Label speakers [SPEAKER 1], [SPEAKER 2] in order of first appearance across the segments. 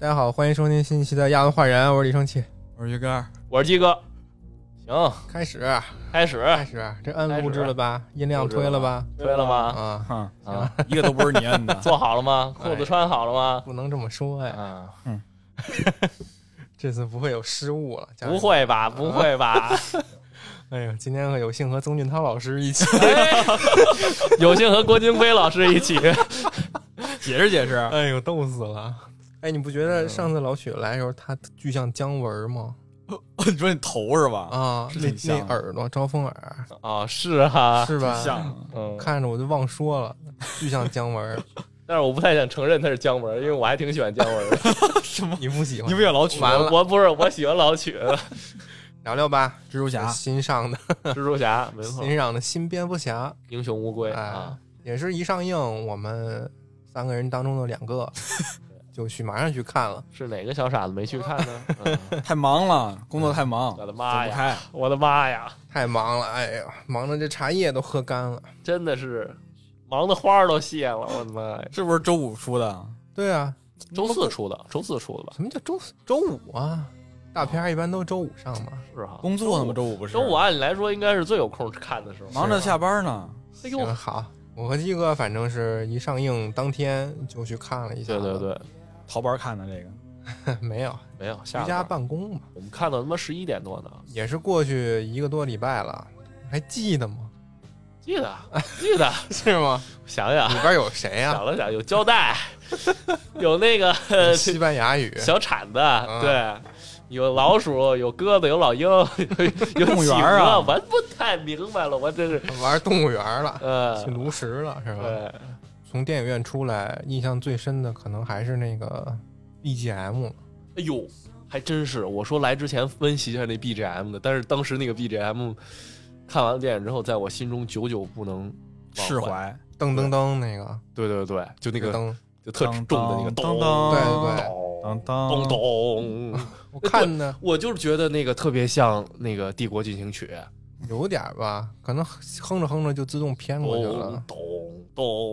[SPEAKER 1] 大家好，欢迎收听新一期的《亚文化人》，我是李生气。
[SPEAKER 2] 我是鱼竿，
[SPEAKER 3] 我是鸡哥。行，
[SPEAKER 1] 开始，
[SPEAKER 3] 开始
[SPEAKER 1] 开始，这摁录制了吧？音量推了吧？
[SPEAKER 3] 推了吗？
[SPEAKER 1] 啊，
[SPEAKER 2] 哈，
[SPEAKER 3] 啊，。
[SPEAKER 2] 一个都不是你摁 的
[SPEAKER 3] 做好了吗？
[SPEAKER 1] 哎
[SPEAKER 3] 裤子穿好了吗？
[SPEAKER 1] 不能这么说哎，
[SPEAKER 3] 啊，
[SPEAKER 1] 这次不会有失误了。
[SPEAKER 3] 不，会吧，不会吧？
[SPEAKER 1] 哎呦，今天有幸和曾俊涛老师一起，
[SPEAKER 3] 有幸和郭京飞老师一起，
[SPEAKER 2] 解释解释，
[SPEAKER 1] 哎呦，逗死了。哎，你不觉得上次老许来的时候，他巨像姜文吗？
[SPEAKER 2] 你说你头是吧？
[SPEAKER 1] 啊，
[SPEAKER 2] 是
[SPEAKER 1] 那
[SPEAKER 2] 挺像
[SPEAKER 1] 那耳朵招风耳，
[SPEAKER 3] 哦，是哈，
[SPEAKER 1] 是吧？
[SPEAKER 2] 像啊
[SPEAKER 3] 嗯，
[SPEAKER 1] 看着我就忘说了，巨像姜文。
[SPEAKER 3] 但是我不太想承认他是姜文，因为我还挺喜欢姜文的。
[SPEAKER 2] 什么？
[SPEAKER 1] 你不喜欢
[SPEAKER 2] 你？不也老曲
[SPEAKER 1] 完了
[SPEAKER 3] 我不是，我喜欢老曲
[SPEAKER 1] 聊聊吧，
[SPEAKER 2] 蜘蛛侠？
[SPEAKER 1] 新上的
[SPEAKER 3] 蜘蛛侠，没错，
[SPEAKER 1] 新上的新蝙蝠侠，
[SPEAKER 3] 英雄乌龟
[SPEAKER 1] 哎
[SPEAKER 3] 啊，
[SPEAKER 1] 也是一上映，我们三个人当中的两 个就去马上去看了。
[SPEAKER 3] 是哪个小傻子没去看呢？嗯
[SPEAKER 2] 太忙了，工作太
[SPEAKER 1] 嗯
[SPEAKER 2] 忙，
[SPEAKER 3] 我
[SPEAKER 2] 走
[SPEAKER 3] 的
[SPEAKER 2] 不
[SPEAKER 3] 妈呀，
[SPEAKER 2] 开。
[SPEAKER 3] 我的妈呀，
[SPEAKER 1] 太忙了，哎呀，忙的这茶叶都喝干了。
[SPEAKER 3] 真的是忙的花儿都谢了，我的妈呀！
[SPEAKER 2] 是不是周五出的？
[SPEAKER 1] 对啊，
[SPEAKER 3] 周四出的，周四出的吧？
[SPEAKER 1] 什么叫周四周五啊？大片儿一般都周五上嘛。
[SPEAKER 3] 是哈，
[SPEAKER 2] 工作呢
[SPEAKER 3] 周
[SPEAKER 2] 吗？
[SPEAKER 3] 五
[SPEAKER 2] 周五不啊是？
[SPEAKER 3] 周五按理来说应该是最有空看的时候。
[SPEAKER 2] 忙着下班呢。
[SPEAKER 3] 哎呦，
[SPEAKER 1] 行，好，我和鸡哥反正是一上映当天就去看了一下。
[SPEAKER 3] 对对对，
[SPEAKER 2] 逃班看的这个，
[SPEAKER 1] 对， 没有
[SPEAKER 3] 没有下
[SPEAKER 1] 居家
[SPEAKER 3] 班，
[SPEAKER 1] 办公 嘛，
[SPEAKER 3] 我们看到他妈十一点多呢，
[SPEAKER 1] 也是过去一个多礼拜了，还记得 吗？
[SPEAKER 3] 记得啊记得，
[SPEAKER 1] 是吗？
[SPEAKER 3] 想 想
[SPEAKER 1] 里边有谁啊呀、
[SPEAKER 3] 想了想，有胶带，有那个
[SPEAKER 1] 有啊
[SPEAKER 3] 呃
[SPEAKER 1] 西班牙语，
[SPEAKER 3] 小铲子，对。有老鼠，有鸽子，有老鹰，有有
[SPEAKER 2] 动物园
[SPEAKER 3] 企
[SPEAKER 2] 啊
[SPEAKER 3] 鹅，我不太明白了，我真是，
[SPEAKER 1] 玩动物园了，
[SPEAKER 3] 呃
[SPEAKER 1] 去，炉石了，是吧？
[SPEAKER 3] 对，
[SPEAKER 1] 从电影院出来，印象最深的可能还是那个 BGM 了
[SPEAKER 3] 哎呦，还真是！我说来之前温习一下那 BGM 的，但是当时那个 BGM 看完了电影之后，在我心中久久不能忘
[SPEAKER 2] 释怀。
[SPEAKER 1] 噔噔噔那个
[SPEAKER 3] 对对对，就那个
[SPEAKER 1] 噔，
[SPEAKER 3] 就特重的那个
[SPEAKER 2] 当
[SPEAKER 3] 咚
[SPEAKER 2] 当
[SPEAKER 1] 对对对
[SPEAKER 2] 当
[SPEAKER 3] 咚
[SPEAKER 2] 当
[SPEAKER 3] 咚咚，
[SPEAKER 1] 我看的
[SPEAKER 3] 我就是觉得那个特别像那个《帝国进行曲》
[SPEAKER 1] 有点儿吧，可能哼着哼着就自动偏过去
[SPEAKER 3] 咚
[SPEAKER 1] 了。
[SPEAKER 3] 哦咚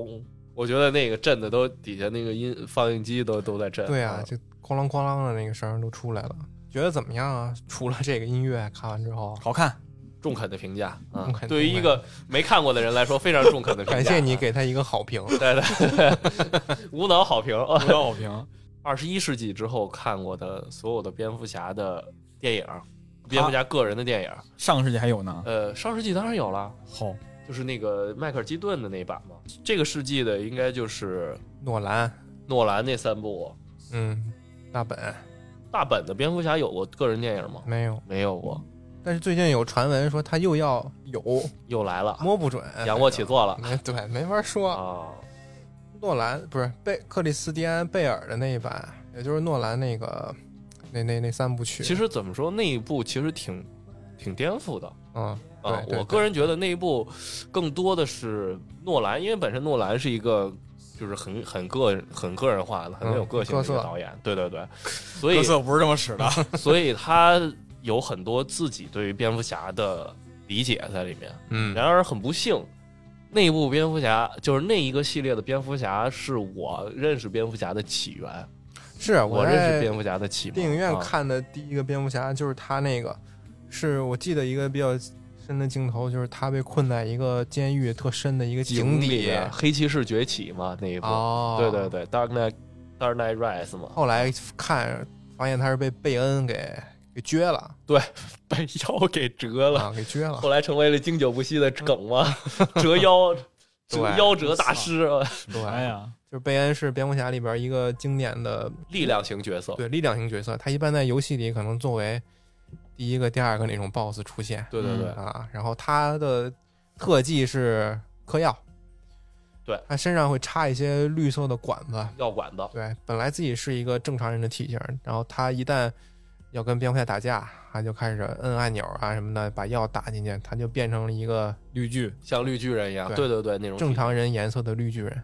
[SPEAKER 3] 咚，我觉得那个震的都底下那个音放映机都都在震。
[SPEAKER 1] 对啊，就哐啷哐啷的那个声儿都出来了。觉得怎么样啊？除了这个音乐，看完之 后，
[SPEAKER 2] 好看，
[SPEAKER 3] 中肯的评价啊
[SPEAKER 1] 中肯，
[SPEAKER 3] 对于一个没看过的人来说，非常中肯的评价。
[SPEAKER 1] 感谢你给他一个好评。
[SPEAKER 3] 对对，对 无脑好评。哦
[SPEAKER 2] 不要好评。
[SPEAKER 3] 二十一世纪之后看过的所有的蝙蝠侠的电影，蝙蝠侠个人的电影，
[SPEAKER 2] 上世纪还有呢。
[SPEAKER 3] 呃，上世纪当然有了，
[SPEAKER 2] 好，
[SPEAKER 3] 就是那个迈克尔基顿的那一版嘛。这个世纪的应该就是
[SPEAKER 1] 诺 兰，
[SPEAKER 3] 诺兰那三部
[SPEAKER 1] 嗯，大本
[SPEAKER 3] 大本的蝙蝠侠有过个人电影吗？
[SPEAKER 1] 没有，
[SPEAKER 3] 没有过，
[SPEAKER 1] 但是最近有传闻说他又要有，
[SPEAKER 3] 又来了，
[SPEAKER 1] 摸不准。
[SPEAKER 3] 仰卧起坐了
[SPEAKER 1] 没对，没法说。
[SPEAKER 3] 啊！
[SPEAKER 1] 诺兰不是贝克里斯蒂安贝尔的那一版，也就是诺兰那个那那那三部曲。
[SPEAKER 3] 其，实怎么说，那一部其实挺挺颠覆的。
[SPEAKER 1] 嗯，
[SPEAKER 3] 啊
[SPEAKER 1] 对，对对
[SPEAKER 3] 我个人觉得那一部更多的是诺兰，因为本身诺兰是一个就是很很个人很个人化的、很有个性的一
[SPEAKER 1] 各
[SPEAKER 3] 个
[SPEAKER 1] 色
[SPEAKER 3] 导演，对对对，所
[SPEAKER 2] 特
[SPEAKER 3] 以
[SPEAKER 2] 色不是这么使的。
[SPEAKER 3] 所以他有很多自己对于蝙蝠侠的理解在里面。
[SPEAKER 1] 嗯，
[SPEAKER 3] 然而很不幸，那一部蝙蝠侠就是那一个系列的蝙蝠侠是我认识蝙蝠侠的起源，
[SPEAKER 1] 是
[SPEAKER 3] 我认识
[SPEAKER 1] 啊在
[SPEAKER 3] 蝙蝠侠的启蒙。
[SPEAKER 1] 电影院
[SPEAKER 3] 啊
[SPEAKER 1] 看的第一个蝙蝠侠就是他那个，是我记得一个比较深的镜头，就是他被困在一个监狱特深的一个井
[SPEAKER 3] 里啊黑骑士崛起嘛那一部，
[SPEAKER 1] 哦，
[SPEAKER 3] 对对。对，Dark Knight Dark Knight Rise 嘛。
[SPEAKER 1] 后来看发现他是被贝恩给给撅了
[SPEAKER 3] 把 腰给折了，
[SPEAKER 1] 啊，给撅 了。
[SPEAKER 3] 后来成为了经久不息的梗 嘛，折腰，
[SPEAKER 1] 嗯对
[SPEAKER 3] 折腰折大师，啊
[SPEAKER 2] 哎
[SPEAKER 1] 对，
[SPEAKER 2] 呀，
[SPEAKER 1] 就是贝恩是蝙蝠侠里边一个经典的
[SPEAKER 3] 力量型角色。
[SPEAKER 1] 对力量型角色，他一般在游戏里可能作为第一个、第二个那种 BOSS 出现
[SPEAKER 3] 对对对
[SPEAKER 2] 嗯
[SPEAKER 1] 啊。然后他的特技是嗑药，
[SPEAKER 3] 对
[SPEAKER 1] 他身上会插一些绿色的管子。
[SPEAKER 3] 药管子，
[SPEAKER 1] 对，本来自己是一个正常人的体型，然后他一旦要跟蝙蝠侠打架，他就开始摁按钮啊什么的，把药打进去，他就变成了一个
[SPEAKER 2] 绿巨，
[SPEAKER 3] 像绿巨人一样，
[SPEAKER 1] 对
[SPEAKER 3] 对对对，那种
[SPEAKER 1] 正。常人颜色的绿巨人。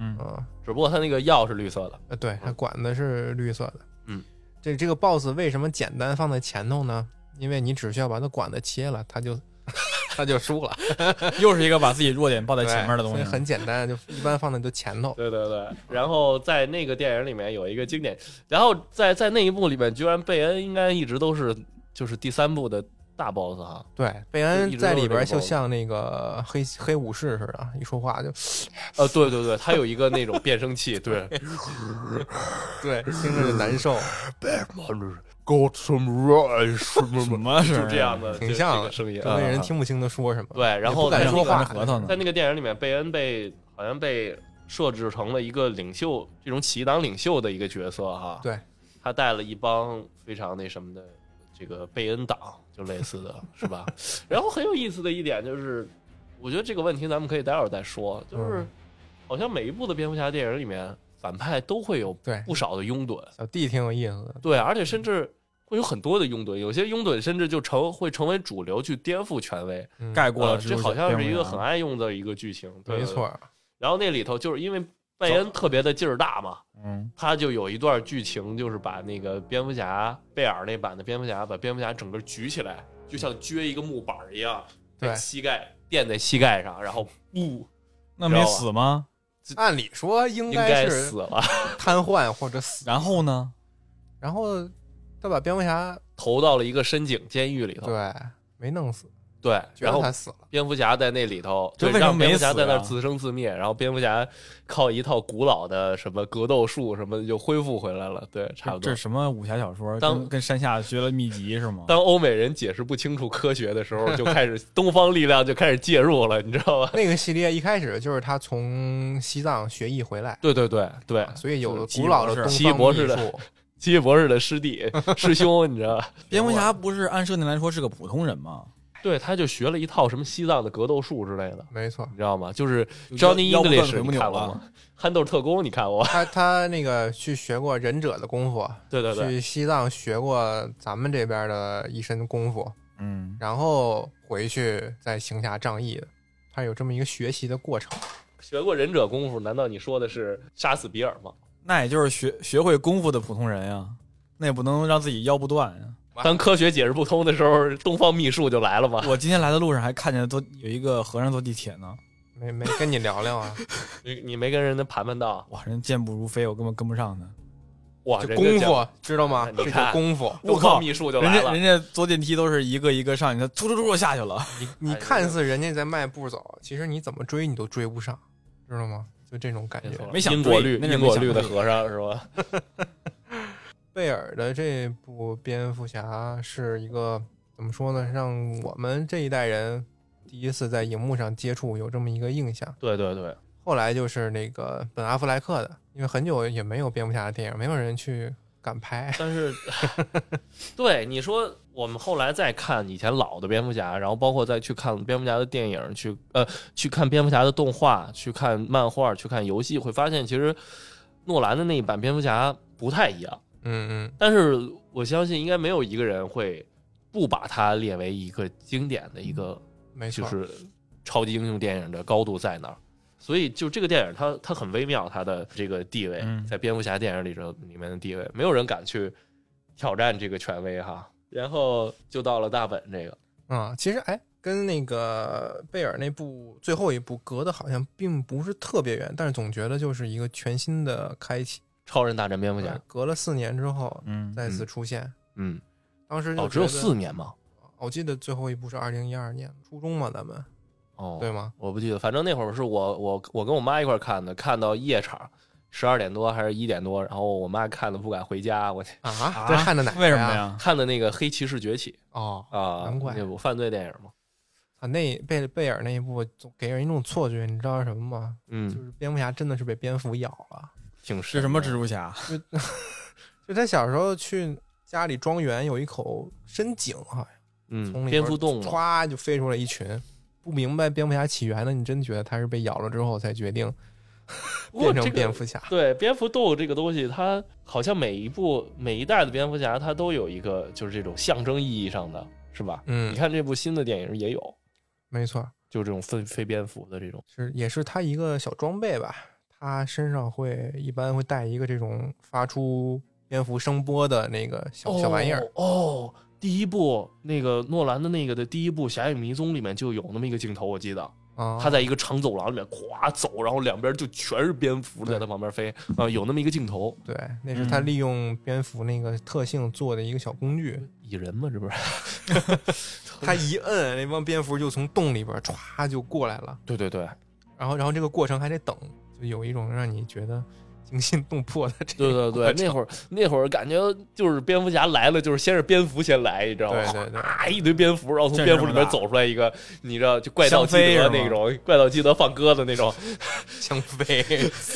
[SPEAKER 2] 嗯，
[SPEAKER 1] 嗯，
[SPEAKER 3] 只不过他那个药是绿色的，
[SPEAKER 1] 呃，对，它
[SPEAKER 3] 嗯
[SPEAKER 1] 管子是绿色的。
[SPEAKER 3] 嗯，
[SPEAKER 1] 这这个 BOSS 为什么简单放在前头呢？因为你只需要把它管子切了，它就那就输了。
[SPEAKER 2] 又是一个把自己弱点报在
[SPEAKER 1] 对
[SPEAKER 2] 前面的东
[SPEAKER 1] 所以
[SPEAKER 2] 西，
[SPEAKER 1] 很简单，就一般放在都前头。
[SPEAKER 3] 对对对，然后在那个电影里面有一个经典，然后在在那一部里面，居然贝恩应该一直都是就是第三部的大 boss 哈，
[SPEAKER 1] 对，贝
[SPEAKER 3] 一
[SPEAKER 1] 恩
[SPEAKER 3] 直
[SPEAKER 1] 在
[SPEAKER 3] 都是
[SPEAKER 1] 里边
[SPEAKER 3] 这个
[SPEAKER 1] 就像那个黑黑武士似的，一说 话就
[SPEAKER 3] 呃，对对对，他有一个那种变声 器，对，
[SPEAKER 1] 对，听着就难 受，
[SPEAKER 3] Got some rice，
[SPEAKER 2] 什么是
[SPEAKER 3] 就这样的，
[SPEAKER 1] 哎挺
[SPEAKER 3] 就
[SPEAKER 1] 像
[SPEAKER 3] 这个
[SPEAKER 1] 的
[SPEAKER 3] 声音，
[SPEAKER 1] 周围
[SPEAKER 3] 啊
[SPEAKER 1] 人听不清他说什么。
[SPEAKER 3] 对，然
[SPEAKER 1] 也不
[SPEAKER 3] 后
[SPEAKER 1] 敢
[SPEAKER 3] 在
[SPEAKER 1] 说话
[SPEAKER 2] 核桃呢
[SPEAKER 3] 在？那个电影里面，贝恩被好像被设置成了一个领袖，这种起义党领袖的一个角色哈。
[SPEAKER 1] 对，
[SPEAKER 3] 他带了一帮非常那什么的这个贝恩党，就类似的是吧？ 然后很有意思的一点就是，我觉得这个问题咱们可以待会儿再说，就是
[SPEAKER 1] 嗯
[SPEAKER 3] 好像每一部的蝙蝠侠电影里面，反派都会有
[SPEAKER 1] 对
[SPEAKER 3] 不少的拥趸，
[SPEAKER 1] 小弟挺有意思的，
[SPEAKER 3] 对，而且甚至。会有很多的拥趸，有些拥趸甚至就成会成为主流，去颠覆权威。
[SPEAKER 1] 嗯
[SPEAKER 2] 盖过
[SPEAKER 3] 啊
[SPEAKER 2] 了蜘蛛
[SPEAKER 3] 这
[SPEAKER 2] 侠，
[SPEAKER 3] 好像是一个
[SPEAKER 2] 蝙蝠侠
[SPEAKER 3] 很爱用的一个剧情，对
[SPEAKER 1] 没。错。
[SPEAKER 3] 然后那里头就是因为贝恩特别的劲儿大嘛，
[SPEAKER 2] 嗯，
[SPEAKER 3] 他就有一段剧情，就是把那个蝙蝠侠贝尔那版的蝙蝠侠，把蝙蝠侠整个举起来，就像撅一个木板儿一样，
[SPEAKER 1] 对
[SPEAKER 3] 在膝盖垫在膝盖上，然后不
[SPEAKER 2] 那没死吗？
[SPEAKER 1] 按理说应
[SPEAKER 3] 应
[SPEAKER 1] 该
[SPEAKER 3] 该
[SPEAKER 1] 是
[SPEAKER 3] 死了，
[SPEAKER 1] 瘫痪或者死，
[SPEAKER 2] 然后呢？
[SPEAKER 1] 然后他把蝙蝠侠
[SPEAKER 3] 投到了一个深井监狱里头。
[SPEAKER 1] 对没弄死，
[SPEAKER 3] 对，
[SPEAKER 1] 觉得
[SPEAKER 3] 然后
[SPEAKER 1] 他死了。
[SPEAKER 3] 蝙蝠侠在那里头，
[SPEAKER 2] 这
[SPEAKER 3] 对
[SPEAKER 2] 为什么
[SPEAKER 3] 让蝙
[SPEAKER 2] 没
[SPEAKER 3] 蝠
[SPEAKER 2] 死
[SPEAKER 3] 侠在那儿
[SPEAKER 2] 啊
[SPEAKER 3] 自生自灭，然后蝙蝠侠靠一套古老的什么格斗术什么的就恢复回来了，对，差不
[SPEAKER 2] 这
[SPEAKER 3] 多
[SPEAKER 2] 是。什么武侠小说？
[SPEAKER 3] 当
[SPEAKER 2] 跟跟山下学了秘籍是吗？
[SPEAKER 3] 当欧美人解释不清楚科学的时候，就开始东方力量就开始介入了，你知 道吧？
[SPEAKER 1] 那个系列一开始就是他从西藏学艺回来，
[SPEAKER 3] 对对对对，
[SPEAKER 1] 所以有了
[SPEAKER 2] 奇异
[SPEAKER 1] 古老的
[SPEAKER 2] 博
[SPEAKER 1] 东
[SPEAKER 2] 士
[SPEAKER 1] 方
[SPEAKER 3] 奇异博士
[SPEAKER 1] 艺
[SPEAKER 3] 的
[SPEAKER 1] 术
[SPEAKER 3] 奇异博士的师 弟师兄，你知道吧？
[SPEAKER 2] 蝙蝠侠不是按设定来说是个普通人吗？
[SPEAKER 3] 对，他就学了一套什么西藏的格斗术之类的，
[SPEAKER 1] 没错
[SPEAKER 3] 你。知道吗？就是
[SPEAKER 2] 就
[SPEAKER 3] Johnny
[SPEAKER 2] 腰不断
[SPEAKER 3] English，
[SPEAKER 2] 腿不
[SPEAKER 3] 你
[SPEAKER 2] 扭
[SPEAKER 3] 看过吗？憨豆特工，你看过吗？
[SPEAKER 1] 他他那个去学过忍者的功夫，啊
[SPEAKER 3] 对对对，
[SPEAKER 1] 去西藏学过咱们这边的一身功夫，
[SPEAKER 2] 嗯，
[SPEAKER 1] 然后回去再行侠仗义的，他有这么一个学习的过程。
[SPEAKER 3] 学过忍者功夫，难道你说的是杀死比尔吗？
[SPEAKER 2] 那也就是学学会功夫的普通人呀、那也不能让自己腰不断呀、
[SPEAKER 3] 当科学解释不通的时候，东方秘术就来了嘛。
[SPEAKER 2] 我今天来的路上还看见坐有一个和尚坐地铁呢，
[SPEAKER 1] 没没跟你聊聊 啊？
[SPEAKER 3] 你你没跟人家盘盘道，
[SPEAKER 2] 哇，人健步如飞，我根本跟不上他。
[SPEAKER 3] 哇，
[SPEAKER 1] 就
[SPEAKER 3] 人
[SPEAKER 1] 功
[SPEAKER 3] 家讲，哎
[SPEAKER 1] 夫，知道吗？
[SPEAKER 3] 你
[SPEAKER 1] 这
[SPEAKER 3] 看
[SPEAKER 1] 叫功夫。
[SPEAKER 3] 东方秘术就
[SPEAKER 2] 人
[SPEAKER 3] 来
[SPEAKER 2] 家
[SPEAKER 3] 了
[SPEAKER 2] 人。家坐电梯都是一个一个上去，他突突突就下去了。
[SPEAKER 1] 你你
[SPEAKER 3] 哎
[SPEAKER 1] 看
[SPEAKER 3] 人家
[SPEAKER 1] 似人家在迈步走，其实你怎么追你都追不上，知道吗？就这种感
[SPEAKER 3] 没
[SPEAKER 1] 觉
[SPEAKER 3] 错。
[SPEAKER 2] 没想
[SPEAKER 3] 因果
[SPEAKER 2] 追
[SPEAKER 3] 律，
[SPEAKER 2] 那是
[SPEAKER 3] 因
[SPEAKER 2] 没
[SPEAKER 3] 果
[SPEAKER 2] 想
[SPEAKER 3] 律的
[SPEAKER 2] 追
[SPEAKER 3] 和尚是吧？
[SPEAKER 1] 贝尔的这部蝙蝠侠是一个怎么说呢？让我们这一代人第一次在荧幕上接触有这么一个印象。
[SPEAKER 3] 对对对，
[SPEAKER 1] 后来就是那个本阿弗莱克的，因为很久也没有蝙蝠侠的电影，没有人去敢拍。
[SPEAKER 3] 但是， 对你说，我们后来再看以前老的蝙蝠侠，然后包括再去看蝙蝠侠的电影，去呃去看蝙蝠侠的动画，去看漫画，去看游戏，会发现其实诺兰的那一版蝙蝠侠不太一样。
[SPEAKER 1] 嗯
[SPEAKER 3] 但是我相信，应该没有一个人会不把它列为一个经典的一个
[SPEAKER 1] 嗯，没错
[SPEAKER 3] 就。是超级英雄电影的高度在哪儿。所以，就这个电影它，它很微妙，它的这个地位
[SPEAKER 2] 嗯
[SPEAKER 3] 在蝙蝠侠电影里头里面的地位，没有人敢去挑战这个权威哈。然后就到了大本这个，
[SPEAKER 1] 啊、其实哎，跟那个贝尔那部最后一部隔的好像并不是特别远，但是总觉得就是一个全新的开启。
[SPEAKER 3] 超人大战蝙蝠侠，
[SPEAKER 1] 隔了四年之后
[SPEAKER 2] 嗯，
[SPEAKER 1] 再次出现，
[SPEAKER 3] 嗯，
[SPEAKER 1] 当时就
[SPEAKER 3] 哦，只有
[SPEAKER 1] 觉得
[SPEAKER 3] 四。年嘛，
[SPEAKER 1] 哦我记得最后一部是二零一二年初中嘛，咱们
[SPEAKER 3] 哦，
[SPEAKER 1] 对吗？
[SPEAKER 3] 我不记得，反正那会儿是我我我跟我妈一块儿看的，看到夜场，十二点多还是一点多，然后我妈看的不敢回家，我
[SPEAKER 1] 啊，这看的哪？
[SPEAKER 2] 为什么
[SPEAKER 1] 呀？
[SPEAKER 2] 呀？
[SPEAKER 3] 看的那个《黑骑士崛起
[SPEAKER 1] 哦》，
[SPEAKER 3] 啊，
[SPEAKER 1] 难怪
[SPEAKER 3] 那部犯罪电影嘛，
[SPEAKER 1] 啊，那贝贝尔那一部总给人一种错觉，你知道是什么吗？就
[SPEAKER 3] 嗯，
[SPEAKER 1] 是蝙蝠侠真的是被蝙蝠咬了。
[SPEAKER 3] 挺
[SPEAKER 2] 是
[SPEAKER 3] 是啊
[SPEAKER 2] 什么蜘蛛侠？
[SPEAKER 1] 就他小时候去家里庄园有一口深井，好像从
[SPEAKER 3] 嗯，
[SPEAKER 1] 里边
[SPEAKER 3] 蝙蝠洞嘛，
[SPEAKER 1] 歘就飞出来一群。不明白蝙蝠侠起源的，你真觉得他是被咬了之后才决定
[SPEAKER 3] 不过
[SPEAKER 1] 变成
[SPEAKER 3] 这个
[SPEAKER 1] 蝙蝠侠？
[SPEAKER 3] 对，蝙蝠洞这个东西，它好像每一部每一代的蝙蝠侠，它都有一个就是这种象征意义上的，是吧？你
[SPEAKER 1] 嗯，
[SPEAKER 3] 看这部新的电影也有，
[SPEAKER 1] 没错，
[SPEAKER 3] 就这种飞飞蝙蝠的这种，
[SPEAKER 1] 是也是他一个小装备吧。他身上会一般会带一个这种发出蝙蝠声波的那个小、小玩意儿，
[SPEAKER 3] 哦。哦第一部那个诺兰的那个的第一部《侠影迷踪》里面就有那么一个镜头，我记得
[SPEAKER 1] 啊，
[SPEAKER 3] 哦他在一个长走廊里面咵走，然后两边就全是蝙蝠在他旁边飞，啊，有那么一个镜头，
[SPEAKER 1] 对，那是他
[SPEAKER 2] 嗯
[SPEAKER 1] 利用蝙蝠那个特性做的一个小工具，
[SPEAKER 3] 蚁人嘛，这不是？
[SPEAKER 1] 他一摁，那帮蝙蝠就从洞里边儿歘就过来了，
[SPEAKER 3] 对对对，
[SPEAKER 1] 然后然后这个过程还得等，就有一种让你觉得惊心动魄的 这
[SPEAKER 3] 对
[SPEAKER 1] 个
[SPEAKER 3] 对
[SPEAKER 1] 过
[SPEAKER 3] 对，
[SPEAKER 1] 程
[SPEAKER 3] 那会儿那会儿感觉就是蝙蝠侠来了，就是先是蝙蝠先来，你知道吗？
[SPEAKER 1] 对对对
[SPEAKER 3] 啊，一堆蝙蝠，然后从蝙蝠里面走出来一个，你知道，就怪盗基德
[SPEAKER 2] 香妃
[SPEAKER 3] 那
[SPEAKER 2] 是吗
[SPEAKER 3] 种，怪盗基德放鸽子那 种，
[SPEAKER 1] 香妃，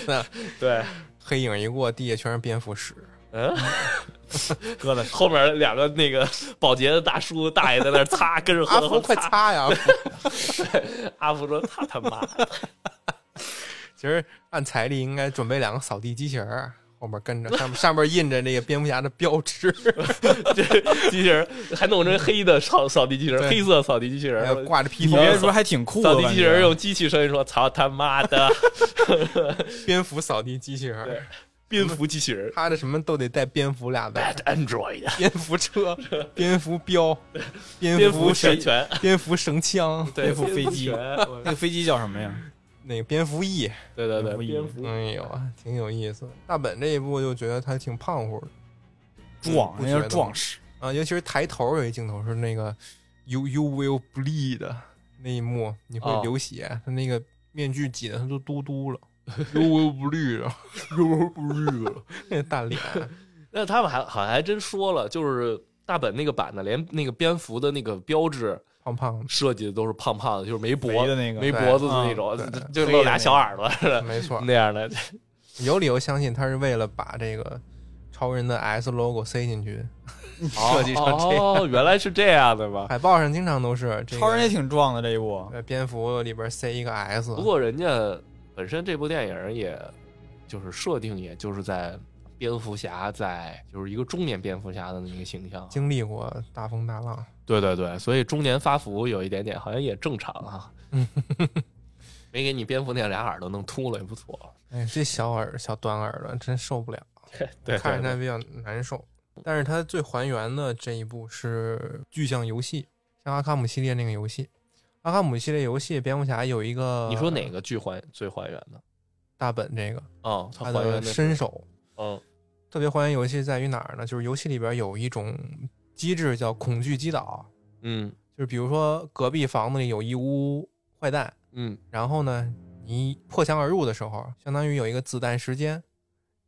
[SPEAKER 1] 那
[SPEAKER 3] 对，
[SPEAKER 1] 黑影一过，地下全是蝙蝠屎，
[SPEAKER 3] 嗯，
[SPEAKER 2] 搁的
[SPEAKER 3] 后面两个那个保洁的大叔大爷在那 儿擦，跟着
[SPEAKER 1] 阿
[SPEAKER 3] 喝的
[SPEAKER 1] 福
[SPEAKER 3] 喝
[SPEAKER 1] 快
[SPEAKER 3] 擦，
[SPEAKER 1] 擦呀！阿福
[SPEAKER 3] 阿福说他他妈的，
[SPEAKER 1] 其实按财力应该准备两个扫地机器人儿，后面跟着 上面上面印着那个蝙蝠侠的标志，
[SPEAKER 3] 这机器人还弄成黑的扫扫地机器人，
[SPEAKER 1] 对
[SPEAKER 3] 黑色扫地机器
[SPEAKER 1] 还有
[SPEAKER 3] 人。
[SPEAKER 1] 挂着披
[SPEAKER 2] 你
[SPEAKER 1] 风，
[SPEAKER 2] 别说还挺酷的，
[SPEAKER 3] 扫地机器人
[SPEAKER 2] 感觉
[SPEAKER 3] 用机器声音说：“操他妈的，
[SPEAKER 1] 蝙蝠扫地机器人
[SPEAKER 3] 对
[SPEAKER 1] 儿，
[SPEAKER 3] 蝙蝠机 器人
[SPEAKER 1] 他的什么都得带蝙蝠俩字儿。
[SPEAKER 3] ，Bad Android，
[SPEAKER 1] 蝙蝠 车、蝙蝠镖、蝙
[SPEAKER 3] 蝙
[SPEAKER 1] 蝠
[SPEAKER 3] 蝠
[SPEAKER 1] 绳
[SPEAKER 3] 拳、拳，
[SPEAKER 1] 蝙蝠绳枪，
[SPEAKER 3] 对
[SPEAKER 2] 蝙蝠飞机
[SPEAKER 3] 拳
[SPEAKER 2] 那个飞机叫什么 呀？
[SPEAKER 1] 那个蝙蝠翼，
[SPEAKER 3] 对对对，蝙
[SPEAKER 2] 蝙
[SPEAKER 3] 蝠
[SPEAKER 1] 哎呦，挺有意思。大本这一部就觉得他挺胖乎的
[SPEAKER 2] 壮，
[SPEAKER 1] 不
[SPEAKER 2] 那
[SPEAKER 1] 觉
[SPEAKER 2] 叫
[SPEAKER 1] 得
[SPEAKER 2] 壮士。
[SPEAKER 1] 啊，尤其是抬头有一镜头是那个 “you you will bleed” 那一幕，你会
[SPEAKER 3] 哦
[SPEAKER 1] 流血，他那个面具挤得他都嘟嘟了，“you will bleed”，
[SPEAKER 3] 有日了。
[SPEAKER 1] 那大脸，
[SPEAKER 3] 那他们还好像还真说了，就是大本那个版的，连那个蝙蝠的那个标志
[SPEAKER 1] 胖胖
[SPEAKER 3] 设计的都是胖胖的，就是没脖
[SPEAKER 2] 肥
[SPEAKER 3] 子
[SPEAKER 2] 的那个
[SPEAKER 3] 没
[SPEAKER 1] 对
[SPEAKER 3] 脖子的那种
[SPEAKER 1] 嗯，对
[SPEAKER 3] 就就
[SPEAKER 1] 黑
[SPEAKER 3] 露
[SPEAKER 1] 的
[SPEAKER 3] 俩
[SPEAKER 1] 那
[SPEAKER 3] 小
[SPEAKER 1] 个
[SPEAKER 3] 耳朵似
[SPEAKER 1] 的，
[SPEAKER 3] 的
[SPEAKER 1] 没错，
[SPEAKER 3] 那样的。
[SPEAKER 1] 有理由相信他是为了把这个超人的 S logo 塞进去，
[SPEAKER 2] 啊
[SPEAKER 1] 设计成这样。
[SPEAKER 3] 哦，原来是这样的吧？
[SPEAKER 1] 海报上经常都是这个
[SPEAKER 2] 超人也挺壮的这一部，
[SPEAKER 1] 呃，蝙蝠里边塞一个 S，
[SPEAKER 3] 不过人家本身这部电影也就是设定，也就是在蝙蝠侠在就是一个中年蝙蝠侠的那么一个形象。
[SPEAKER 1] 经历过大风大浪，
[SPEAKER 3] 对对对，所以中年发福有一点点，好像也正常 啊。没给你蝙蝠那俩耳朵弄秃了也不错。
[SPEAKER 1] 哎，这小耳小短耳朵真受不了，
[SPEAKER 3] 对
[SPEAKER 1] 看着它比较难受。但是它最还原的这一部是具象游戏，像阿卡姆系列那个游戏，阿卡姆系列游戏蝙蝠侠有一个，
[SPEAKER 3] 你说哪个剧还最还原的？
[SPEAKER 1] 大本这个
[SPEAKER 3] 哦，它
[SPEAKER 1] 他
[SPEAKER 3] 还原
[SPEAKER 1] 的
[SPEAKER 3] 的是
[SPEAKER 1] 身手
[SPEAKER 3] 嗯
[SPEAKER 1] 特别还原游戏在于哪儿呢？就是游戏里边有一种机制叫恐惧击倒，
[SPEAKER 3] 嗯
[SPEAKER 1] 就是比如说隔壁房子里有一屋坏蛋，
[SPEAKER 3] 嗯
[SPEAKER 1] 然后呢，你破墙而入的时候，相当于有一个子弹时间，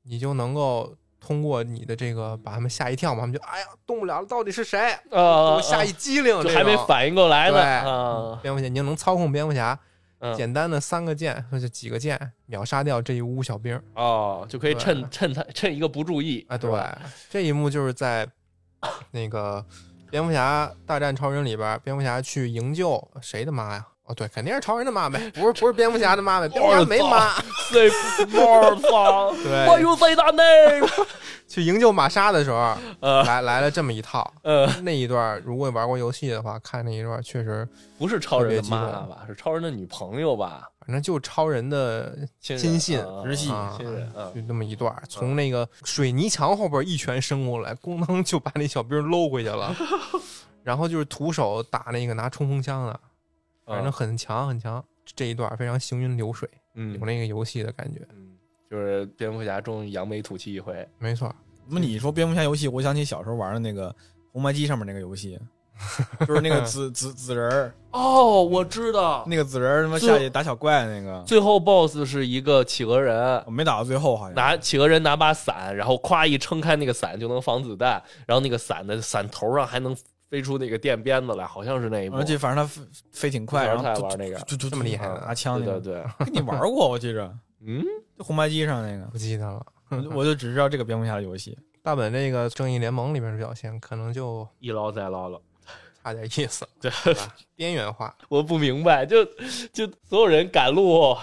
[SPEAKER 1] 你就能够通过你的这个把他们吓一跳嘛，他们就哎呀动不了了，到底是谁？
[SPEAKER 3] 啊
[SPEAKER 1] 我吓一激灵，
[SPEAKER 3] 呃就
[SPEAKER 1] 这
[SPEAKER 3] 还没
[SPEAKER 1] 种
[SPEAKER 3] 反应过来呢
[SPEAKER 1] 对
[SPEAKER 3] 啊。
[SPEAKER 1] 蝙蝠侠，你就能操控蝙蝠侠，
[SPEAKER 3] 嗯
[SPEAKER 1] 简单的三个键或者几个键秒杀掉这一屋小兵。
[SPEAKER 3] 哦，就可以
[SPEAKER 1] 对
[SPEAKER 3] 趁趁他趁一个不注意
[SPEAKER 1] 哎，
[SPEAKER 3] 是
[SPEAKER 1] 对
[SPEAKER 3] 吧，
[SPEAKER 1] 这一幕就是在那个蝙蝠侠大战超人里边，蝙蝠侠去营救谁的妈呀？哦，对，肯定是超人的妈呗，不是不是蝙蝠侠的妈呗，蝙蝠侠没
[SPEAKER 3] 哦
[SPEAKER 1] 妈。
[SPEAKER 3] ，Save more song，
[SPEAKER 1] 对
[SPEAKER 3] Why you say that name？
[SPEAKER 1] 去营救玛莎的时候，
[SPEAKER 3] 呃
[SPEAKER 1] 来来了这么一套。
[SPEAKER 3] 呃，
[SPEAKER 1] 那一段儿如果玩过游戏的话，看那一段儿确实，
[SPEAKER 3] 不是超人的
[SPEAKER 1] 特别激
[SPEAKER 3] 妈
[SPEAKER 1] 动
[SPEAKER 3] 吧？是超人的女朋友吧？
[SPEAKER 1] 反正就超人的
[SPEAKER 3] 亲
[SPEAKER 1] 亲
[SPEAKER 3] 人
[SPEAKER 1] 信
[SPEAKER 3] 啊
[SPEAKER 2] 直系
[SPEAKER 1] 啊，
[SPEAKER 3] 亲人啊
[SPEAKER 1] 就那么一段儿，从那个水泥墙后边一拳伸过来，咣当就把那小兵搂回去了。然后就是徒手打那个拿冲锋枪的，反正很强很强。这一段儿非常行云流水，
[SPEAKER 3] 嗯
[SPEAKER 1] 有那个游戏的感觉，
[SPEAKER 3] 嗯，就是蝙蝠侠终于扬眉吐气一回，
[SPEAKER 1] 没错儿。
[SPEAKER 2] 那么你说蝙蝠侠游戏，我想起小时候玩的那个红白机上面那个游戏，就是那个紫紫紫人儿，
[SPEAKER 3] 哦，我知道，
[SPEAKER 2] 那个紫人儿他妈
[SPEAKER 3] 最
[SPEAKER 2] 下去打小怪那个，
[SPEAKER 3] 最后 BOSS 是一个企鹅人
[SPEAKER 2] 我。没打到最后好像。
[SPEAKER 3] 拿企鹅人拿把伞，然后咵一撑开那个伞就能防子弹，然后那个伞的伞头上还能飞出那个电鞭子来，好像是那一部。
[SPEAKER 2] 而且反正他飞飞挺快，然
[SPEAKER 3] 小时
[SPEAKER 2] 后
[SPEAKER 3] 候太
[SPEAKER 2] 突
[SPEAKER 3] 玩那个，
[SPEAKER 2] 突突
[SPEAKER 1] 这么厉害呢
[SPEAKER 2] 拿枪
[SPEAKER 3] 对
[SPEAKER 2] 那
[SPEAKER 3] 对
[SPEAKER 2] 个，
[SPEAKER 3] 对，
[SPEAKER 2] 跟你玩过我记着，
[SPEAKER 3] 嗯，
[SPEAKER 2] 就红白机上那个，
[SPEAKER 1] 不记得了。
[SPEAKER 2] 我就我就只知道这个蝙蝠侠的游戏。
[SPEAKER 1] 大本这个《正义联盟》里边的表现可能就
[SPEAKER 3] 一捞再捞了。
[SPEAKER 1] 差点意思了，
[SPEAKER 3] 对
[SPEAKER 1] 吧？边缘化，
[SPEAKER 3] 我不明白，就就所有人赶路，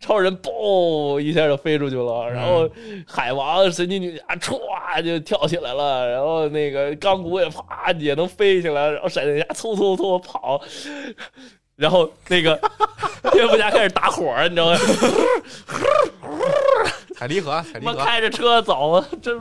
[SPEAKER 3] 超人嘣一下就飞出去了，然后海王、神奇女侠歘就跳起来了，然后那个钢骨也啪也能飞起来，然后闪电侠嗖嗖嗖跑，然后那个蝙蝠侠开始打火，你知道吗？
[SPEAKER 1] 踩离合，踩
[SPEAKER 3] 他
[SPEAKER 1] 离
[SPEAKER 3] 妈
[SPEAKER 1] 合。
[SPEAKER 3] 开着车走，真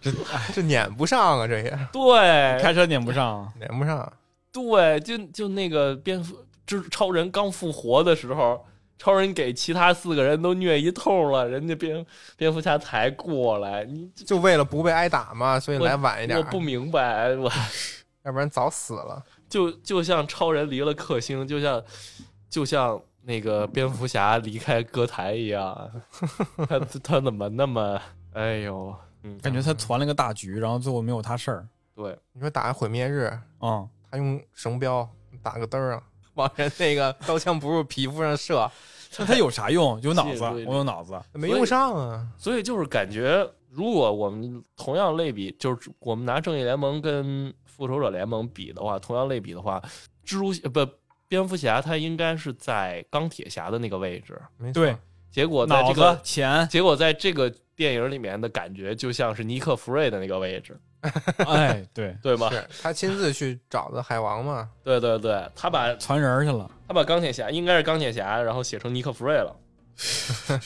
[SPEAKER 2] 这
[SPEAKER 1] 这撵不上啊，这也
[SPEAKER 3] 对
[SPEAKER 2] 开车撵不上，
[SPEAKER 1] 撵不上。
[SPEAKER 3] 对，就就那个蝙蝠，就是超人刚复活的时候，超人给其他四个人都虐一通了，人家蝙蝙蝠侠才过来。你
[SPEAKER 1] 就为了不被挨打嘛，所以来晚一点
[SPEAKER 3] 我，不明白，我
[SPEAKER 1] 要不然早死了。
[SPEAKER 3] 就就像超人离了克星，就像就像那个蝙蝠侠离开歌台一样， 他他怎么那么哎呦，嗯，
[SPEAKER 2] 感觉他攒了个大局，然后最后没有他事儿
[SPEAKER 3] 对，
[SPEAKER 1] 你说打个毁灭日，
[SPEAKER 2] 啊、嗯
[SPEAKER 1] 他用绳标打个嘚儿啊，往人那个刀枪不入皮肤上射，
[SPEAKER 2] 那他有啥用？有脑子，
[SPEAKER 3] 对对
[SPEAKER 2] 我有脑子，
[SPEAKER 1] 没用上啊。
[SPEAKER 3] 所以就是感觉，如果我们同样类比，就是我们拿正义联盟跟复仇者联盟比的话，同样类比的话，蜘蛛呃不蝙蝠侠他应该是在钢铁侠的那个位置，
[SPEAKER 1] 没错
[SPEAKER 2] 对，
[SPEAKER 3] 结果在
[SPEAKER 2] 脑
[SPEAKER 3] 这
[SPEAKER 2] 子、
[SPEAKER 3] 个、
[SPEAKER 2] 钱啊
[SPEAKER 3] 结果在这个电影里面的感觉就像是尼克弗瑞的那个位置，
[SPEAKER 2] 哎，对，
[SPEAKER 3] 对吗？
[SPEAKER 1] 是他亲自去找的海王嘛，
[SPEAKER 3] 对对对，他把
[SPEAKER 2] 传人儿去了，
[SPEAKER 3] 他把钢铁侠应该是钢铁侠，然后写成尼克弗瑞了，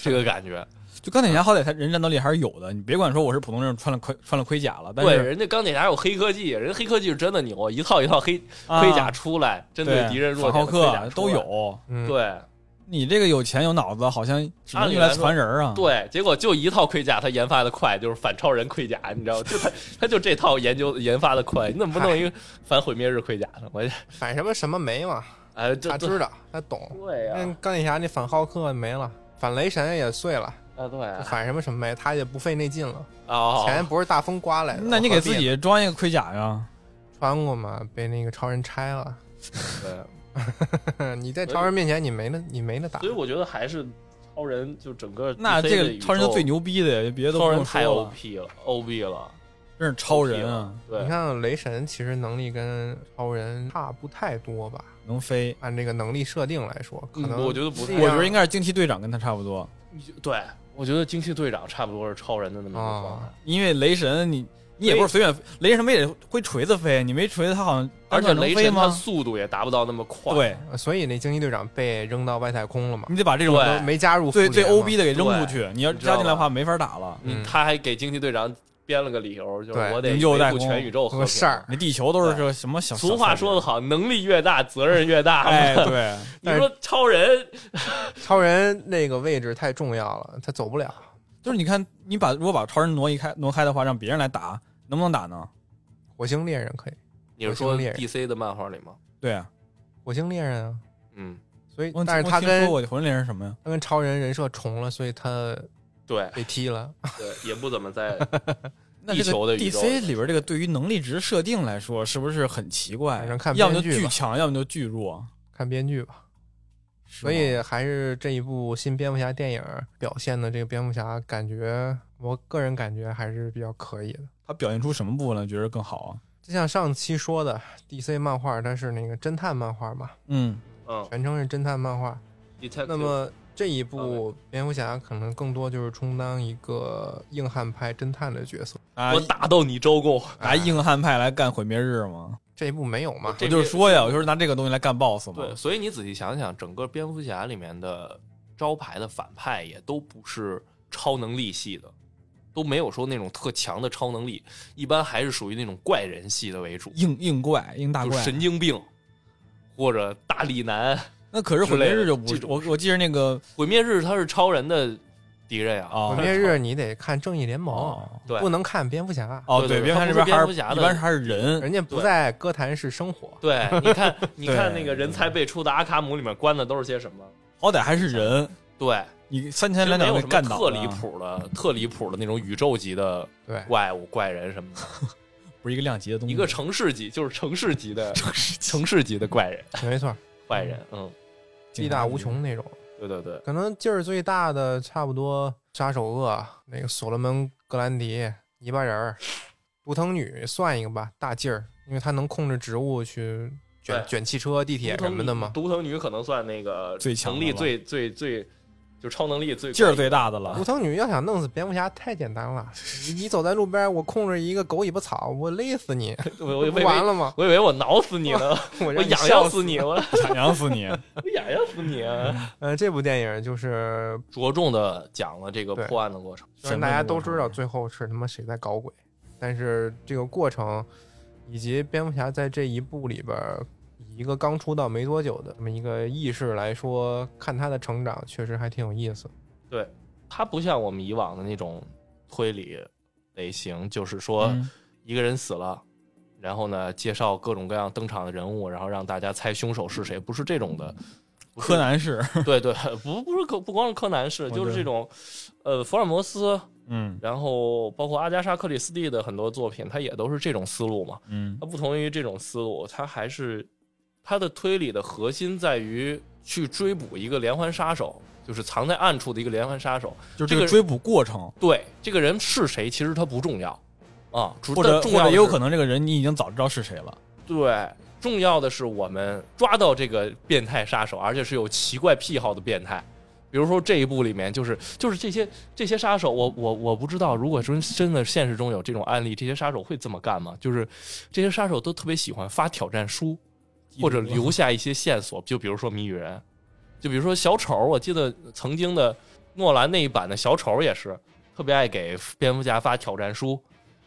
[SPEAKER 3] 这个感觉。
[SPEAKER 2] 就钢铁侠好歹他人战斗力还是有的，你别管说我是普通人穿了盔穿了盔甲了，但
[SPEAKER 3] 对，
[SPEAKER 2] 是
[SPEAKER 3] 人家钢铁侠有黑科技，人家黑科技是真的牛，一套一套黑
[SPEAKER 2] 啊
[SPEAKER 3] 盔甲出来，针
[SPEAKER 2] 对
[SPEAKER 3] 敌人弱
[SPEAKER 2] 反
[SPEAKER 3] 点
[SPEAKER 2] 浩
[SPEAKER 3] 的盔甲
[SPEAKER 2] 克
[SPEAKER 3] 出
[SPEAKER 2] 都
[SPEAKER 3] 来。
[SPEAKER 2] 有。
[SPEAKER 1] 嗯，
[SPEAKER 3] 对
[SPEAKER 2] 你这个有钱有脑子，好像只能用来传人儿啊。
[SPEAKER 3] 对，结果就一套盔甲，他研发的快，就是反超人盔甲，你知道吗？就他 他就这套研究研发的快，你怎么不弄一个反毁灭日盔甲呢？我
[SPEAKER 1] 反什么什么没嘛，
[SPEAKER 3] 哎，这
[SPEAKER 1] 他
[SPEAKER 3] 这
[SPEAKER 1] 知道，他懂。
[SPEAKER 3] 对啊呀
[SPEAKER 1] 那，钢铁侠那反浩克没了，反雷神也碎了，
[SPEAKER 3] 啊对啊
[SPEAKER 1] 反什么什么没，他也不费那劲了。
[SPEAKER 3] 哦，
[SPEAKER 1] 钱不是大风刮来的，
[SPEAKER 2] 那你给自
[SPEAKER 1] 何必
[SPEAKER 2] 己装一个盔甲呀？
[SPEAKER 1] 穿过嘛，被那个超人拆了。嗯
[SPEAKER 3] 对
[SPEAKER 1] 你在超人面前你没得你没得打
[SPEAKER 3] 所，以我觉得还是超人就整个
[SPEAKER 2] 那
[SPEAKER 3] DC
[SPEAKER 2] 这
[SPEAKER 3] 的
[SPEAKER 2] 个
[SPEAKER 3] 宇
[SPEAKER 2] 超人就
[SPEAKER 3] 宙
[SPEAKER 2] 最牛逼的，别的都
[SPEAKER 3] 超
[SPEAKER 2] 不
[SPEAKER 3] 人
[SPEAKER 2] 用说
[SPEAKER 3] 太
[SPEAKER 2] 了，
[SPEAKER 3] OP 了，OB 了，
[SPEAKER 2] 真是超人啊，
[SPEAKER 1] 你
[SPEAKER 3] 对，
[SPEAKER 1] 看雷神其实能力跟超人差不太多吧？
[SPEAKER 2] 能飞。
[SPEAKER 1] 按这个能力设定来说，可
[SPEAKER 3] 嗯
[SPEAKER 1] 能
[SPEAKER 3] 我觉得不太
[SPEAKER 1] 力
[SPEAKER 2] 我
[SPEAKER 1] 量
[SPEAKER 2] 觉得应该是惊奇队长跟他差不多，
[SPEAKER 3] 对，我觉得惊奇队长差不多是超人的那么一个状态。
[SPEAKER 2] 因为雷神你你也不是随便，雷神不也会锤子飞？你没锤子他好像
[SPEAKER 3] 而且
[SPEAKER 2] 单腿
[SPEAKER 3] 雷
[SPEAKER 2] 能飞
[SPEAKER 3] 神他
[SPEAKER 2] 吗？
[SPEAKER 3] 速度也达不到那么快，，
[SPEAKER 2] 对，
[SPEAKER 1] 呃所以那惊奇队长被扔到外太空了嘛，
[SPEAKER 2] 你得把这种
[SPEAKER 3] 对
[SPEAKER 1] 都没加入
[SPEAKER 2] 最最 O B
[SPEAKER 1] 逼
[SPEAKER 2] 的给扔出去，你要
[SPEAKER 3] 你知道
[SPEAKER 2] 加进来的
[SPEAKER 3] 吧
[SPEAKER 2] 话没法打 了。
[SPEAKER 3] 你
[SPEAKER 1] 嗯
[SPEAKER 3] 他还给惊奇队长编了个理由，就是
[SPEAKER 1] 对
[SPEAKER 3] 我得
[SPEAKER 2] 营救
[SPEAKER 3] 维
[SPEAKER 2] 代
[SPEAKER 3] 护
[SPEAKER 2] 工
[SPEAKER 3] 全宇宙
[SPEAKER 1] 和
[SPEAKER 3] 和平。
[SPEAKER 1] 事儿，
[SPEAKER 2] 你地球都是这什么小？
[SPEAKER 3] 俗话说得
[SPEAKER 2] 好，
[SPEAKER 3] 好，能力越大，责任越大。
[SPEAKER 2] 哎， 对，
[SPEAKER 3] 你说超人
[SPEAKER 1] 超人那个位置太重要了，他走不了。
[SPEAKER 2] 就是你看，你把如果把超人挪一开挪开的话，让别人来打，能不能打呢？
[SPEAKER 1] 火星猎人可以，
[SPEAKER 3] 你是说
[SPEAKER 1] 火星猎人
[SPEAKER 3] DC 的漫画里吗？
[SPEAKER 2] 对啊，
[SPEAKER 1] 火星猎人啊，
[SPEAKER 3] 嗯，
[SPEAKER 1] 所以
[SPEAKER 2] 我
[SPEAKER 1] 但是
[SPEAKER 2] 我
[SPEAKER 1] 他
[SPEAKER 2] 听
[SPEAKER 1] 跟
[SPEAKER 2] 说我魂灵是什么呀？
[SPEAKER 1] 他跟超人人设重了，所以他
[SPEAKER 3] 对
[SPEAKER 1] 被踢了。
[SPEAKER 3] 对，也不怎么在
[SPEAKER 2] 那
[SPEAKER 3] 地
[SPEAKER 2] 这
[SPEAKER 3] 球的
[SPEAKER 2] 个
[SPEAKER 3] 宇宙
[SPEAKER 2] DC 里边这个对于能力值设定来说，是不是很奇怪
[SPEAKER 1] 反正？看
[SPEAKER 2] 要么就
[SPEAKER 1] 编剧吧
[SPEAKER 2] 巨强，要么就巨弱。
[SPEAKER 1] 看编剧吧，
[SPEAKER 2] 是
[SPEAKER 1] 所
[SPEAKER 2] 吗
[SPEAKER 1] 以还是这一部新蝙蝠侠电影表现的这个蝙蝠侠，感觉我个人感觉还是比较可以的。
[SPEAKER 2] 他表现出什么部分了？觉得更好啊？
[SPEAKER 1] 就像上期说的，DC 漫画它是那个侦探漫画嘛，
[SPEAKER 2] 嗯，
[SPEAKER 3] 嗯
[SPEAKER 1] 全称是侦探漫画。
[SPEAKER 3] ，detective，
[SPEAKER 1] 那么这一部蝙蝠侠可能更多就是充当一个硬汉派侦探的角色。
[SPEAKER 2] 拿
[SPEAKER 3] 我打斗你周公，
[SPEAKER 2] 拿硬汉派来干毁灭日吗？
[SPEAKER 1] 这一部没有嘛？
[SPEAKER 3] 啊这
[SPEAKER 2] 我
[SPEAKER 3] 边
[SPEAKER 2] 就是说呀，我就是拿这个东西来干 BOSS 嘛。
[SPEAKER 3] 对，所以你仔细想想，整个蝙蝠侠里面的招牌的反派也都不是超能力系的，都没有说那种特强的超能力，一般还是属于那种怪人系的为主，
[SPEAKER 2] 硬硬怪，硬大
[SPEAKER 3] 就
[SPEAKER 2] 怪
[SPEAKER 3] 是。神经病或者大力男。
[SPEAKER 2] 那可是毁灭日就不
[SPEAKER 3] 之类
[SPEAKER 2] 是，
[SPEAKER 3] 的这种
[SPEAKER 2] 我我记着那个
[SPEAKER 3] 毁灭日他是超人的敌人呀、
[SPEAKER 2] 啊
[SPEAKER 1] 毁灭日你得看正义联盟，
[SPEAKER 2] 哦
[SPEAKER 3] 对
[SPEAKER 1] 不能看蝙蝠侠，
[SPEAKER 2] 哦，对，
[SPEAKER 3] 对对
[SPEAKER 2] 蝙蝠侠
[SPEAKER 3] 他
[SPEAKER 2] 这
[SPEAKER 3] 不是
[SPEAKER 2] 边还
[SPEAKER 3] 蝙蝠
[SPEAKER 2] 是
[SPEAKER 3] 侠的
[SPEAKER 2] 一般还是人，
[SPEAKER 1] 人家不
[SPEAKER 3] 对
[SPEAKER 1] 在哥谭市生活。
[SPEAKER 3] 对，你看，你看
[SPEAKER 2] 对
[SPEAKER 3] 那个人才辈出的阿卡姆里面关的都是些什么？
[SPEAKER 2] 好歹还是人，
[SPEAKER 3] 对，
[SPEAKER 2] 你三
[SPEAKER 3] 其
[SPEAKER 2] 千
[SPEAKER 3] 实
[SPEAKER 2] 两
[SPEAKER 3] 没
[SPEAKER 2] 百
[SPEAKER 3] 有
[SPEAKER 2] 被
[SPEAKER 3] 什么
[SPEAKER 2] 干倒
[SPEAKER 3] 特
[SPEAKER 2] 了
[SPEAKER 3] 离，谱的、特离谱的那种宇宙级的
[SPEAKER 1] 对，
[SPEAKER 3] 怪物、怪人什么的。
[SPEAKER 2] 不是一个量级的东西。
[SPEAKER 3] 一个城市级，就是城市级的城市城市级的怪人，
[SPEAKER 1] 没错，
[SPEAKER 3] 怪人，嗯，
[SPEAKER 1] 力大无穷那种。
[SPEAKER 3] 对对对，
[SPEAKER 1] 可能劲儿最大的差不多杀手鳄、那个所罗门格兰迪、泥巴人儿、毒藤女算一个吧，大劲儿，因为她能控制植物去卷
[SPEAKER 3] 对
[SPEAKER 1] 卷汽车、地铁
[SPEAKER 3] 独
[SPEAKER 1] 什
[SPEAKER 3] 藤
[SPEAKER 1] 么
[SPEAKER 3] 女
[SPEAKER 1] 的嘛。
[SPEAKER 3] 独藤女可能算那个
[SPEAKER 2] 最强的
[SPEAKER 3] 能力
[SPEAKER 2] 了
[SPEAKER 3] 最最最，就超能力最
[SPEAKER 2] 劲儿
[SPEAKER 3] 最
[SPEAKER 2] 最大的
[SPEAKER 1] 毒
[SPEAKER 2] 了，
[SPEAKER 1] 藤女要想弄死蝙蝠侠太简单了， 你你走在路边，我控制一个狗尾巴草，我勒死你，
[SPEAKER 3] 我我
[SPEAKER 1] 这
[SPEAKER 3] 以
[SPEAKER 1] 不
[SPEAKER 3] 为
[SPEAKER 1] 完了吗？
[SPEAKER 3] 我以为我挠死你呢，
[SPEAKER 1] 我
[SPEAKER 3] 我
[SPEAKER 1] 让你
[SPEAKER 3] 痒
[SPEAKER 1] 笑
[SPEAKER 3] 痒死你，我
[SPEAKER 2] 想养死 你。
[SPEAKER 3] 我痒痒死你 啊！
[SPEAKER 1] 呃，这部电影就是
[SPEAKER 3] 着重的讲了这个
[SPEAKER 1] 对
[SPEAKER 3] 破案的过程，
[SPEAKER 1] 虽然
[SPEAKER 2] 审
[SPEAKER 1] 大
[SPEAKER 2] 问
[SPEAKER 1] 家
[SPEAKER 2] 的
[SPEAKER 1] 都
[SPEAKER 2] 过程
[SPEAKER 1] 知道最后是他妈谁在搞鬼，但是这个过程以及蝙蝠侠在这一部里边儿，以一个刚出道没多久的这么一个意识来说，看他的成长确实还挺有意思。
[SPEAKER 3] 它不像我们以往的那种推理类型，就是说
[SPEAKER 2] 嗯
[SPEAKER 3] 一个人死了，然后呢介绍各种各样登场的人物，然后让大家猜凶手是谁，不是这种的。不是
[SPEAKER 2] 柯南 是，
[SPEAKER 3] 对对，不不是柯不光是柯南是，
[SPEAKER 2] 觉得
[SPEAKER 3] 就是这种，呃，福尔摩斯，
[SPEAKER 2] 嗯
[SPEAKER 3] 然后包括阿加莎·克里斯蒂的很多作品，它也都是这种思路嘛。
[SPEAKER 2] 嗯
[SPEAKER 3] 它不同于这种思路，它还是它的推理的核心在于去追捕一个连环杀手，就是藏在暗处的一个连环杀手。
[SPEAKER 2] 就是这
[SPEAKER 3] 这个
[SPEAKER 2] 个追捕过程，
[SPEAKER 3] 对，这个人是谁，其实他不重要啊，主
[SPEAKER 2] 或者
[SPEAKER 3] 重
[SPEAKER 2] 或
[SPEAKER 3] 要
[SPEAKER 2] 者
[SPEAKER 3] 的
[SPEAKER 2] 也有
[SPEAKER 3] 是
[SPEAKER 2] 可能这个人你已经早知道是谁了，
[SPEAKER 3] 对，重要的是我们抓到这个变态杀手，而且是有奇怪癖好的变态。比如说这一部里面就是就是这些这些杀手，我我我不知道，如果说真的现实中有这种案例，这些杀手会这么干吗？就是这些杀手都特别喜欢发挑战书，或者留下一些线索，就比如说谜语人，就比如说小丑，我记得曾经的诺兰那一版的小丑也是特别爱给蝙蝠侠发挑战书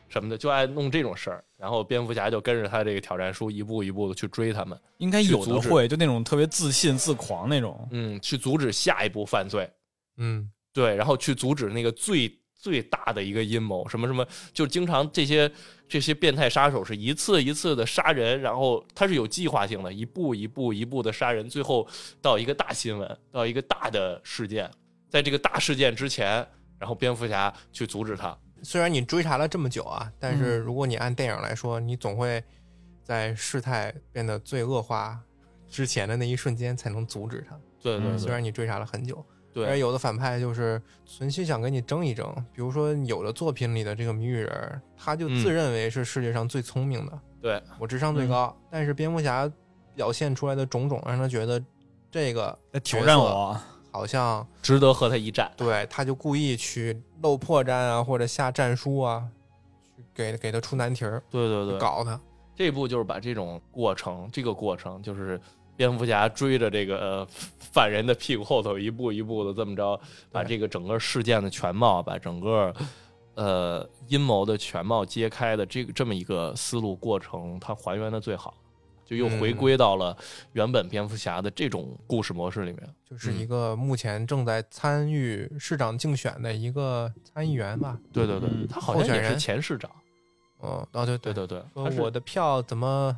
[SPEAKER 3] 什么的，就爱弄这种事儿，然后蝙蝠侠就跟着他这个挑战书一步一步的去追他们，
[SPEAKER 2] 应该
[SPEAKER 3] 去
[SPEAKER 2] 有
[SPEAKER 3] 阻
[SPEAKER 2] 的
[SPEAKER 3] 止
[SPEAKER 2] 会，就那种特别自信自狂那种，
[SPEAKER 3] 嗯，去阻止下一步犯罪，
[SPEAKER 1] 嗯，
[SPEAKER 3] 对，然后去阻止那个最最大的一个阴谋，什么什么，就经常这些这些变态杀手是一次一次的杀人，然后他是有计划性的，一步一步一步的杀人，最后到一个大新闻，到一个大的事件，在这个大事件之前，然后蝙蝠侠去阻止他，
[SPEAKER 1] 虽然你追查了这么久啊，但
[SPEAKER 2] 嗯
[SPEAKER 1] 是如果你按电影来说，你总会在事态变得最恶化之前的那一瞬间才能阻止他。
[SPEAKER 3] 对对
[SPEAKER 2] 嗯
[SPEAKER 1] 虽
[SPEAKER 3] 对
[SPEAKER 1] 然你追查了很久，而
[SPEAKER 3] 对，
[SPEAKER 1] 有的反派就是存心想跟你争一争。比如说，有的作品里的这个谜语人儿，他就自
[SPEAKER 3] 嗯
[SPEAKER 1] 认为是世界上最聪明的，
[SPEAKER 3] 对
[SPEAKER 1] 我智商最高。但是蝙蝠侠表现出来的种种，让他觉得这个
[SPEAKER 2] 在挑战我，
[SPEAKER 1] 好像
[SPEAKER 3] 值得和他一战。
[SPEAKER 1] 对，他就故意去露破绽啊，或者下战书啊，去给给他出难题儿，
[SPEAKER 3] 对对对，
[SPEAKER 1] 搞他。
[SPEAKER 3] 这一部就是把这种过程，这个过程就是蝙蝠侠追着这个、呃、犯人的屁股后头一步一步的这么着，把这个整个事件的全貌，把整个呃阴谋的全貌揭开的这个这么一个思路过程，它还原的最好，就又回归到了原本蝙蝠侠的这种故事模式里面。
[SPEAKER 1] 就是一个目前正在参与市长竞选的一个参议员吧，
[SPEAKER 3] 对对对
[SPEAKER 2] 嗯，
[SPEAKER 3] 他好像
[SPEAKER 1] 候选
[SPEAKER 3] 也是
[SPEAKER 1] 人
[SPEAKER 3] 前市长。
[SPEAKER 1] 嗯，哦对
[SPEAKER 3] 对，对对，
[SPEAKER 1] 说
[SPEAKER 3] 他是
[SPEAKER 1] 我的票怎么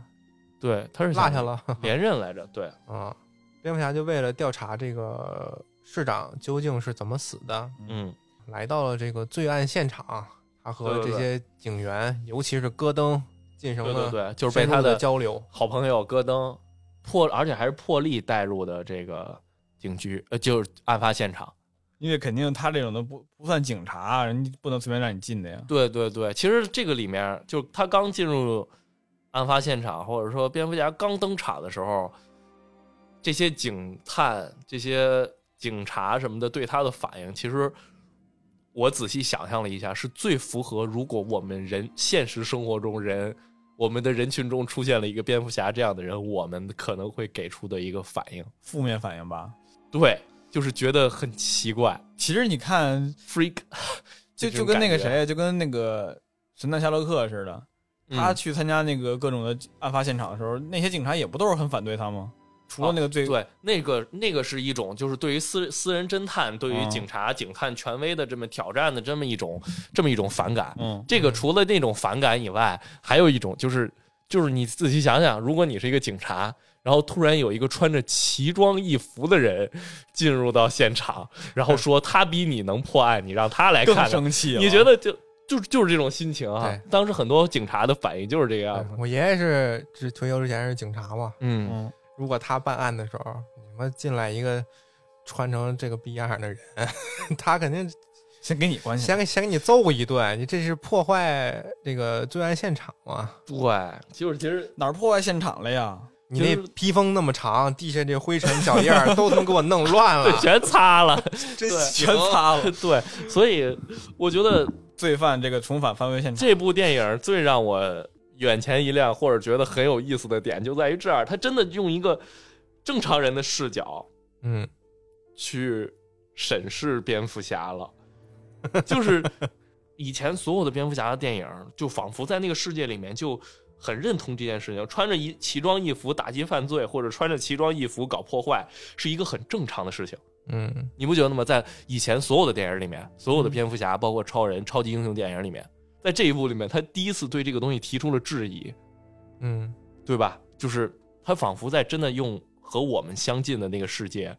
[SPEAKER 3] 对他是
[SPEAKER 1] 落
[SPEAKER 3] 想
[SPEAKER 1] 下了？
[SPEAKER 3] 连任来着，对，
[SPEAKER 1] 啊，蝙蝠侠就为了调查这个市长究竟是怎么死的，
[SPEAKER 3] 嗯，
[SPEAKER 1] 来到了这个罪案现场，他和
[SPEAKER 3] 对对
[SPEAKER 1] 这些警员，尤其是戈登进行
[SPEAKER 3] 对对
[SPEAKER 1] 了
[SPEAKER 3] 对，就是
[SPEAKER 1] 深
[SPEAKER 3] 被
[SPEAKER 1] 入
[SPEAKER 3] 他
[SPEAKER 1] 的
[SPEAKER 3] 的
[SPEAKER 1] 交流。
[SPEAKER 3] 好朋友戈登破，而且还是破例带入的这个警局，呃，就是案发现场。
[SPEAKER 2] 因为肯定他这种的不不算警察，啊人家不能随便让你进的呀。
[SPEAKER 3] 对对对，其实这个里面就他刚进入案发现场，或者说蝙蝠侠刚登场的时候，这些警探、这些警察什么的对他的反应，其实我仔细想象了一下，是最符合如果我们人现实生活中人。我们的人群中出现了一个蝙蝠侠这样的人，我们可能会给出的一个反应。
[SPEAKER 2] 负面反应吧。
[SPEAKER 3] 对，就是觉得很奇怪
[SPEAKER 2] 其实你看，
[SPEAKER 3] ，freak，
[SPEAKER 2] 就
[SPEAKER 3] 这
[SPEAKER 2] 就
[SPEAKER 3] 种
[SPEAKER 2] 跟那个
[SPEAKER 3] 感觉
[SPEAKER 2] 谁，就跟那个神探夏洛克似的，他
[SPEAKER 3] 嗯
[SPEAKER 2] 去参加那个各种的案发现场的时候，那些警察也不都是很反对他吗？除了那个最、
[SPEAKER 3] 对那个那个是一种，就是对于私私人侦探、对于
[SPEAKER 2] 嗯
[SPEAKER 3] 警察、警探权威的这么挑战的这么一种这么一种反感。
[SPEAKER 2] 嗯，
[SPEAKER 3] 这个除了那种反感以外，还有一种就是就是你仔细想想，如果你是一个警察。然后突然有一个穿着奇装异服的人进入到现场，然后说他比你能破案，你让他来看
[SPEAKER 2] 嗯更
[SPEAKER 3] 看，
[SPEAKER 2] 生气了。
[SPEAKER 3] 你觉得就就就是这种心情啊
[SPEAKER 1] 对？
[SPEAKER 3] 当时很多警察的反应就是这个样子。
[SPEAKER 1] 对我爷爷是之退休之前是警察嘛，
[SPEAKER 3] 嗯，
[SPEAKER 2] 嗯，
[SPEAKER 1] 如果他办案的时候，你们进来一个穿成这个逼样儿的人， 他肯定
[SPEAKER 2] 先给你关系。
[SPEAKER 1] 先给先给你揍一顿，你这是破坏这个罪案现场嘛？
[SPEAKER 3] 对，就是其实
[SPEAKER 2] 哪儿破坏现场了 呀？
[SPEAKER 1] 你
[SPEAKER 3] 就是
[SPEAKER 1] 那披风那么长，地下这灰尘脚印儿 都他妈给我弄乱
[SPEAKER 3] 对
[SPEAKER 1] 了，
[SPEAKER 3] 全擦了，
[SPEAKER 1] 真
[SPEAKER 3] 对
[SPEAKER 1] 行
[SPEAKER 2] 全擦了。
[SPEAKER 3] 对，所以我觉得
[SPEAKER 2] 罪犯这个重返犯罪现场，
[SPEAKER 3] 这部电影最让我眼前一亮，或者觉得很有意思的点就在于这儿，他真的用一个正常人的视角
[SPEAKER 1] 嗯，
[SPEAKER 3] 去审视蝙蝠侠了，就是以前所有的蝙蝠侠的电影，就仿佛在那个世界里面就很认同这件事情，穿着一奇装异服打击犯罪，或者穿着奇装异服搞破坏，是一个很正常的事情。
[SPEAKER 1] 嗯，
[SPEAKER 3] 你不觉得吗？在以前所有的电影里面，所有的蝙蝠侠，包括超人、超级英雄电影里面，在这一部里面，他第一次对这个东西提出了质疑，
[SPEAKER 1] 嗯，
[SPEAKER 3] 对吧？就是他仿佛在真的用和我们相近的那个世界，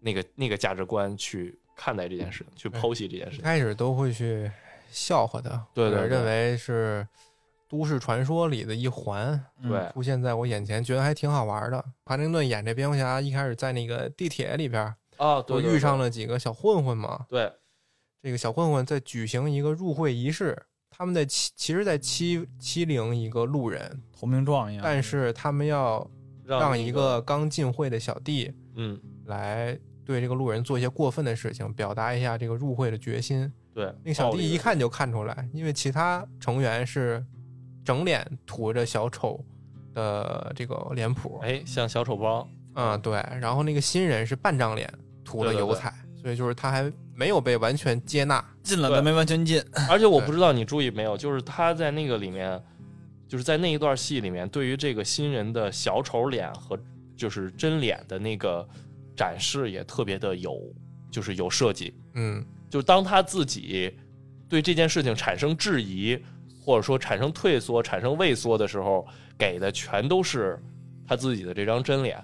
[SPEAKER 3] 那个那个价值观去看待这件事情，去剖析这件事
[SPEAKER 1] 一
[SPEAKER 3] 情。
[SPEAKER 1] 开始都会去笑话他，
[SPEAKER 3] 对对
[SPEAKER 1] 或者
[SPEAKER 3] 对
[SPEAKER 1] 认为是都市传说里的一环，
[SPEAKER 2] 嗯
[SPEAKER 3] 对，
[SPEAKER 1] 出现在我眼前，觉得还挺好玩的。帕丁顿演这蝙蝠侠，一开始在那个地铁里边儿，
[SPEAKER 3] 啊，对，
[SPEAKER 1] 不
[SPEAKER 3] 对
[SPEAKER 1] 遇上，了几个小混混嘛？
[SPEAKER 3] 对
[SPEAKER 1] 这个小混混在举行一个入会仪式，他们在欺，其实在欺欺凌一个路人，
[SPEAKER 2] 投名状一样。
[SPEAKER 1] 但是他们要
[SPEAKER 3] 对，
[SPEAKER 1] 让
[SPEAKER 3] 让
[SPEAKER 1] 一
[SPEAKER 3] 个，
[SPEAKER 1] 个刚进会的小弟
[SPEAKER 3] 嗯，
[SPEAKER 1] 来对这个路人做一些过分的事情，表达一下这个入会的决心。
[SPEAKER 3] 对，
[SPEAKER 1] 那个小
[SPEAKER 3] 暴力
[SPEAKER 1] 弟
[SPEAKER 3] 的
[SPEAKER 1] 一看就看出来，因为其他成员是整脸涂着小丑的这个脸谱，
[SPEAKER 3] 哎，像小丑包，
[SPEAKER 1] 嗯，对。然后那个新人是半张脸涂的
[SPEAKER 3] 对对对
[SPEAKER 1] 油彩，所以就是他还没有被完全接纳。
[SPEAKER 2] 进了
[SPEAKER 3] 对
[SPEAKER 2] 但没完全进，
[SPEAKER 3] 而且我不知道你注意没有，就是他在那个里面，就是在那一段戏里面，对于这个新人的小丑脸和就是真脸的那个展示也特别的有，就是有设计。
[SPEAKER 1] 嗯，
[SPEAKER 3] 就当他自己对这件事情产生质疑，或者说产生退缩、产生畏缩的时候，给的全都是他自己的这张真脸。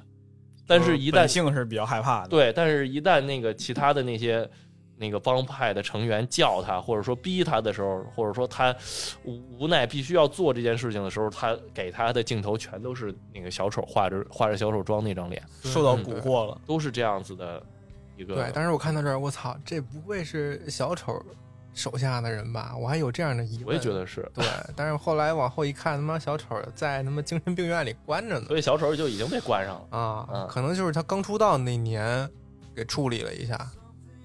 [SPEAKER 3] 但是，一旦
[SPEAKER 2] 本性是比较害怕的。
[SPEAKER 3] 对，但是一旦那个其他的那些那个帮派的成员叫他，或者说逼他的时候，或者说他无无奈必须要做这件事情的时候，他给他的镜头全都是那个小丑画着画着小丑妆那张脸，
[SPEAKER 2] 受
[SPEAKER 3] 嗯
[SPEAKER 2] 到蛊惑了，
[SPEAKER 3] 都是这样子的一个。
[SPEAKER 1] 嗯对，但是我看到这儿，我操，这不会是小丑手下的人吧？我还有这样的疑问。
[SPEAKER 3] 我也觉。得是，
[SPEAKER 1] 对，但是后来往后一看，他妈小丑在他妈精神病院里关着呢
[SPEAKER 3] 所以小丑就已经被关上了。
[SPEAKER 1] 啊，
[SPEAKER 3] 嗯
[SPEAKER 1] 可能就是他刚出道那年给处理了一下，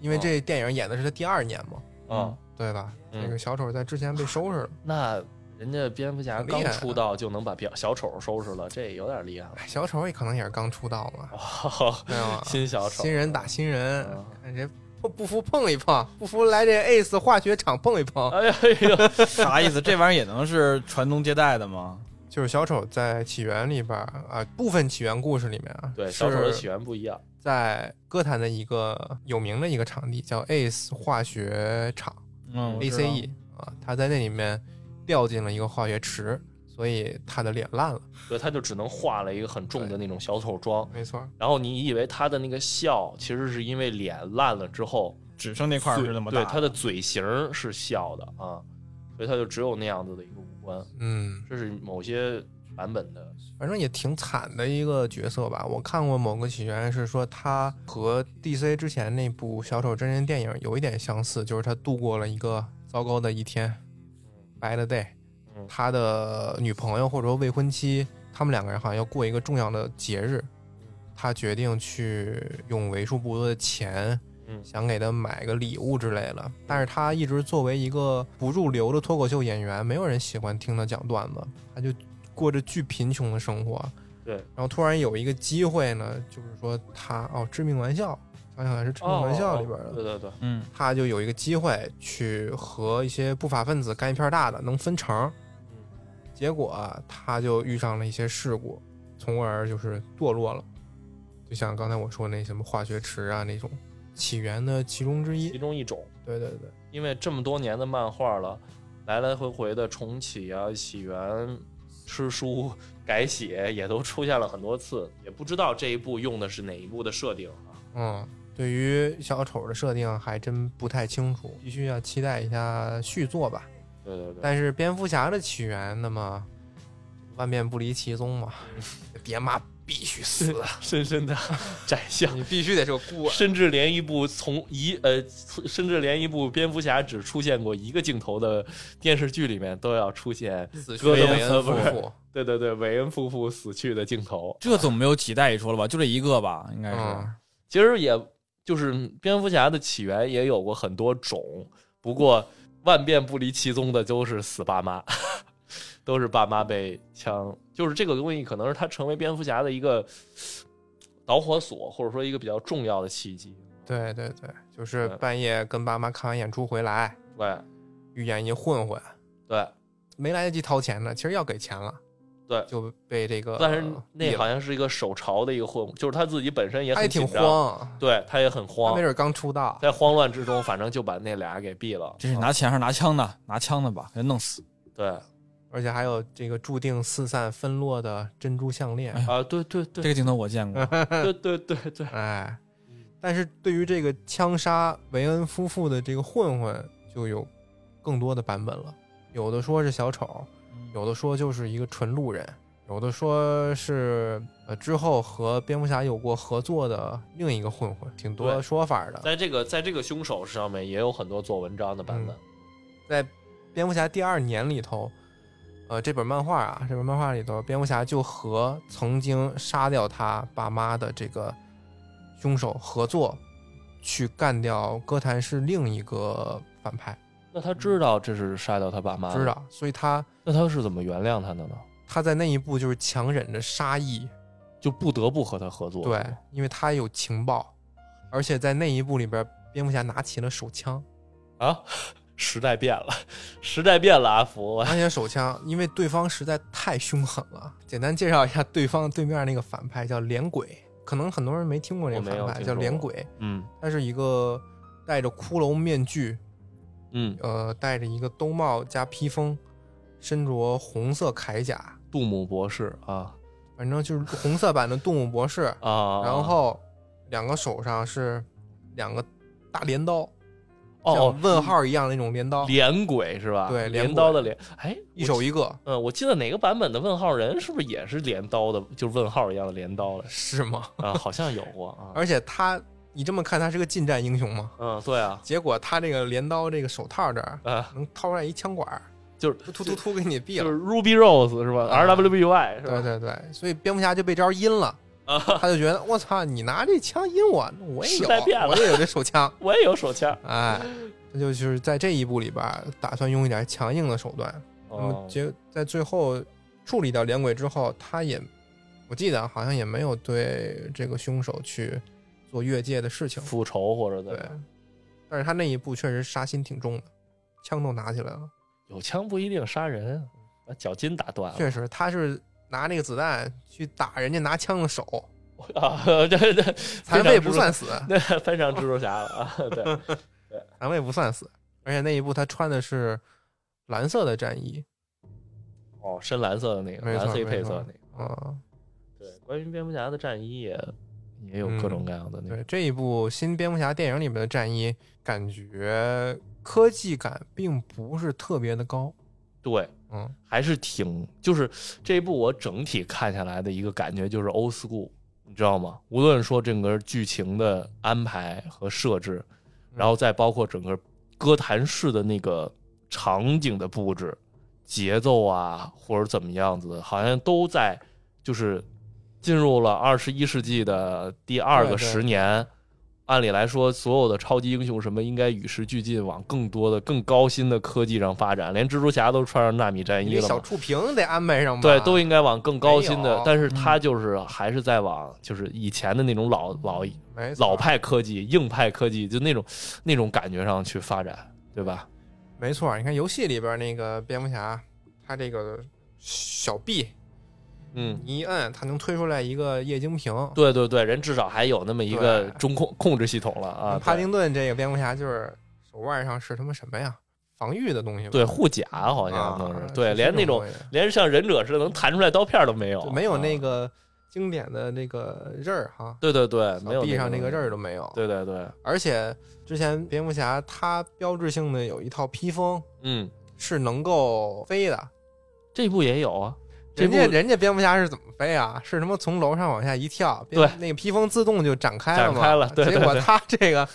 [SPEAKER 1] 因
[SPEAKER 3] 哦
[SPEAKER 1] 为这电影演的是他第二年嘛，
[SPEAKER 3] 嗯，
[SPEAKER 1] 对吧？
[SPEAKER 3] 嗯
[SPEAKER 1] 那个小丑在之前被收拾了，
[SPEAKER 3] 那人家蝙蝠侠
[SPEAKER 1] 很厉害
[SPEAKER 3] 刚出道就能把蝙小丑收拾了，这有点厉害了。
[SPEAKER 1] 哎小丑也可能也是刚出道 嘛，
[SPEAKER 3] 哦，
[SPEAKER 1] 没有啊
[SPEAKER 3] 新小丑，
[SPEAKER 1] 新人打新人
[SPEAKER 3] 嗯，
[SPEAKER 1] 看谁不不服碰一碰，不服来这 ACE 化学厂碰一碰。
[SPEAKER 3] 哎呀哎呀，
[SPEAKER 2] 啥意思？这玩意儿也能是传宗接代的吗？
[SPEAKER 1] 就是小丑在起源里边儿啊，部分起源故事里面啊，
[SPEAKER 3] 对，小丑的起
[SPEAKER 1] 是
[SPEAKER 3] 源不一样。
[SPEAKER 1] 在哥谭的一个有名的一个场地叫 ACE 化学厂
[SPEAKER 2] 嗯我知道
[SPEAKER 1] ACE 啊，他在那里面掉进了一个化学池，所以他的脸烂了，
[SPEAKER 3] 对，他就只能化了一个很重的那种小丑妆，
[SPEAKER 1] 没错，
[SPEAKER 3] 然后你以为他的那个笑，其实是因为脸烂了之后，
[SPEAKER 2] 只剩那块儿是那么大
[SPEAKER 3] 对
[SPEAKER 2] 的，
[SPEAKER 3] 他的嘴型儿是笑的啊，所以他就只有那样子的一个五官，
[SPEAKER 1] 嗯，
[SPEAKER 3] 这是某些版本的，
[SPEAKER 1] 反正也挺惨的一个角色吧。我看过某个起源是说他和 DC 之前那部小丑真人电影有一点相似，就是他度过了一个糟糕的一天，bad day。
[SPEAKER 3] 嗯
[SPEAKER 1] 他的女朋友或者说未婚妻，他们两个人好像要过一个重要的节日，他决定去用为数不多的钱
[SPEAKER 3] 嗯
[SPEAKER 1] 想给她买个礼物之类的。但是他一直作为一个不入流的脱口秀演员，没有人喜欢听他讲段子，他就过着巨贫穷的生活。
[SPEAKER 3] 对
[SPEAKER 1] 然后突然有一个机会呢，就是说他哦，致命玩笑，想想来是致命玩笑里边
[SPEAKER 3] 哦
[SPEAKER 1] 的，
[SPEAKER 3] 对对对，
[SPEAKER 2] 嗯，
[SPEAKER 1] 他就有一个机会去和一些不法分子干一片大的，能分成。
[SPEAKER 3] 嗯
[SPEAKER 1] 结果啊他就遇上了一些事故，从而就是堕落了。就像刚才我说那什么化学池啊那种起源的其中之
[SPEAKER 3] 其
[SPEAKER 1] 一。
[SPEAKER 3] 中一种，
[SPEAKER 1] 对对对，
[SPEAKER 3] 因为这么多年的漫画了，来来回回的重启啊、起源、吃书、改写也都出现了很多次，也不知道这一部用的是哪一部的设定啊。
[SPEAKER 1] 嗯，对于小丑的设定还真不太清楚，必须要期待一下续作吧。
[SPEAKER 3] 对对对，
[SPEAKER 1] 但是蝙蝠侠的起源，那么万变不离其宗 嘛，爹妈必须死，
[SPEAKER 3] 深深的窄 向。
[SPEAKER 1] 你必须得是个孤儿。
[SPEAKER 3] 甚至连一部从一呃，甚至连一部蝙蝠侠只出现过一个镜头的电视剧里面都要出现，
[SPEAKER 1] 死去
[SPEAKER 3] 戈
[SPEAKER 1] 的
[SPEAKER 3] 登
[SPEAKER 1] 韦恩夫
[SPEAKER 3] 和不是
[SPEAKER 1] 妇，
[SPEAKER 3] 对对对，韦恩夫妇死去的镜头，
[SPEAKER 2] 这总没有几代一说了吧？就这一个吧，应该是。
[SPEAKER 1] 嗯，
[SPEAKER 3] 其实也就是嗯蝙蝠侠的起源也有过很多种，不过万变不离其宗的都是死爸妈， 都是爸妈被枪，就是这个东西可能是他成为蝙蝠侠的一个导火索，或者说一个比较重要的契机。
[SPEAKER 1] 对对对，就是
[SPEAKER 3] 对
[SPEAKER 1] 半夜跟爸妈看完演出回来，
[SPEAKER 3] 对，
[SPEAKER 1] 语言一混混，
[SPEAKER 3] 对
[SPEAKER 1] 没来得及掏钱呢，其实要给钱了，
[SPEAKER 3] 对
[SPEAKER 1] 就被这个，
[SPEAKER 3] 但是那
[SPEAKER 1] 也
[SPEAKER 3] 好像是一个手潮的一个混混，就是他自己本身也
[SPEAKER 1] 他也
[SPEAKER 3] 很
[SPEAKER 1] 挺
[SPEAKER 3] 紧张，
[SPEAKER 1] 慌，啊
[SPEAKER 3] 对他也很
[SPEAKER 1] 他
[SPEAKER 3] 慌
[SPEAKER 1] 没，准刚出道，
[SPEAKER 3] 在慌乱之中，反正就把那俩给毙了。
[SPEAKER 2] 这是拿钱还是拿枪的？拿枪的吧，给他弄死。
[SPEAKER 3] 对啊、
[SPEAKER 1] 而且还有这个注定四散纷落的珍珠项链，
[SPEAKER 3] 啊对对对
[SPEAKER 2] 这个镜头我见过，
[SPEAKER 3] 对对对对，
[SPEAKER 1] 哎，
[SPEAKER 3] 嗯
[SPEAKER 1] 但是对于这个枪杀维恩夫妇的这个混混，就有更多的版本了。有的说是小丑，
[SPEAKER 3] 嗯
[SPEAKER 1] 有的说就是一个纯路人，有的说是呃之后和蝙蝠侠有过合作的另一个混混，挺多
[SPEAKER 3] 对
[SPEAKER 1] 说法的。
[SPEAKER 3] 在这个在这个凶手上面也有很多做文章的版本。
[SPEAKER 1] 嗯在蝙蝠侠第二年里头，呃，这本漫画啊，这本漫画里头，蝙蝠侠就和曾经杀掉他爸妈的这个凶手合作，去干掉哥谭市另一个反派，
[SPEAKER 3] 那他知道这是杀掉他爸妈，
[SPEAKER 1] 知。道？所以他
[SPEAKER 3] 那他是怎么原谅他的呢？
[SPEAKER 1] 他在那一步就是强忍着杀意，
[SPEAKER 3] 就不得不和他合作。
[SPEAKER 1] 对，因为他有情报，而且在那一步里边，蝙蝠侠拿起了手枪，
[SPEAKER 3] 啊，时代变了，时代变了，阿福。
[SPEAKER 1] 拿起了手枪，因为对方实在太凶狠了。简单介绍一下对方对面那个反派叫连鬼，可能很多人没听过这个
[SPEAKER 3] 我没有
[SPEAKER 1] 反派
[SPEAKER 3] 听
[SPEAKER 1] 叫
[SPEAKER 3] 说过
[SPEAKER 1] 连鬼，
[SPEAKER 3] 嗯
[SPEAKER 1] 他是一个戴着骷髅面具，
[SPEAKER 3] 嗯，
[SPEAKER 1] 呃，戴着一个兜帽加披风，身着红色铠甲，
[SPEAKER 3] 杜姆博士啊。
[SPEAKER 1] 反正就是红色版的动物博士
[SPEAKER 3] 啊，
[SPEAKER 1] 然后两个手上是两个大镰刀，
[SPEAKER 3] 哦
[SPEAKER 1] 像问号一样的那种镰刀，
[SPEAKER 3] 连鬼是吧？
[SPEAKER 1] 对连
[SPEAKER 3] 镰
[SPEAKER 1] 鬼
[SPEAKER 3] 刀的镰。哎，
[SPEAKER 1] 一手一个，
[SPEAKER 3] 嗯，我记得哪个版本的问号人是不是也是镰刀的，就是问号一样的镰刀了
[SPEAKER 1] 是吗？
[SPEAKER 3] 啊？好像有过啊。
[SPEAKER 1] 而且他，你这么看，他是个近战英雄吗？
[SPEAKER 3] 嗯，对啊，
[SPEAKER 1] 结果他这个镰刀这个手套这儿
[SPEAKER 3] 啊，
[SPEAKER 1] 能掏出来一枪管儿，
[SPEAKER 3] 就是
[SPEAKER 1] 突突突突给你毙
[SPEAKER 3] 就
[SPEAKER 1] 了。
[SPEAKER 3] 是 Ruby Rose 是吧
[SPEAKER 1] 啊
[SPEAKER 3] ？RWBY 是吧？
[SPEAKER 1] 对对对，所以蝙蝠侠就被这招阴了，
[SPEAKER 3] 啊，
[SPEAKER 1] 他就觉得我操，你拿这枪阴我，那我也
[SPEAKER 3] 时
[SPEAKER 1] 有
[SPEAKER 3] 代变，了
[SPEAKER 1] 我也有这手枪，
[SPEAKER 3] 我也有手枪。
[SPEAKER 1] 哎，他就是在这一步里边儿打算用一点强硬的手段。那么
[SPEAKER 3] 哦
[SPEAKER 1] 结在最后处理掉两鬼之后，他也我记得好像也没有对这个凶手去做越界的事情，
[SPEAKER 3] 复仇或者怎么
[SPEAKER 1] 对
[SPEAKER 3] 样？，
[SPEAKER 1] 但是他那一步确实杀心挺重的，枪都拿起来了。
[SPEAKER 3] 有枪不一定杀人，把脚筋打断了
[SPEAKER 1] 确实，他是拿那个子弹去打人家拿枪的 手，
[SPEAKER 3] 啊！对对，对
[SPEAKER 1] 残废不算，死，
[SPEAKER 3] 非常蜘蛛侠对，翻上蜘蛛侠了啊！ 对，
[SPEAKER 1] 残废不算死。而且那一部他穿的是蓝色的战衣，
[SPEAKER 3] 哦，深蓝色的那个，
[SPEAKER 1] 没错
[SPEAKER 3] 蓝 C 配
[SPEAKER 1] 没
[SPEAKER 3] 色
[SPEAKER 1] 错
[SPEAKER 3] 的那个。
[SPEAKER 1] 啊，
[SPEAKER 3] 对，关于蝙蝠侠的战衣也也
[SPEAKER 1] 嗯
[SPEAKER 3] 有各种各样的那个
[SPEAKER 1] 对这一部新蝙蝠侠电影里面的战衣，感觉科技感并不是特别的高，
[SPEAKER 3] 对，
[SPEAKER 1] 嗯，
[SPEAKER 3] 还是挺就是这一部我整体看下来的一个感觉就是 old school，你知道吗？无论说整个剧情的安排和设置，
[SPEAKER 1] 嗯
[SPEAKER 3] 然后再包括整个哥谭市的那个场景的布置、节奏啊，或者怎么样子，好像都在就是进入了二十一世纪的第二
[SPEAKER 1] 对对
[SPEAKER 3] 个十年。按理来说，所有的超级英雄什么应该与时俱进，往更多的、更高新的科技上发展。连蜘蛛侠都穿上纳米战
[SPEAKER 1] 你
[SPEAKER 3] 衣
[SPEAKER 1] 这
[SPEAKER 3] 了
[SPEAKER 1] 小
[SPEAKER 3] 嘛？
[SPEAKER 1] 触屏得安排上吧？
[SPEAKER 3] 对，都应该往更高新
[SPEAKER 1] 没
[SPEAKER 3] 的
[SPEAKER 1] 有。
[SPEAKER 3] 但是他就是还是在往就是以前的那种老老
[SPEAKER 1] 嗯没错
[SPEAKER 3] 老派科技、硬派科技，就那种那种感觉上去发展，对吧？
[SPEAKER 1] 没错。你看游戏里边那个蝙蝠侠，他这个小臂
[SPEAKER 3] 嗯，
[SPEAKER 1] 你一摁，他能推出来一个液晶屏。
[SPEAKER 3] 对对对，人至少还有那么一个
[SPEAKER 1] 对嗯
[SPEAKER 3] 中控控制系统了啊，
[SPEAKER 1] 帕
[SPEAKER 3] 对
[SPEAKER 1] 丁顿这个蝙蝠侠就是手腕上是他妈什么呀？防御的东西吧？
[SPEAKER 3] 对护甲好
[SPEAKER 1] 啊，
[SPEAKER 3] 像都是，
[SPEAKER 1] 是
[SPEAKER 3] 对，连
[SPEAKER 1] 这
[SPEAKER 3] 那种
[SPEAKER 1] 东西
[SPEAKER 3] 连像忍者似的能弹出来刀片都没有
[SPEAKER 1] 就，没有那
[SPEAKER 3] 啊，
[SPEAKER 1] 个经典的那个刃儿哈，
[SPEAKER 3] 对对对，没有
[SPEAKER 1] 小臂上那个刃儿
[SPEAKER 3] 的，
[SPEAKER 1] 都没有。
[SPEAKER 3] 对对对，
[SPEAKER 1] 而且之前蝙蝠侠他标志性的有一套披风
[SPEAKER 3] 嗯，
[SPEAKER 1] 是能够飞的，
[SPEAKER 3] 这部也有啊，这
[SPEAKER 1] 人
[SPEAKER 3] 部
[SPEAKER 1] 家人家蝙蝠侠是怎么飞啊？是他妈从楼上往下一跳，蝙那个披风自动就展开了嘛。
[SPEAKER 3] 展开了对对
[SPEAKER 1] 结果
[SPEAKER 3] 对
[SPEAKER 1] 他这个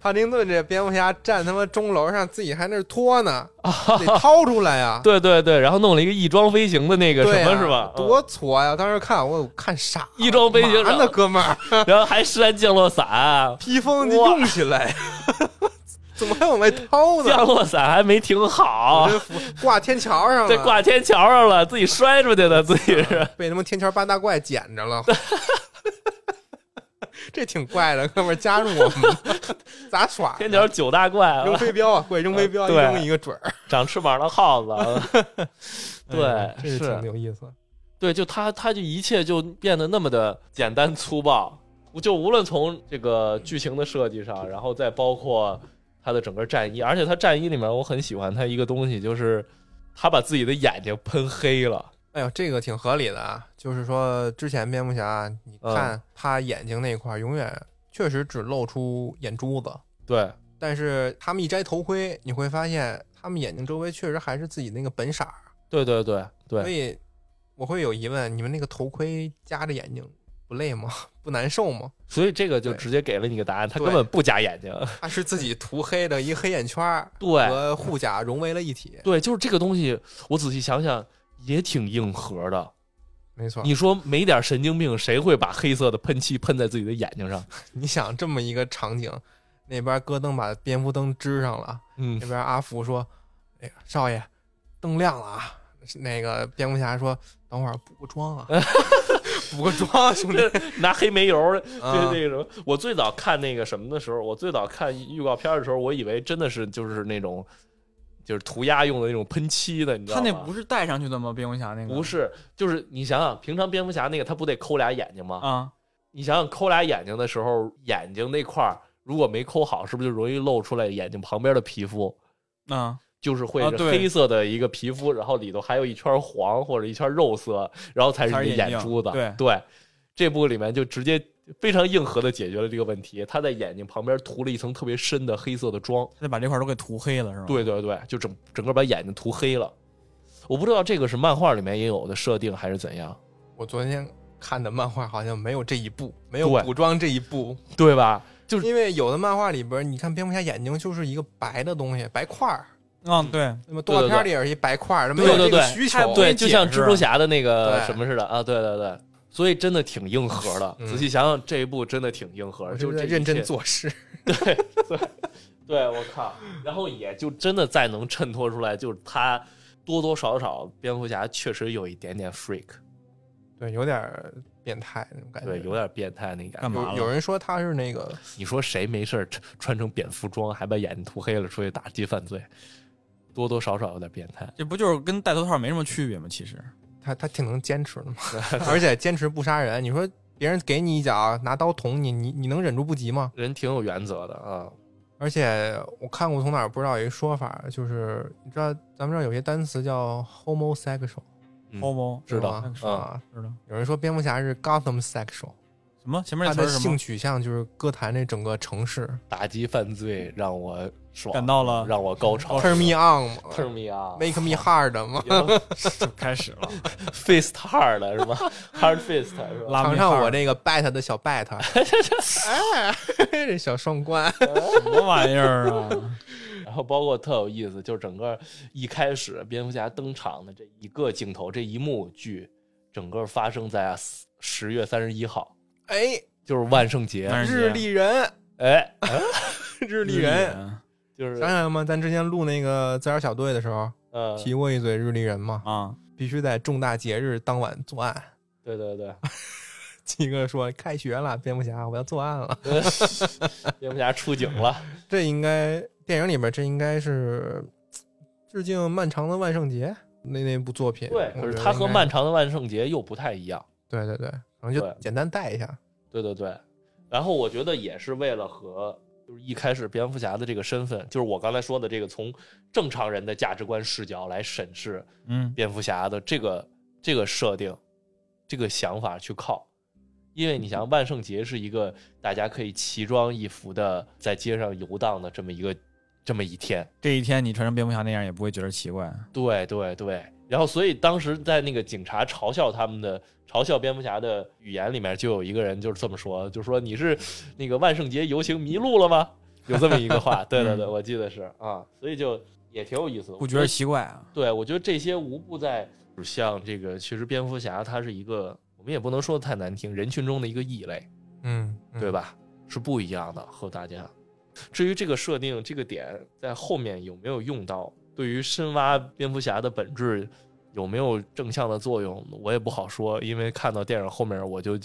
[SPEAKER 1] 帕丁顿这蝙蝠侠站他妈钟楼上，自己还那儿拖呢，
[SPEAKER 3] 啊
[SPEAKER 1] 得掏出来呀、
[SPEAKER 3] 对对对，然后弄了一个翼装飞行的那个
[SPEAKER 1] 对
[SPEAKER 3] 什
[SPEAKER 1] 呀
[SPEAKER 3] 么是吧？嗯
[SPEAKER 1] 多挫呀！当时看我看傻了，
[SPEAKER 3] 翼装飞行
[SPEAKER 1] 嘛呢，哥们 儿，
[SPEAKER 3] 然后还施展降落伞，
[SPEAKER 1] 披风就用起来， 怎么还往外掏
[SPEAKER 3] 降
[SPEAKER 1] 呢？
[SPEAKER 3] 落伞还没停好
[SPEAKER 1] 我，这服挂天桥上
[SPEAKER 3] 这
[SPEAKER 1] 了，
[SPEAKER 3] 挂天桥上了，自己摔出去的，自己 是。
[SPEAKER 1] 被他妈天桥八大怪捡 着了，这挺怪的，哥们儿加入我们吧，咋耍？
[SPEAKER 3] 天桥九大怪，
[SPEAKER 1] 扔飞镖啊，怪扔飞镖，一
[SPEAKER 3] 对
[SPEAKER 1] 扔一个准儿。
[SPEAKER 3] 长翅膀的耗 子，对
[SPEAKER 1] 嗯，这是挺
[SPEAKER 3] 是，
[SPEAKER 1] 有意思。
[SPEAKER 3] 对，就他，他就一切就变得那么的简单粗暴。就无论从这个剧情的设计上，然后再包括他的整个战衣，而且他战衣里面我很喜欢他一个东西，就是他把自己的眼睛喷黑了。
[SPEAKER 1] 哎呦，这个挺合理的啊，就是说之前蝙蝠侠，你
[SPEAKER 3] 嗯
[SPEAKER 1] 看他眼睛那块儿永远确实只露出眼珠子，
[SPEAKER 3] 对，
[SPEAKER 1] 但是他们一摘头盔，你会发现他们眼睛周围确实还是自己那个本色儿。
[SPEAKER 3] 对对对
[SPEAKER 1] 所
[SPEAKER 3] 对，
[SPEAKER 1] 以我会有疑问：你们那个头盔夹着眼睛不累吗？ 不难受吗？
[SPEAKER 3] 所以这个就
[SPEAKER 1] 对
[SPEAKER 3] 直接给了你个答案，他
[SPEAKER 1] 对
[SPEAKER 3] 根本不加眼睛。
[SPEAKER 1] 它是自己涂黑的一个黑眼圈儿
[SPEAKER 3] 对
[SPEAKER 1] 和护甲融为了一体，
[SPEAKER 3] 对，就是这个东西，我仔细想想也挺硬核的。
[SPEAKER 1] 没错。
[SPEAKER 3] 你说没点神经病，谁会把黑色的喷漆喷在自己的眼睛上？
[SPEAKER 1] 你想这么一个场景，那边戈登把蝙蝠灯支上了，
[SPEAKER 3] 嗯
[SPEAKER 1] 那，边阿福说：“那个少爷，灯亮了啊。”那个蝙蝠侠说：“等会儿补个妆 啊，补个妆，兄弟。
[SPEAKER 3] 拿黑煤油，就
[SPEAKER 1] 啊
[SPEAKER 3] 是那个什么。我最早看那个什么的时候，我最早看预告片的时候，我以为真的是就是那种就是涂鸦用的那种喷漆的，你知
[SPEAKER 2] 他
[SPEAKER 3] 道
[SPEAKER 2] 那
[SPEAKER 3] 吗？
[SPEAKER 2] 不是戴上去的吗？蝙蝠侠那个
[SPEAKER 3] 不是，就是你想想，平常蝙蝠侠那个他不得抠俩眼睛吗？
[SPEAKER 2] 啊，
[SPEAKER 3] 你想想抠俩眼睛的时候，眼睛那块儿如果没抠好，是不是就容易露出来眼睛旁边的皮肤？
[SPEAKER 2] 啊，
[SPEAKER 3] 就是会
[SPEAKER 2] 啊
[SPEAKER 3] 是
[SPEAKER 2] 对
[SPEAKER 3] 黑色的一个皮肤，然后里头还有一圈黄或者一圈肉色，然后才是你的眼珠子。
[SPEAKER 2] 才是 眼睛啊
[SPEAKER 3] 这部里面就直接非常硬核的解决了这个问题。他在眼睛旁边涂了一层特别深的黑色的妆，
[SPEAKER 1] 嗯
[SPEAKER 2] 他就把这块儿都给涂黑了是吧？，
[SPEAKER 3] 对对对，就整整个把眼睛涂黑了。我不知道这个是漫画里面也有的设定还是怎样，
[SPEAKER 1] 我昨天看的漫画好像没有这一步，没有
[SPEAKER 3] 对
[SPEAKER 1] 补妆这一步，
[SPEAKER 3] 对吧？就是
[SPEAKER 1] 因为有的漫画里边，你看蝙蝠侠眼睛就是一个白的东西，白块儿。
[SPEAKER 2] 啊对，
[SPEAKER 1] 那么动画
[SPEAKER 3] 对对
[SPEAKER 1] 片里也是一白块儿，它没
[SPEAKER 3] 对
[SPEAKER 1] 有
[SPEAKER 3] 对
[SPEAKER 1] 这
[SPEAKER 3] 对
[SPEAKER 1] 个需求
[SPEAKER 2] 太。不
[SPEAKER 3] 对，
[SPEAKER 2] 会
[SPEAKER 3] 就像
[SPEAKER 2] 解释
[SPEAKER 3] 蜘蛛侠的那个
[SPEAKER 1] 哦对
[SPEAKER 3] 什么似的啊，对对对。所以真的挺硬核的，
[SPEAKER 1] 嗯
[SPEAKER 3] 仔细想想这一部真的挺硬核，
[SPEAKER 1] 我就
[SPEAKER 3] 就
[SPEAKER 1] 是
[SPEAKER 3] 这
[SPEAKER 1] 在
[SPEAKER 3] 一
[SPEAKER 1] 认
[SPEAKER 3] 切
[SPEAKER 1] 真做事。
[SPEAKER 3] 对对对，我靠！然后也就真的再能衬托出来，就是他多多少少蝙蝠侠确实有一点点 freak，
[SPEAKER 1] 对，有点儿变态那种感觉。
[SPEAKER 3] 对，有点变态那
[SPEAKER 2] 干
[SPEAKER 3] 感觉。
[SPEAKER 1] 有
[SPEAKER 2] 嘛了
[SPEAKER 1] 有人说他是那个，
[SPEAKER 3] 你说谁没事儿穿穿成蝙蝠装，还把眼睛涂黑了出去打击犯罪，多多少少有点变态。
[SPEAKER 2] 这不就是跟戴头套没什么区别吗？其实
[SPEAKER 1] 他他挺能坚 持的嘛，而且坚持不杀人。你说别人给你一脚，拿刀捅你，你你能忍住不急吗？
[SPEAKER 3] 人挺有原则的啊，
[SPEAKER 1] 而且我看过从哪儿不知道有一说法，就是你知道咱们这儿有些单词叫 homosexual，
[SPEAKER 3] 嗯
[SPEAKER 2] homo
[SPEAKER 3] 知道
[SPEAKER 1] 吗
[SPEAKER 2] 嗯
[SPEAKER 1] 啊？
[SPEAKER 2] 知道
[SPEAKER 1] 有人说蝙蝠侠是 Gotham sexual，
[SPEAKER 2] 什么前面
[SPEAKER 1] 他
[SPEAKER 2] 那词
[SPEAKER 1] 的
[SPEAKER 2] 儿是什
[SPEAKER 1] 性
[SPEAKER 2] 么？
[SPEAKER 1] 取向就是哥谭这整个城市。
[SPEAKER 3] 打击犯罪让我爽，
[SPEAKER 2] 感到了
[SPEAKER 3] 让我高
[SPEAKER 2] 哦
[SPEAKER 3] 潮
[SPEAKER 1] 哦 Turn me on 嘛
[SPEAKER 3] turn me on，
[SPEAKER 1] ，make me hard 嘛。
[SPEAKER 2] 就开始了，
[SPEAKER 3] fist hard 是吗？hard fist 是吧？
[SPEAKER 2] 拉
[SPEAKER 1] 尝
[SPEAKER 2] 米
[SPEAKER 1] 尝
[SPEAKER 2] 哈
[SPEAKER 1] 我
[SPEAKER 2] 尔
[SPEAKER 1] 这个 bat 的小 bat，哎，这小双关，
[SPEAKER 2] 什么玩意儿啊？
[SPEAKER 3] 然后包括特有意思，就是整个一开始蝙蝠侠登场的这一个镜头，这一幕剧，整个发生在十月三十一号，
[SPEAKER 1] 哎，
[SPEAKER 3] 就是万圣节。
[SPEAKER 2] 但是
[SPEAKER 1] 日历人，
[SPEAKER 3] 哎，
[SPEAKER 1] 日历
[SPEAKER 2] 日
[SPEAKER 1] 人，
[SPEAKER 3] 就是
[SPEAKER 1] 想想嘛，咱之前录那个自然小队的时候
[SPEAKER 3] 呃，
[SPEAKER 1] 提过一嘴日历人嘛，
[SPEAKER 2] 啊，
[SPEAKER 1] 必须在重大节日当晚作案。
[SPEAKER 3] 对对对，
[SPEAKER 1] 七哥说：“开学了，蝙蝠侠，我要作案了。
[SPEAKER 3] 蝙蝠侠出警 了，”
[SPEAKER 1] 这应该电影里边，这应该是致敬《漫长的万圣节》那那部作品。
[SPEAKER 3] 对，
[SPEAKER 1] 我
[SPEAKER 3] 可是
[SPEAKER 1] 觉得
[SPEAKER 3] 他和
[SPEAKER 1] 应该
[SPEAKER 3] 漫长的万圣节又不太一样，
[SPEAKER 1] 对对对，可能就
[SPEAKER 3] 对
[SPEAKER 1] 简单带一下。
[SPEAKER 3] 对对对，然后我觉得也是为了和就是一开始蝙蝠侠的这个身份，就是我刚才说的这个从正常人的价值观视角来审视
[SPEAKER 2] 嗯，
[SPEAKER 3] 蝙蝠侠的这个这个设定、这个想法去靠，因为你想，万圣节是一个大家可以奇装异服的在街上游荡的这么一个这么一天，
[SPEAKER 2] 这一天你穿成蝙蝠侠那样也不会觉得奇怪。
[SPEAKER 3] 对对对。然后，所以当时在那个警察嘲笑他们的嘲笑蝙蝠侠的语言里面，就有一个人就是这么说，就说你是
[SPEAKER 2] 嗯
[SPEAKER 3] 那个万圣节游行迷路了吗？有这么一个 话，对对对，我记得是啊，所以就也挺有意思的，
[SPEAKER 2] 不嗯觉得奇怪啊？
[SPEAKER 3] 对，我觉得这些无不在像这个，其实蝙蝠侠他是一个，我们也不能说的太难听，人群中的一个异类，
[SPEAKER 1] 嗯，嗯
[SPEAKER 3] 对吧？是不一样的和大家。至于这个设定这个点在后面有没有用到，对于深挖蝙蝠侠的本质有没有正向的作用，我也不好说，因为看到电影后面我就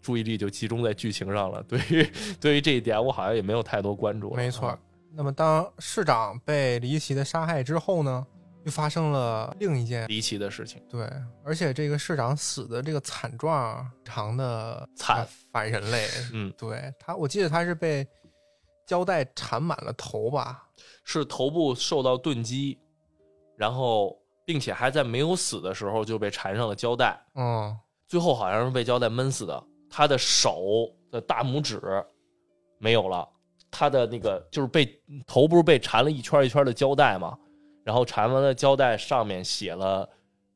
[SPEAKER 3] 注意力就集中在剧情上了。对于对于这一点，我好像也没有太多关注了。
[SPEAKER 1] 没错
[SPEAKER 3] 啊，。
[SPEAKER 1] 那么当市长被离奇的杀害之后呢，又发生了另一件
[SPEAKER 3] 离奇的事情，
[SPEAKER 1] 对，而且这个市长死的这个惨状，啊非常的
[SPEAKER 3] 惨
[SPEAKER 1] 反人 类。
[SPEAKER 3] 嗯，
[SPEAKER 1] 对他，我记得他是被胶带缠满了头吧？
[SPEAKER 3] 是头部受到钝击，然后并且还在没有死的时候就被缠上了胶带，
[SPEAKER 1] 嗯，
[SPEAKER 3] 最后好像是被胶带闷死的。他的手的大拇指没有了，他的那个就是被头不是被缠了一圈一圈的胶带嘛，然后缠完了胶带上面写了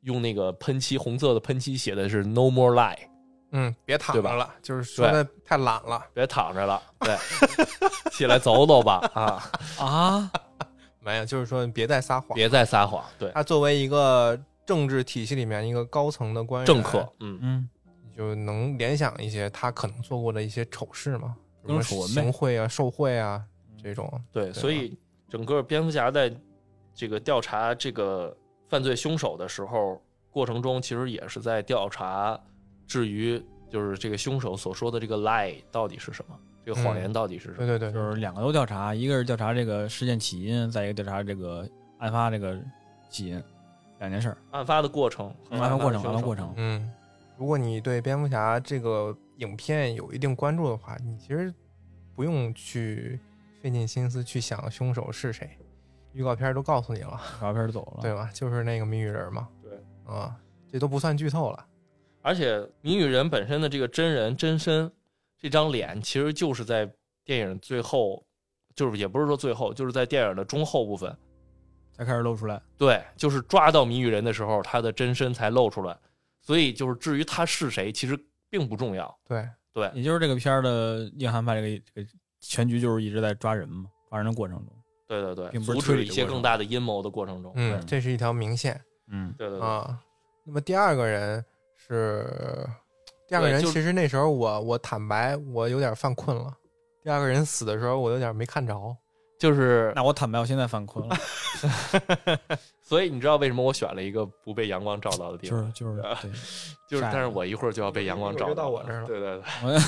[SPEAKER 3] 用那个喷漆红色的喷漆写的是 “No more lie”，
[SPEAKER 1] 嗯，别躺
[SPEAKER 3] 对
[SPEAKER 1] 着
[SPEAKER 3] 吧
[SPEAKER 1] 了，就是说的太懒了。
[SPEAKER 3] 别躺着了，对，起来走走吧啊，
[SPEAKER 2] 啊，
[SPEAKER 1] 没有，就是说别再撒谎。
[SPEAKER 3] 别再撒谎，对，
[SPEAKER 1] 他作为一个政治体系里面一个高层的官员，
[SPEAKER 3] 政客，，嗯，
[SPEAKER 2] 嗯，
[SPEAKER 1] 你就能联想一些他可能做过的一些丑事嘛，比如
[SPEAKER 2] 各种
[SPEAKER 1] 说
[SPEAKER 2] 丑闻呗嗯
[SPEAKER 1] 行贿啊、受贿啊这种。
[SPEAKER 3] 对，
[SPEAKER 1] 吧
[SPEAKER 3] 所以整个蝙蝠侠在这个调查这个犯罪凶手的时候过程中，其实也是在调查至于就是这个凶手所说的这个 lie 到底是什么，这个谎
[SPEAKER 2] 嗯
[SPEAKER 3] 言到底是什
[SPEAKER 1] 对
[SPEAKER 3] 么。
[SPEAKER 1] 对对，
[SPEAKER 2] 就是两个都调查，一个是调查这个事件起因，再一个调查这个案发这个起因，两件事儿，
[SPEAKER 3] 案发的过程，
[SPEAKER 2] 案发过程，案
[SPEAKER 3] 和的
[SPEAKER 2] 发
[SPEAKER 3] 凶手
[SPEAKER 2] 过程，
[SPEAKER 1] 嗯，如果你对蝙蝠侠这个影片有一定关注的话，你其实不用去费尽心思去想凶手是谁，预告片都告诉你了，
[SPEAKER 2] 照片走了，
[SPEAKER 1] 对吧？就是那个谜语人嘛。
[SPEAKER 3] 对，
[SPEAKER 1] 啊、这都不算剧透了。
[SPEAKER 3] 而且谜语人本身的这个真人真身这张脸，其实就是在电影最后，就是也不是说最后，就是在电影的中后部分，
[SPEAKER 2] 才开始露出来。
[SPEAKER 3] 对，就是抓到谜语人的时候，他的真身才露出来。所以就是至于他是谁，其实并不重要。
[SPEAKER 1] 对，
[SPEAKER 3] 对，
[SPEAKER 2] 也就是这个片儿的硬汉派这个这个全局就是一直在抓人嘛，抓人的过程中，
[SPEAKER 3] 对对对，
[SPEAKER 2] 并不是
[SPEAKER 3] 阻止
[SPEAKER 2] 推理
[SPEAKER 3] 一
[SPEAKER 2] 的
[SPEAKER 3] 些
[SPEAKER 2] 过程
[SPEAKER 3] 更大的阴谋的过程中。
[SPEAKER 1] 嗯，这是一条明线
[SPEAKER 2] 嗯，
[SPEAKER 3] 对对对，
[SPEAKER 1] 啊、那么第二个人是第二个
[SPEAKER 3] 对
[SPEAKER 1] 人，
[SPEAKER 3] 就
[SPEAKER 1] 其实那时候我我坦白，我有点犯困了。第二个人死的时候，我有点没看着。
[SPEAKER 3] 就是
[SPEAKER 2] 那我坦白，我现在犯困了，
[SPEAKER 3] 所以你知道为什么我选了一个不被阳光照到的地
[SPEAKER 2] 就
[SPEAKER 3] 方
[SPEAKER 2] 是？就是对，
[SPEAKER 3] 就是，
[SPEAKER 2] 晒
[SPEAKER 3] 但是我一会儿就要被阳光照
[SPEAKER 1] 一会儿就到
[SPEAKER 3] 了
[SPEAKER 1] 我这儿了
[SPEAKER 3] 对对对，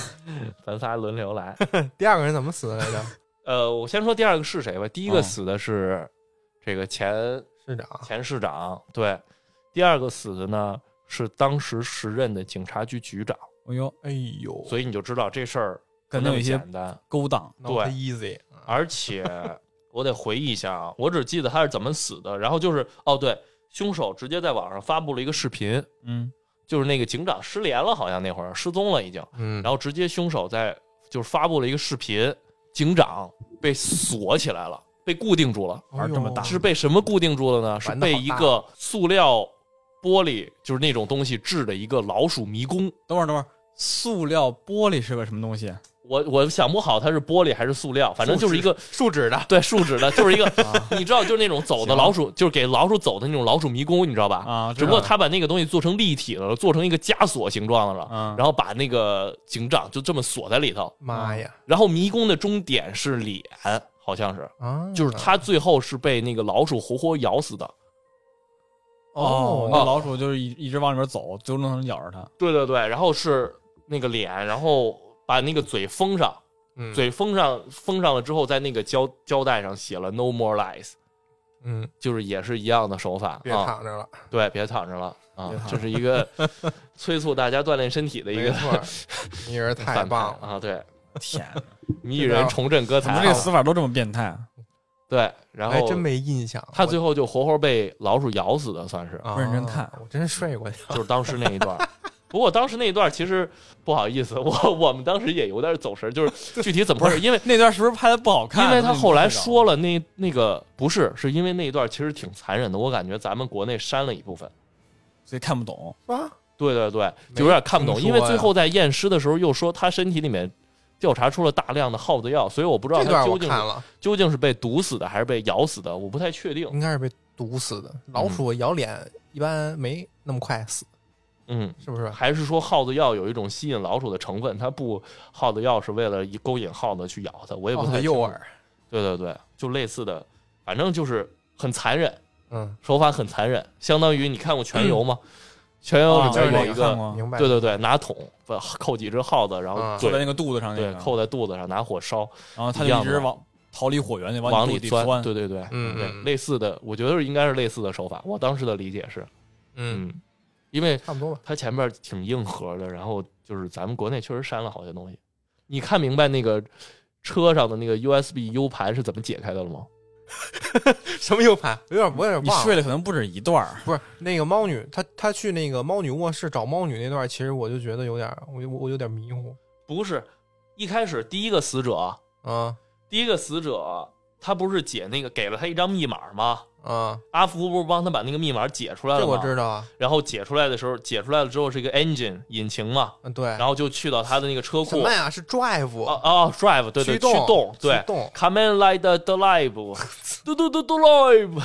[SPEAKER 3] 咱仨轮流来。
[SPEAKER 1] 第二个人怎么死的来 着？
[SPEAKER 3] 呃，我先说第二个是谁吧。第一个
[SPEAKER 2] 嗯
[SPEAKER 3] 死的是这个前
[SPEAKER 1] 市长。
[SPEAKER 3] 前市长，对。第二个死的呢是当时时任的警察局局长，
[SPEAKER 2] 哎呦，
[SPEAKER 1] 哎呦，
[SPEAKER 3] 所以你就知道这事儿
[SPEAKER 2] 可
[SPEAKER 3] 不那
[SPEAKER 2] 能
[SPEAKER 3] 么
[SPEAKER 2] 有一些
[SPEAKER 3] 简单。
[SPEAKER 2] 勾当，
[SPEAKER 1] not
[SPEAKER 3] 对
[SPEAKER 1] easy 啊。
[SPEAKER 3] 而且我得回忆一下啊，我只记得他是怎么死的，然后就是哦对，凶手直接在网上发布了一个视频，
[SPEAKER 2] 嗯，
[SPEAKER 3] 就是那个警长失联了，好像那会儿失踪了已经，
[SPEAKER 1] 嗯，
[SPEAKER 3] 然后直接凶手在就是发布了一个视频，警长被锁起来了，被固定住了，
[SPEAKER 2] 玩这么
[SPEAKER 1] 哎
[SPEAKER 2] 大
[SPEAKER 3] 是被什么固定住了呢？是
[SPEAKER 1] 玩得
[SPEAKER 3] 被
[SPEAKER 1] 好
[SPEAKER 3] 一
[SPEAKER 1] 大
[SPEAKER 3] 个塑料玻璃，就是那种东西制的一个老鼠迷宫。
[SPEAKER 2] 等会儿等会儿，塑料玻璃是个什么东西？啊
[SPEAKER 3] 我我想不好它是玻璃还是塑料，反正就是一个
[SPEAKER 1] 树脂的，
[SPEAKER 3] 对树脂的，就是一个
[SPEAKER 2] 啊
[SPEAKER 3] 你知道，就是那种走
[SPEAKER 2] 行
[SPEAKER 3] 的老鼠，就是给老鼠走的那种老鼠迷宫，你知道吧？
[SPEAKER 2] 啊，
[SPEAKER 3] 只不过
[SPEAKER 2] 知
[SPEAKER 3] 他把那个东西做成立体的了，做成一个枷锁形状的
[SPEAKER 2] 道
[SPEAKER 3] 了，
[SPEAKER 2] 了，
[SPEAKER 3] 然后把那个警长就这么锁在里头。
[SPEAKER 1] 妈呀
[SPEAKER 3] 然后迷宫的终点是脸，好像是，
[SPEAKER 1] 啊！
[SPEAKER 2] 嗯
[SPEAKER 3] 就是他最后是被那个老鼠活活咬死的。
[SPEAKER 2] 哦，
[SPEAKER 1] 哦
[SPEAKER 2] 那老鼠就是一一直往里边走，最终能咬着它。
[SPEAKER 3] 对对对，然后是那个脸，然后把那个嘴封上，
[SPEAKER 1] 嗯
[SPEAKER 3] 嘴封上封上了之后，在那个胶胶带上写了 “No more lies”，
[SPEAKER 1] 嗯，
[SPEAKER 3] 就是也是一样的手法。
[SPEAKER 1] 别
[SPEAKER 3] 啊
[SPEAKER 1] 躺着了，
[SPEAKER 3] 对，别躺着了啊
[SPEAKER 2] 别！躺哎
[SPEAKER 3] 这是一个催促大家锻炼身体的一
[SPEAKER 1] 没
[SPEAKER 3] 个
[SPEAKER 1] 错， 你人
[SPEAKER 3] 反
[SPEAKER 1] 太
[SPEAKER 3] 派
[SPEAKER 1] 棒了，
[SPEAKER 3] 啊！对，
[SPEAKER 2] 天，
[SPEAKER 3] 谜语人重振歌
[SPEAKER 2] 怎么
[SPEAKER 3] 坛
[SPEAKER 2] 这哎
[SPEAKER 3] 啊，
[SPEAKER 2] 死法都这么变态啊？
[SPEAKER 3] 对，然
[SPEAKER 1] 还
[SPEAKER 3] 后
[SPEAKER 1] 哎真没印象。
[SPEAKER 3] 他最后就活活被老鼠咬死的，算是
[SPEAKER 1] 我
[SPEAKER 2] 不认真看
[SPEAKER 1] 啊我真睡过去了。
[SPEAKER 3] 就是当时那一段儿。不过当时那一段儿其实不好意思，我我们当时也有点走神儿，就是具体怎么回事？因为
[SPEAKER 2] 那段是不是拍的不好看？
[SPEAKER 3] 因为他后来
[SPEAKER 2] 了，
[SPEAKER 3] 说了那那个不是，是因为那一段其实挺残忍的，我感觉咱们国内删了一部分。
[SPEAKER 2] 所以看不懂。
[SPEAKER 1] 啊，
[SPEAKER 3] 对对对，
[SPEAKER 1] 没
[SPEAKER 3] 就有点看不懂，
[SPEAKER 1] 听
[SPEAKER 3] 因
[SPEAKER 1] 说
[SPEAKER 3] 为
[SPEAKER 1] 呀
[SPEAKER 3] 最后在验尸的时候又说他身体里面调查出了大量的耗子药，所以我不知道
[SPEAKER 1] 这
[SPEAKER 3] 他
[SPEAKER 1] 段
[SPEAKER 3] 究
[SPEAKER 1] 我
[SPEAKER 3] 竟
[SPEAKER 1] 看了，
[SPEAKER 3] 究竟是被毒死的还是被咬死的，我不太确定。
[SPEAKER 1] 应该是被毒死的。老鼠咬脸一般没那么快死，
[SPEAKER 3] 嗯，
[SPEAKER 1] 是不是？
[SPEAKER 3] 还是说耗子药有一种吸引老鼠的成分，它不耗子药是为了勾引耗子去咬它，我也不
[SPEAKER 1] 哦
[SPEAKER 3] 太
[SPEAKER 1] 它
[SPEAKER 3] 清楚
[SPEAKER 1] 诱。饵，
[SPEAKER 3] 对对对，就类似的，反正就是很残忍。
[SPEAKER 1] 嗯，
[SPEAKER 3] 手法很残忍，相当于你看过《全游》吗？全游
[SPEAKER 2] 啊
[SPEAKER 3] 里
[SPEAKER 1] 就是
[SPEAKER 3] 面
[SPEAKER 1] 那
[SPEAKER 3] 有一
[SPEAKER 2] 看
[SPEAKER 3] 个，
[SPEAKER 2] 过
[SPEAKER 1] 明白？
[SPEAKER 3] 对对对，拿桶不扣几只耗子，然
[SPEAKER 1] 啊
[SPEAKER 3] 后
[SPEAKER 2] 扣在那
[SPEAKER 3] 嘴
[SPEAKER 2] 个肚子上那
[SPEAKER 3] 对
[SPEAKER 2] 个，
[SPEAKER 3] 扣在肚子上，拿火烧，
[SPEAKER 2] 然后他
[SPEAKER 3] 一
[SPEAKER 2] 就
[SPEAKER 3] 样
[SPEAKER 2] 一直
[SPEAKER 3] 的
[SPEAKER 2] 往逃离火源那
[SPEAKER 3] 往
[SPEAKER 2] 往你
[SPEAKER 3] 里
[SPEAKER 2] 肚子
[SPEAKER 3] 钻，
[SPEAKER 2] 钻，
[SPEAKER 3] 对对对，
[SPEAKER 1] 嗯
[SPEAKER 3] 对，
[SPEAKER 1] 嗯
[SPEAKER 3] 类似的，我觉得应该是类似的手法。我当时的理解是，
[SPEAKER 1] 嗯，
[SPEAKER 3] 嗯，因为
[SPEAKER 1] 差不 多吧。
[SPEAKER 3] 它前面挺硬核的，然后就是咱们国内确实删了好些东西。你看明白那个车上的那个 USB U 盘是怎么解开的了吗？
[SPEAKER 1] 什么 U 盘？有点我有点
[SPEAKER 2] 你
[SPEAKER 1] 忘了。
[SPEAKER 2] 睡了可能不止一段儿，
[SPEAKER 1] 不是那个猫女，她她去那个猫女卧室找猫女那段，其实我就觉得有点，我就我我有点迷糊
[SPEAKER 3] 不是，一开始第一个死者，
[SPEAKER 1] 啊
[SPEAKER 3] 第一个死者他不是解那个给了他一张密码吗？
[SPEAKER 1] 啊！
[SPEAKER 3] 阿福不是帮他把那个密码解出来
[SPEAKER 1] 这
[SPEAKER 3] 了吗？
[SPEAKER 1] 我知道啊，
[SPEAKER 3] 然后解出来的时候，解出来了之后是一个 engine 引擎嘛，
[SPEAKER 1] 嗯，对。
[SPEAKER 3] 然后就去到他的那个车
[SPEAKER 1] 什
[SPEAKER 3] 库
[SPEAKER 1] 么，呀？是 drive，、
[SPEAKER 3] 哦哦，drive 对对，
[SPEAKER 1] 驱动
[SPEAKER 3] 动对
[SPEAKER 1] 驱动
[SPEAKER 3] Come and light the the live，嘟嘟嘟嘟 live，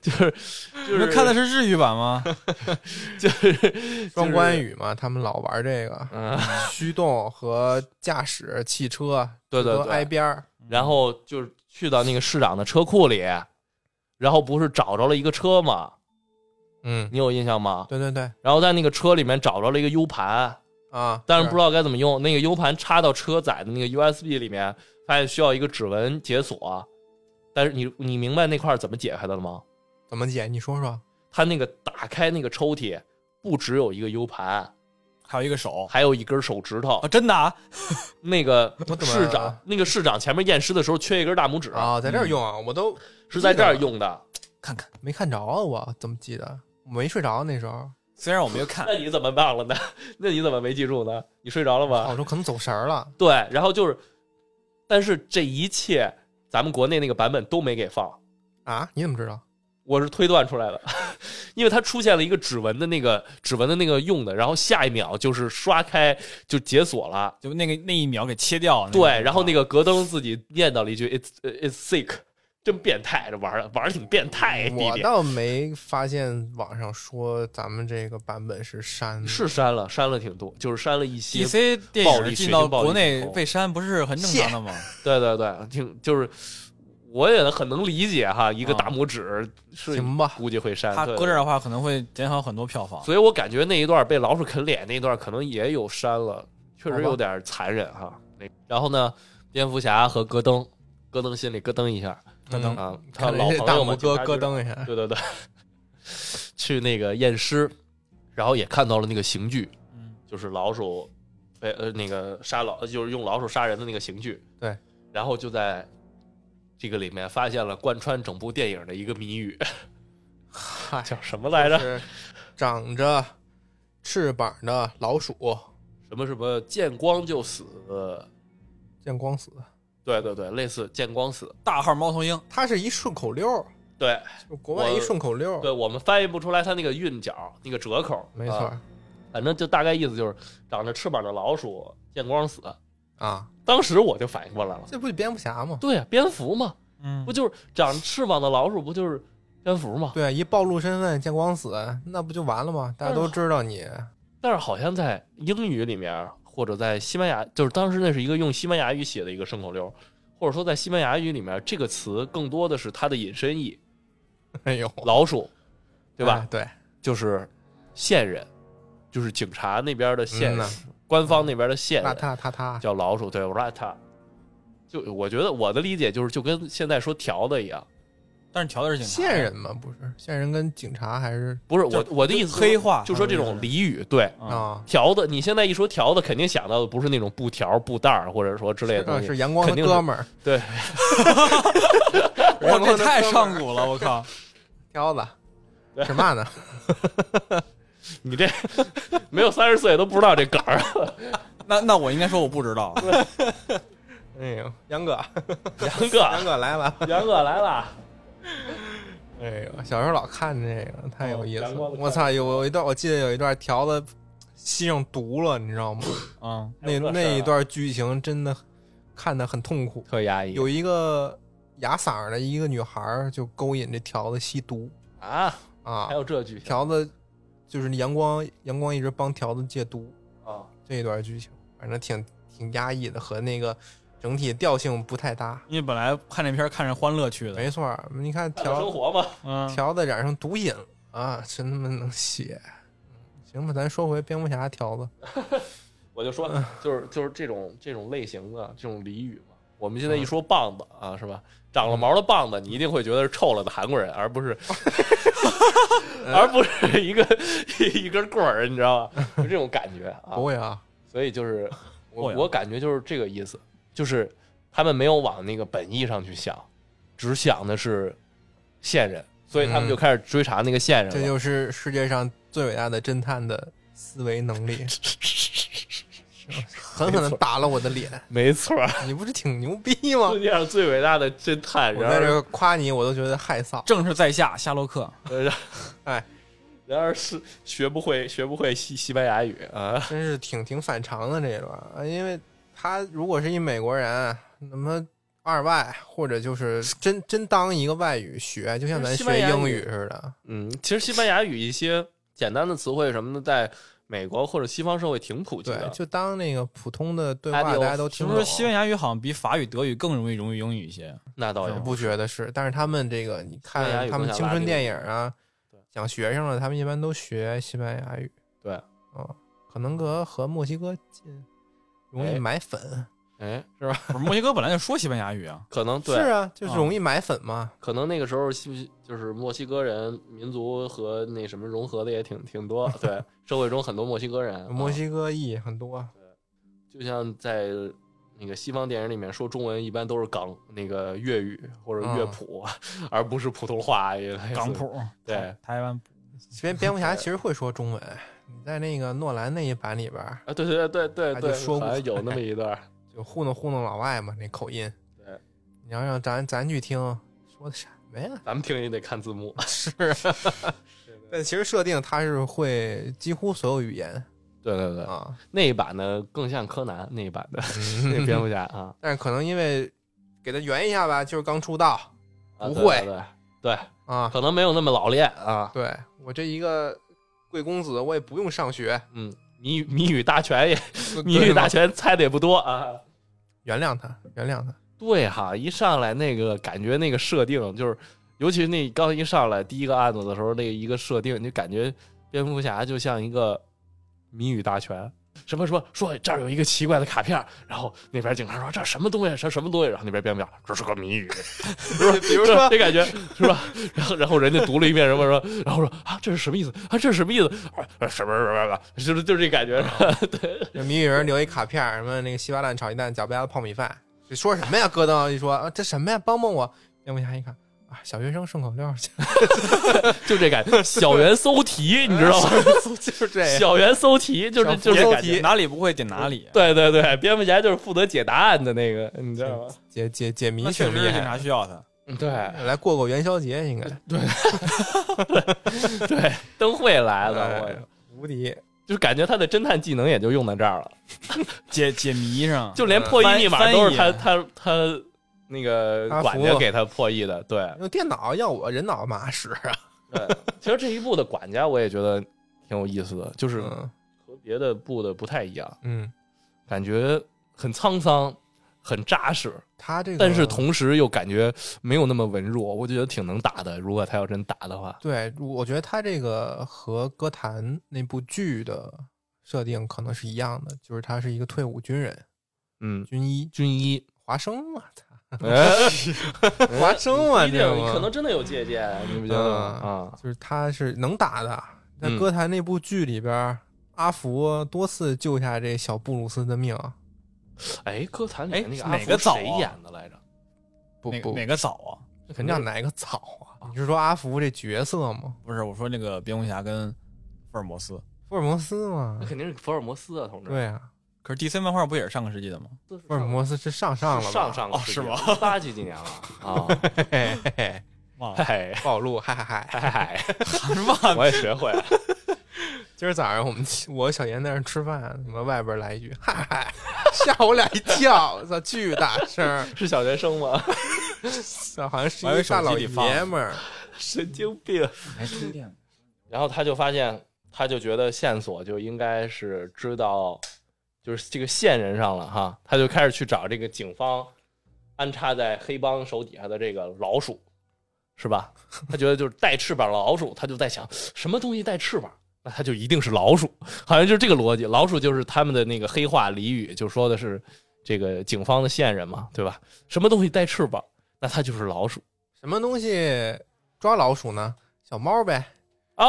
[SPEAKER 3] 就是就
[SPEAKER 2] 你
[SPEAKER 3] 是
[SPEAKER 2] 们看的是日语版吗？
[SPEAKER 3] 就是
[SPEAKER 1] 双关，
[SPEAKER 3] 就是
[SPEAKER 1] 语嘛，他们老玩这个
[SPEAKER 3] 嗯，
[SPEAKER 1] 驱动和驾驶汽车，
[SPEAKER 3] 对对
[SPEAKER 1] 都
[SPEAKER 3] 对
[SPEAKER 1] 挨边儿，
[SPEAKER 3] 然后就是去到那个市长的车库里，然后不是找着了一个车嘛，
[SPEAKER 1] 嗯，
[SPEAKER 3] 你有印象吗？
[SPEAKER 1] 对对对
[SPEAKER 3] 然后在那个车里面找着了一个 U 盘，
[SPEAKER 1] 啊，
[SPEAKER 3] 但是不知道该怎么用，那个 U 盘插到车载的那个 USB 里面，发现需要一个指纹解锁，但是你你明白那块儿怎么解开的了吗？
[SPEAKER 1] 怎么解，你说说，
[SPEAKER 3] 他那个打开那个抽屉，不只有一个 U 盘，
[SPEAKER 2] 还有一个手
[SPEAKER 3] 还有一根手指头
[SPEAKER 2] 啊，。真的啊，
[SPEAKER 3] 那个
[SPEAKER 1] 我怎么
[SPEAKER 3] 市长，那个市长前面验尸的时候缺一根大拇指，
[SPEAKER 1] 啊，在这儿用啊，我都
[SPEAKER 3] 是在这儿用
[SPEAKER 1] 啊
[SPEAKER 3] 的。
[SPEAKER 2] 看看，
[SPEAKER 1] 没看着啊，我怎么记得？我没睡着啊那时候，
[SPEAKER 3] 啊
[SPEAKER 2] 虽然我没有看
[SPEAKER 3] 那，你怎么忘了呢？ 那你怎么没记住呢？你睡着了
[SPEAKER 1] 啊
[SPEAKER 3] 吗
[SPEAKER 1] 我？说可能走神儿了，
[SPEAKER 3] 对，然后就是，但是这一切咱们国内那个版本都没给放，
[SPEAKER 1] 啊？你怎么知道？
[SPEAKER 3] 我是推断出来的， 因为它出现了一个指纹的那个指纹的那个用的，然后下一秒就是刷开就解锁了。
[SPEAKER 2] 就那个那一秒给切掉。
[SPEAKER 1] 哎
[SPEAKER 3] 对，然后那
[SPEAKER 2] 个
[SPEAKER 3] 个格登自己念叨了一句 “it's it's sick”，真变态，这玩儿玩儿挺变态，弟
[SPEAKER 1] 嗯我
[SPEAKER 3] 弟
[SPEAKER 1] 倒没发现网上说咱们这个版本是删的
[SPEAKER 3] 是删了，删了挺多，就是删了一些。
[SPEAKER 2] DC 电
[SPEAKER 3] 暴
[SPEAKER 2] 影
[SPEAKER 3] 力
[SPEAKER 2] 进
[SPEAKER 3] 血
[SPEAKER 2] 到
[SPEAKER 3] 腥暴力
[SPEAKER 2] 国内
[SPEAKER 3] 镜头
[SPEAKER 2] 被删不是很正常的吗？
[SPEAKER 3] 对对对，挺就是，我也很能理解哈，一个
[SPEAKER 1] 嗯
[SPEAKER 3] 大拇指是
[SPEAKER 1] 行吧？
[SPEAKER 3] 估计会删，
[SPEAKER 2] 他
[SPEAKER 3] 对
[SPEAKER 2] 搁这儿的话可能会减少很多票房。
[SPEAKER 3] 所以我感觉那一段被老鼠啃脸那一段可能也有删了，确实有点残忍哈。那然后呢，蝙蝠侠和戈登，戈登心里咯噔一下
[SPEAKER 2] 咯噔
[SPEAKER 3] 啊，他
[SPEAKER 1] 嗯看
[SPEAKER 3] 老
[SPEAKER 1] 人家
[SPEAKER 3] 朋
[SPEAKER 1] 大
[SPEAKER 3] 友
[SPEAKER 1] 拇
[SPEAKER 3] 们
[SPEAKER 1] 哥
[SPEAKER 3] 警察
[SPEAKER 1] 咯
[SPEAKER 3] 局
[SPEAKER 1] 噔一下，
[SPEAKER 3] 对对对，去那个验尸，然后也看到了那个刑具，
[SPEAKER 2] 嗯
[SPEAKER 3] 就是老鼠，呃呃，那个杀老就是用老鼠杀人的那个刑具。
[SPEAKER 1] 对，
[SPEAKER 3] 然后就在这个里面发现了贯穿整部电影的一个谜语，
[SPEAKER 1] 嗨，
[SPEAKER 3] 叫什么来着？
[SPEAKER 1] 是长着翅膀的老鼠
[SPEAKER 3] 什么什么见光就死，
[SPEAKER 1] 见光死，
[SPEAKER 3] 对对对，类似见光死。
[SPEAKER 2] 大号猫头鹰，
[SPEAKER 1] 它是一顺口溜儿，
[SPEAKER 3] 对，
[SPEAKER 1] 就国外一顺口溜
[SPEAKER 3] 对
[SPEAKER 1] 儿，
[SPEAKER 3] 我们翻译不出来它那个韵脚、那个折口，
[SPEAKER 1] 没错
[SPEAKER 3] 啊
[SPEAKER 1] 儿
[SPEAKER 3] 反正就大概意思就是长着翅膀的老鼠见光死。
[SPEAKER 1] 啊，
[SPEAKER 3] 当时我就反应过来了，
[SPEAKER 1] 这不就蝙蝠侠吗？
[SPEAKER 3] 对呀、啊蝙蝠嘛，
[SPEAKER 2] 嗯
[SPEAKER 3] 不，就是长翅膀的老鼠，不就是蝙蝠嘛？
[SPEAKER 1] 对，一暴露身份见光死，那不就完了吗？大家都知道 你，
[SPEAKER 3] 但是好像在英语里面，或者在西班牙，就是当时那是一个用西班牙语写的一个顺口溜，或者说在西班牙语里面，这个词更多的是它的引申义，
[SPEAKER 1] 哎呦，
[SPEAKER 3] 老鼠，对吧？
[SPEAKER 1] 哎对，
[SPEAKER 3] 就是线人，就是警察那边的线
[SPEAKER 1] 嗯
[SPEAKER 3] 人
[SPEAKER 1] 呐，
[SPEAKER 3] 官方那边的线
[SPEAKER 1] 那
[SPEAKER 3] 人
[SPEAKER 1] 他他他，
[SPEAKER 3] 叫老鼠，对，rat。就我觉得我的理解就是，就跟现在说条的一样，
[SPEAKER 2] 但是调的是警察
[SPEAKER 1] 线人嘛，不是线人跟警察还是
[SPEAKER 3] 不是
[SPEAKER 2] 就
[SPEAKER 3] 我我的意思，
[SPEAKER 2] 黑化
[SPEAKER 3] 就说这种俚语，对，
[SPEAKER 2] 啊，
[SPEAKER 1] 啊，
[SPEAKER 3] 条的，你现在一说条的，肯定想到的不是那种布条、布袋儿，或者说之类的
[SPEAKER 1] 是
[SPEAKER 3] 东
[SPEAKER 1] 啊
[SPEAKER 3] 西。
[SPEAKER 1] 是阳光的
[SPEAKER 3] 肯定是
[SPEAKER 1] 哥们儿，
[SPEAKER 3] 对，
[SPEAKER 2] 哇，
[SPEAKER 1] 阳光
[SPEAKER 2] 这
[SPEAKER 1] 的
[SPEAKER 2] 太
[SPEAKER 1] 哥们
[SPEAKER 2] 上
[SPEAKER 1] 儿
[SPEAKER 2] 古了，我靠！
[SPEAKER 1] 挑子
[SPEAKER 3] 对。
[SPEAKER 1] 是嘛 呢？
[SPEAKER 3] 你这 没有三十岁都不知道这梗 儿。
[SPEAKER 2] 那那我应该说我不知道，
[SPEAKER 1] 哎呦， 杨
[SPEAKER 3] 啊
[SPEAKER 1] 哥，
[SPEAKER 3] 杨
[SPEAKER 1] 杨
[SPEAKER 3] 哥，
[SPEAKER 1] 哥来 了！
[SPEAKER 3] 杨哥来了，
[SPEAKER 1] 哎呦，小时候老看这个，太有意思
[SPEAKER 3] 哦阳
[SPEAKER 1] 了。
[SPEAKER 3] 光的
[SPEAKER 1] 我操，有有一段，我记得有一段条子吸上毒了，你知道吗？
[SPEAKER 2] 嗯，
[SPEAKER 3] 还
[SPEAKER 1] 那
[SPEAKER 3] 有这事儿啊
[SPEAKER 1] 那一段剧情真的看得很痛苦。
[SPEAKER 3] 特压抑。
[SPEAKER 1] 有一个哑嗓儿的一个女孩儿就勾引这条子吸毒
[SPEAKER 3] 啊，
[SPEAKER 1] 啊
[SPEAKER 3] 还，有这剧情
[SPEAKER 1] 条子就是阳光，阳光一直帮条子戒毒
[SPEAKER 3] 啊，
[SPEAKER 1] 这一段剧情，反正挺挺压抑的，和那个整体调性不太搭。
[SPEAKER 2] 因为本来看这片儿看着欢乐去的，
[SPEAKER 1] 没错儿，你看
[SPEAKER 3] 看看生
[SPEAKER 1] 条
[SPEAKER 3] 活嘛，
[SPEAKER 2] 嗯，
[SPEAKER 1] 啊条子染上毒瘾了啊，真他妈能写，行吧，咱说回蝙蝠侠条子，
[SPEAKER 3] 我就
[SPEAKER 1] 嗯
[SPEAKER 3] 说，就是就是这种这种类型的这种俚语嘛。我们现
[SPEAKER 1] 嗯
[SPEAKER 3] 在一说棒子啊，是吧？长了毛的棒子，你一定会觉得是臭了的韩国人，而 不是，而不是一个 一根棍儿，你知道吧？就这种感觉啊
[SPEAKER 1] 不。会啊，
[SPEAKER 3] 所以 就是我
[SPEAKER 2] 不呀
[SPEAKER 3] 我感觉就是这个意思，就是他们没有往那个本意上去想，只想的是线人，所以他们
[SPEAKER 1] 嗯
[SPEAKER 3] 就开始追查那个线人
[SPEAKER 1] 这
[SPEAKER 3] 了。
[SPEAKER 1] 就是世界上最伟大的侦探的思维能力，狠狠的打了我的脸，
[SPEAKER 3] 没错儿，
[SPEAKER 1] 你不是挺牛逼吗
[SPEAKER 3] 世？界上最伟大的侦探，
[SPEAKER 1] 我在这
[SPEAKER 3] 然
[SPEAKER 1] 儿夸你，我都觉得害臊。
[SPEAKER 2] 正是在下夏洛克，
[SPEAKER 3] 而
[SPEAKER 1] 哎，
[SPEAKER 3] 然而是学不会学不会西西班牙语啊，
[SPEAKER 1] 真是挺挺反常的这一轮啊，因为他如果是一美国人，那么二外或者就是真真当一个外语学，就像咱
[SPEAKER 3] 西班
[SPEAKER 1] 学
[SPEAKER 3] 牙语
[SPEAKER 1] 英语似的，
[SPEAKER 3] 嗯，其实西班牙语一些简单的词汇什么的，在美国或者西方社会挺普及
[SPEAKER 1] 对
[SPEAKER 3] 的，，
[SPEAKER 1] 就当那个普通的对话，
[SPEAKER 3] Adios
[SPEAKER 1] 大家都
[SPEAKER 2] 是
[SPEAKER 1] 听
[SPEAKER 2] 不
[SPEAKER 1] 懂
[SPEAKER 2] 是。西班牙语好像比法语、德语更容易融入英语一些？
[SPEAKER 3] 那倒也
[SPEAKER 1] 我
[SPEAKER 3] 不
[SPEAKER 1] 不觉得是，但是他们这个，你
[SPEAKER 3] 西班牙
[SPEAKER 1] 看
[SPEAKER 3] 语
[SPEAKER 1] 他们青春电影啊
[SPEAKER 3] 对，
[SPEAKER 1] 讲学生了，他们一般都学西班牙语。
[SPEAKER 3] 对，
[SPEAKER 1] 嗯，可能和和墨西哥近，容易
[SPEAKER 3] 哎
[SPEAKER 1] 买粉。
[SPEAKER 3] 哎，
[SPEAKER 2] 不是，墨西哥本来就说西班牙语啊。
[SPEAKER 3] 可能
[SPEAKER 1] 是
[SPEAKER 3] 对，嗯
[SPEAKER 1] 啊，就是容易买粉嘛。
[SPEAKER 3] 可能那个时候西就是墨西哥人民族和那什么融合的也挺挺 多，对，社会中很多墨西哥人，
[SPEAKER 1] 墨
[SPEAKER 3] 啊、
[SPEAKER 1] 西哥裔很多，
[SPEAKER 3] 就像在那个西方电影里面说中文一般都是港那个粤语或
[SPEAKER 1] 嗯
[SPEAKER 3] 者乐谱，而不是普通话，也类似
[SPEAKER 2] 港普，
[SPEAKER 3] 对
[SPEAKER 2] 台台湾普，
[SPEAKER 1] 蝙蝙蝠侠其实会说中文，你在那个诺兰那一版里边儿
[SPEAKER 3] 啊，对对对对
[SPEAKER 1] 他就
[SPEAKER 3] 对，
[SPEAKER 1] 说不
[SPEAKER 3] 好像
[SPEAKER 1] 出来
[SPEAKER 3] 有那么一段儿，
[SPEAKER 1] 就糊弄糊弄老外嘛，那口音。
[SPEAKER 3] 对，
[SPEAKER 1] 你要让咱咱去听，说的什么呀？
[SPEAKER 3] 咱们听也得看字幕，
[SPEAKER 1] 是，但其实设定他是会几乎所有语言
[SPEAKER 3] 对对对，
[SPEAKER 1] 啊，
[SPEAKER 3] 那一版呢更像柯南那一版的
[SPEAKER 1] 嗯
[SPEAKER 3] 那蝙蝠侠啊，
[SPEAKER 1] 但是可能因为给他圆一下吧，就是刚出道
[SPEAKER 3] 啊
[SPEAKER 1] 不
[SPEAKER 3] 对
[SPEAKER 1] 会
[SPEAKER 3] 对对对，
[SPEAKER 1] 啊。
[SPEAKER 3] 可能没有那么老练啊，
[SPEAKER 1] 对我这一个贵公子，我也不用上学，
[SPEAKER 3] 嗯，谜语谜语大全也 谜
[SPEAKER 1] 对
[SPEAKER 3] 语
[SPEAKER 1] 吗
[SPEAKER 3] 大全猜的也不多啊。
[SPEAKER 1] 原谅他，原谅他。
[SPEAKER 3] 对哈，一上来那个感觉那个设定就是，尤其是那刚一上来第一个案子的时候，那一个设定，你就感觉蝙蝠侠就像一个谜语大全。什么说说这儿有一个奇怪的卡片，然后那边警察说这什么东西，这什么东西，然后那边蝙蝠侠这是个谜语，
[SPEAKER 1] 比如
[SPEAKER 3] 是吧
[SPEAKER 1] 说，
[SPEAKER 3] 这感觉是吧？然后然后人家读了一遍什么说，然后说啊这是什么意思啊这是什么意思啊什么什么什么，就是就是这感觉， 是吧
[SPEAKER 1] 这谜语人留一卡片儿，什么那个稀巴烂炒鸡蛋、脚不丫子泡米饭，这说什么呀？戈登一说啊，这什么呀？帮帮我！蝙蝠侠一看啊，小学生顺口溜儿，
[SPEAKER 3] 就这 感觉。小圆搜题，你知道吗？
[SPEAKER 1] 就是这样。
[SPEAKER 3] 小圆搜题就是就是这
[SPEAKER 2] 这
[SPEAKER 3] 感
[SPEAKER 2] 感
[SPEAKER 3] 觉
[SPEAKER 2] 觉。哪里不会点哪里。
[SPEAKER 3] 对对对，蝙蝠侠就是负责解答案的那个，你知道吗？
[SPEAKER 1] 解解解谜
[SPEAKER 2] 那确
[SPEAKER 1] 挺
[SPEAKER 2] 实
[SPEAKER 1] 厉
[SPEAKER 2] 是警
[SPEAKER 1] 害，
[SPEAKER 2] 察需要他。
[SPEAKER 3] 对
[SPEAKER 1] 来过过元宵节应该
[SPEAKER 3] 对，灯会来
[SPEAKER 1] 哎
[SPEAKER 3] 了，我
[SPEAKER 1] 无敌。
[SPEAKER 3] 就是感觉他的侦探技能也就用在这儿了，
[SPEAKER 2] 解解谜上，
[SPEAKER 3] 就连破译密码
[SPEAKER 2] 翻
[SPEAKER 3] 都是他
[SPEAKER 2] 嗯翻译
[SPEAKER 3] 他他那个
[SPEAKER 1] 他
[SPEAKER 3] 管
[SPEAKER 1] 服
[SPEAKER 3] 家
[SPEAKER 1] 务
[SPEAKER 3] 给他破译的。对
[SPEAKER 1] 用电脑要我人脑嘛使啊？
[SPEAKER 3] 对， 其实这一部的管家我也觉得挺有意思的，就是
[SPEAKER 1] 嗯
[SPEAKER 3] 和别的部的不太一样，
[SPEAKER 1] 嗯，
[SPEAKER 3] 感觉很沧桑。很扎实，
[SPEAKER 1] 他
[SPEAKER 2] 嗯
[SPEAKER 1] 这个
[SPEAKER 3] 但是同时又感觉没有那么文弱，我就觉得挺能打的。如果他要真打的话，
[SPEAKER 1] 对，我觉得他这个和歌坛那部剧的设定可能是一样的，就是他是一个退伍军人，
[SPEAKER 3] 嗯，
[SPEAKER 1] 军医
[SPEAKER 3] 军医
[SPEAKER 1] 华生 啊，操
[SPEAKER 3] 哎，
[SPEAKER 1] 华生啊，
[SPEAKER 3] 一
[SPEAKER 1] 这嗯
[SPEAKER 3] 定
[SPEAKER 1] 种
[SPEAKER 3] 可能真的有借鉴，你不觉得吗？啊，
[SPEAKER 1] 就是他是能打的。在
[SPEAKER 3] 嗯
[SPEAKER 1] 歌坛那部剧里边，阿福多次救下这小布鲁斯的命，
[SPEAKER 3] 哎，歌坛里面那个
[SPEAKER 2] 哎
[SPEAKER 3] 阿
[SPEAKER 2] 哪
[SPEAKER 3] 福
[SPEAKER 2] 个早
[SPEAKER 3] 谁
[SPEAKER 2] 啊
[SPEAKER 3] 演的来着？
[SPEAKER 1] 不
[SPEAKER 2] 哪个
[SPEAKER 1] 不
[SPEAKER 2] 哪，个早啊
[SPEAKER 1] 这肯定要哪个早啊？你是说阿福这角色吗
[SPEAKER 2] 啊？？不是，我说那个蝙蝠侠跟福尔摩斯，
[SPEAKER 1] 福尔摩斯
[SPEAKER 2] 啊
[SPEAKER 1] 吗
[SPEAKER 3] 那？肯定是福尔摩斯啊，同志。
[SPEAKER 1] 对啊，
[SPEAKER 2] 可是 DC 漫画不也是上个世纪的吗？
[SPEAKER 3] 这是
[SPEAKER 1] 福尔
[SPEAKER 3] 上
[SPEAKER 1] 摩斯是上上了吧
[SPEAKER 3] 上上个
[SPEAKER 2] 哦
[SPEAKER 3] 世纪
[SPEAKER 2] 是吗？
[SPEAKER 3] 八几几年了 啊？
[SPEAKER 1] 嘿嘿嘿嘿，
[SPEAKER 2] 忘 了，
[SPEAKER 3] 嗨
[SPEAKER 1] 暴露，嗨嗨 嗨！
[SPEAKER 3] 嗨嗨，
[SPEAKER 2] 忘了，
[SPEAKER 3] 我也学 会了。
[SPEAKER 1] 今儿早上我们我小严在那儿吃饭，怎么外边来一句嗨嗨，吓我俩一跳，操，巨大声 儿，
[SPEAKER 3] 是小学生吗？
[SPEAKER 1] 操好像是
[SPEAKER 2] 我还
[SPEAKER 1] 一
[SPEAKER 2] 以
[SPEAKER 1] 大
[SPEAKER 2] 为手机
[SPEAKER 1] 老
[SPEAKER 2] 里放
[SPEAKER 1] 爷们儿。
[SPEAKER 3] 神经病。
[SPEAKER 2] 还充电
[SPEAKER 3] 然后他就发现，他就觉得线索就应该是知道，就是这个线人上了哈，他就开始去找这个警方安插在黑帮手底下的这个老鼠，是吧？他觉得就是带翅膀的老鼠，他就在想什么东西带翅膀，那它就一定是老鼠，好像就是这个逻辑。老鼠就是他们的那个黑话俚语，就说的是这个警方的线人嘛，对吧？什么东西带翅膀，那它就是老鼠
[SPEAKER 1] 什么东西抓老鼠呢？小猫呗。
[SPEAKER 3] 啊。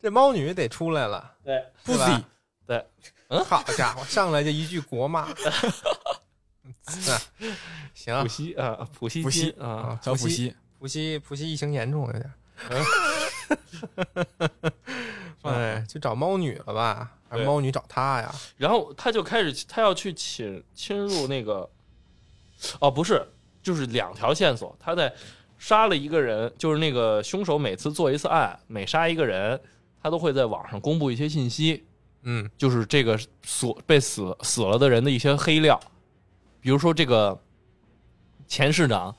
[SPEAKER 1] 这猫女得出来了，
[SPEAKER 3] 对，
[SPEAKER 1] 是吧嗯
[SPEAKER 2] Pussy
[SPEAKER 3] 对，
[SPEAKER 1] 好家伙，上来就一句国骂。 嗯行啊
[SPEAKER 3] 普，希啊，普希
[SPEAKER 2] 普希
[SPEAKER 3] 金啊，
[SPEAKER 2] 小
[SPEAKER 1] 普
[SPEAKER 2] 普
[SPEAKER 1] 希
[SPEAKER 2] 希，
[SPEAKER 1] 普希普希疫情严重有 点
[SPEAKER 3] 嗯。
[SPEAKER 1] 哎，就找猫女了吧？还是
[SPEAKER 3] 对
[SPEAKER 1] 猫女找他呀？
[SPEAKER 3] 然后他就开始，他要去侵侵入那个，哦，不是，就是两条线索。他在杀了一个人，就是那个凶手每次做一次案，每杀一个人，他都会在网上公布一些信息，
[SPEAKER 1] 嗯，
[SPEAKER 3] 就是这个所被死死了的人的一些黑料，比如说这个前市长，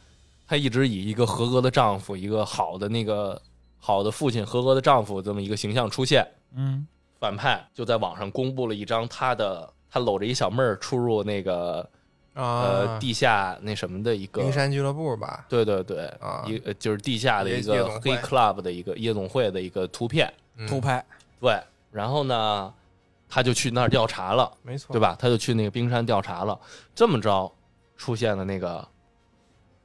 [SPEAKER 3] 他一直以一个合格的丈夫、一个好的那个好的父亲、合格的丈夫这么一个形象出现，
[SPEAKER 2] 嗯，
[SPEAKER 3] 反派就在网上公布了一张他的他搂着一小妹儿出入那个、
[SPEAKER 1] 啊
[SPEAKER 3] 呃，地下那什么的一个
[SPEAKER 1] 灵，山俱乐部吧？
[SPEAKER 3] 对对对，
[SPEAKER 1] 啊
[SPEAKER 3] 一呃就是地下的一
[SPEAKER 1] 夜夜
[SPEAKER 3] 个
[SPEAKER 1] 总会
[SPEAKER 3] 黑 club 的一个夜总会的一个图片，
[SPEAKER 1] 嗯
[SPEAKER 2] 偷拍，
[SPEAKER 3] 对，然后呢，他就去那儿调查了，
[SPEAKER 1] 没错，
[SPEAKER 3] 对？吧？他就去那个冰山调查了，这么着出现了那个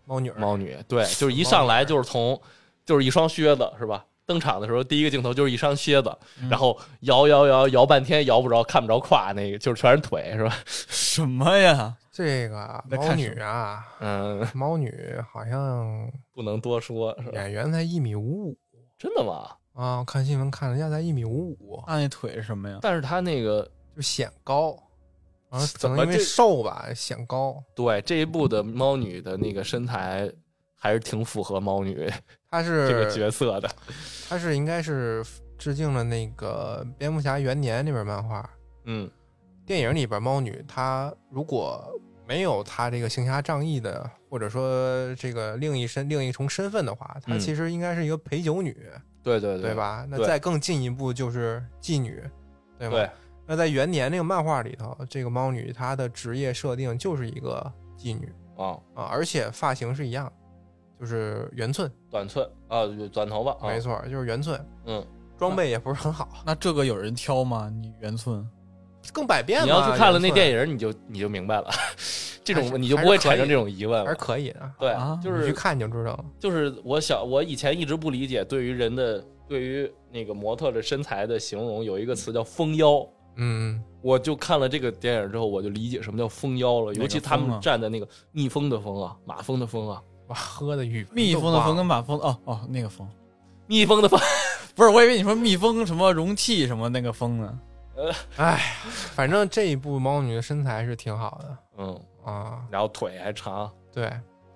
[SPEAKER 1] 猫女儿，
[SPEAKER 3] 猫女，对，就是一上来就是从就是一双靴子是吧？登场的时候，第一个镜头就是一双靴子，
[SPEAKER 1] 嗯
[SPEAKER 3] 然后摇摇摇摇半天，摇不着，看不着胯，那个就是全是腿，是吧？
[SPEAKER 2] 什么呀？
[SPEAKER 1] 这个啊
[SPEAKER 2] 在
[SPEAKER 1] 猫
[SPEAKER 2] 看什么
[SPEAKER 1] 女啊，
[SPEAKER 3] 嗯，
[SPEAKER 1] 猫女好像
[SPEAKER 3] 不能多说，是吧？
[SPEAKER 1] 演员才一米五五
[SPEAKER 3] 真的吗？
[SPEAKER 1] 啊，我看新闻看人家才一米五五，
[SPEAKER 2] 那那腿是什么呀？
[SPEAKER 3] 但是他那个
[SPEAKER 1] 就显高，啊，可
[SPEAKER 3] 怎么
[SPEAKER 1] 能因为
[SPEAKER 3] 这
[SPEAKER 1] 瘦吧，显高。
[SPEAKER 3] 对这一部的猫女的那个身材还是挺符合猫女
[SPEAKER 1] 她
[SPEAKER 3] 这个
[SPEAKER 1] 是
[SPEAKER 3] 角色的，
[SPEAKER 1] 她是应该是致敬了那个《蝙蝠侠元年》那本漫画，
[SPEAKER 3] 嗯，
[SPEAKER 1] 电影里边猫女她如果没有她这个行侠仗义的，或者说这个另一身另一重身份的话，她
[SPEAKER 3] 嗯
[SPEAKER 1] 其实应该是一个陪酒女，
[SPEAKER 3] 对对
[SPEAKER 1] 对？吧？那
[SPEAKER 3] 对
[SPEAKER 1] 再更进一步就是妓女，对吗？
[SPEAKER 3] 对，
[SPEAKER 1] 那在元年那个漫画里头，这个猫女她的职业设定就是一个妓女
[SPEAKER 3] 啊，
[SPEAKER 1] 啊，而且发型是一样的，就是圆寸，
[SPEAKER 3] 短寸啊，短头发，啊
[SPEAKER 1] 没，错，就是圆寸，
[SPEAKER 3] 嗯，
[SPEAKER 1] 装备也不是很好，
[SPEAKER 2] 那这个有人挑吗？你圆寸
[SPEAKER 1] 更百变嘛。
[SPEAKER 3] 你要去看了那电
[SPEAKER 1] 影
[SPEAKER 3] 影，你就你就明白了， 这
[SPEAKER 1] 还是
[SPEAKER 3] 种你就不会产
[SPEAKER 1] 还是可
[SPEAKER 3] 生
[SPEAKER 1] 以
[SPEAKER 3] 这种疑问
[SPEAKER 1] 还是
[SPEAKER 3] 了。
[SPEAKER 1] 可以的，
[SPEAKER 3] 对
[SPEAKER 2] 啊，
[SPEAKER 3] 就
[SPEAKER 1] 你去
[SPEAKER 3] 是
[SPEAKER 1] 看你就知道了。
[SPEAKER 3] 就是我小我以前一直不理解，对于人的对于那个模特的身材的形容，有一个词叫“蜂腰”。
[SPEAKER 1] 嗯，
[SPEAKER 3] 我就看了这个电影之后，我就理解什么叫“蜂腰”了。
[SPEAKER 2] 哪个
[SPEAKER 3] 尤其他
[SPEAKER 2] 蜂啊
[SPEAKER 3] 们站在那个逆风的风啊，马蜂的风啊，
[SPEAKER 1] 嗯哇，喝的雨
[SPEAKER 2] 蜜蜂的蜂
[SPEAKER 1] 跟
[SPEAKER 2] 跟马蜂哦哦那个蜂，
[SPEAKER 3] 逆风的风，
[SPEAKER 2] 不是我以为你说蜜蜂什么容器什么那个蜂呢？
[SPEAKER 1] 哎，反正这一部猫女的身材是挺好的
[SPEAKER 3] 嗯，
[SPEAKER 1] 啊，
[SPEAKER 3] 然后腿还长，
[SPEAKER 1] 对，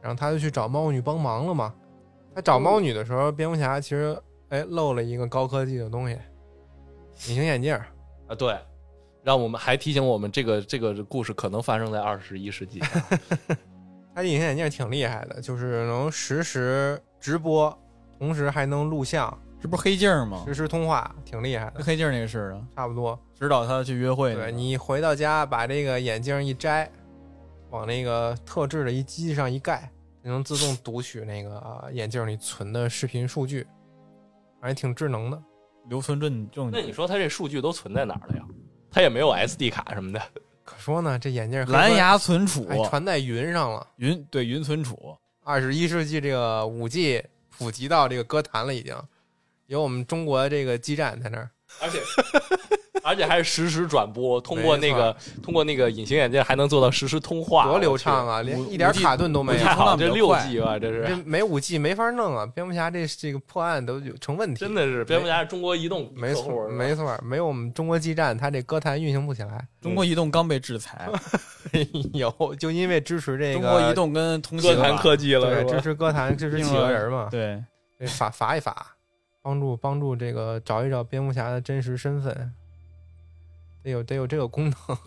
[SPEAKER 1] 然后她就去找猫女帮忙了嘛。她找猫女的时候，蝙蝠侠其实哎漏了一个高科技的东西，隐形眼镜儿。
[SPEAKER 3] 啊，对，让我们还提醒我们这个这个故事可能发生在二十一 世纪，
[SPEAKER 1] 它这隐形眼镜挺厉害的，就是能实时直播，同时还能录像、
[SPEAKER 2] 这不是黑镜吗
[SPEAKER 1] 实？时通话，挺厉害
[SPEAKER 2] 跟
[SPEAKER 1] 的，
[SPEAKER 2] 黑镜那个似的，
[SPEAKER 1] 差不多。
[SPEAKER 2] 指导他去约会呢。
[SPEAKER 1] 对你回到家，把这个眼镜一摘，往那个特制的一机器上一盖，就能自动读取那个呃眼镜里存的视频数据，还挺智能的。
[SPEAKER 2] 留存证证
[SPEAKER 3] 那你
[SPEAKER 2] 据，
[SPEAKER 3] 说他这数据都存在哪儿了呀？他也没有 SD 卡什么的，
[SPEAKER 1] 可说呢，这眼镜还
[SPEAKER 2] 蓝牙存储，
[SPEAKER 1] 还传在云上了。
[SPEAKER 2] 云对云存储，
[SPEAKER 1] 二十一世纪这个五 G 普及到这个歌坛了，已经有我们中国这个基站在那儿。
[SPEAKER 3] 而且 而且还是实时转播，通过那个通过那个隐形眼镜还能做到实时通话，
[SPEAKER 1] 多流畅啊，连
[SPEAKER 2] 五
[SPEAKER 1] 一点
[SPEAKER 2] 五 G
[SPEAKER 1] 卡顿都没
[SPEAKER 2] 五
[SPEAKER 1] 有
[SPEAKER 2] G
[SPEAKER 3] 太。
[SPEAKER 2] 通
[SPEAKER 3] 好，
[SPEAKER 2] 道
[SPEAKER 3] 这
[SPEAKER 2] 比较
[SPEAKER 3] 六
[SPEAKER 2] 快
[SPEAKER 3] G 吧，这
[SPEAKER 1] 这
[SPEAKER 3] 是
[SPEAKER 1] 没五 G 没法弄啊！蝙蝠侠这这个破案都有成问题，
[SPEAKER 3] 真的是蝙蝠侠是中国移动
[SPEAKER 1] 没
[SPEAKER 3] 客户
[SPEAKER 1] 错
[SPEAKER 3] 是吧
[SPEAKER 1] 没错，没有我们中国基站，它这歌坛运行不起 来。
[SPEAKER 2] 中国移动刚被制裁，
[SPEAKER 1] 有，就因为支持这个
[SPEAKER 2] 中国移动跟通信
[SPEAKER 3] 哥谭
[SPEAKER 2] 吧
[SPEAKER 3] 科技了
[SPEAKER 1] 对
[SPEAKER 3] 是
[SPEAKER 1] 支
[SPEAKER 3] 吧？
[SPEAKER 1] 持歌坛，支持企鹅人嘛，
[SPEAKER 2] 对，
[SPEAKER 1] 对罚罚一罚，帮助帮助这个找一找蝙蝠侠的真实身份，得有得有这个功能。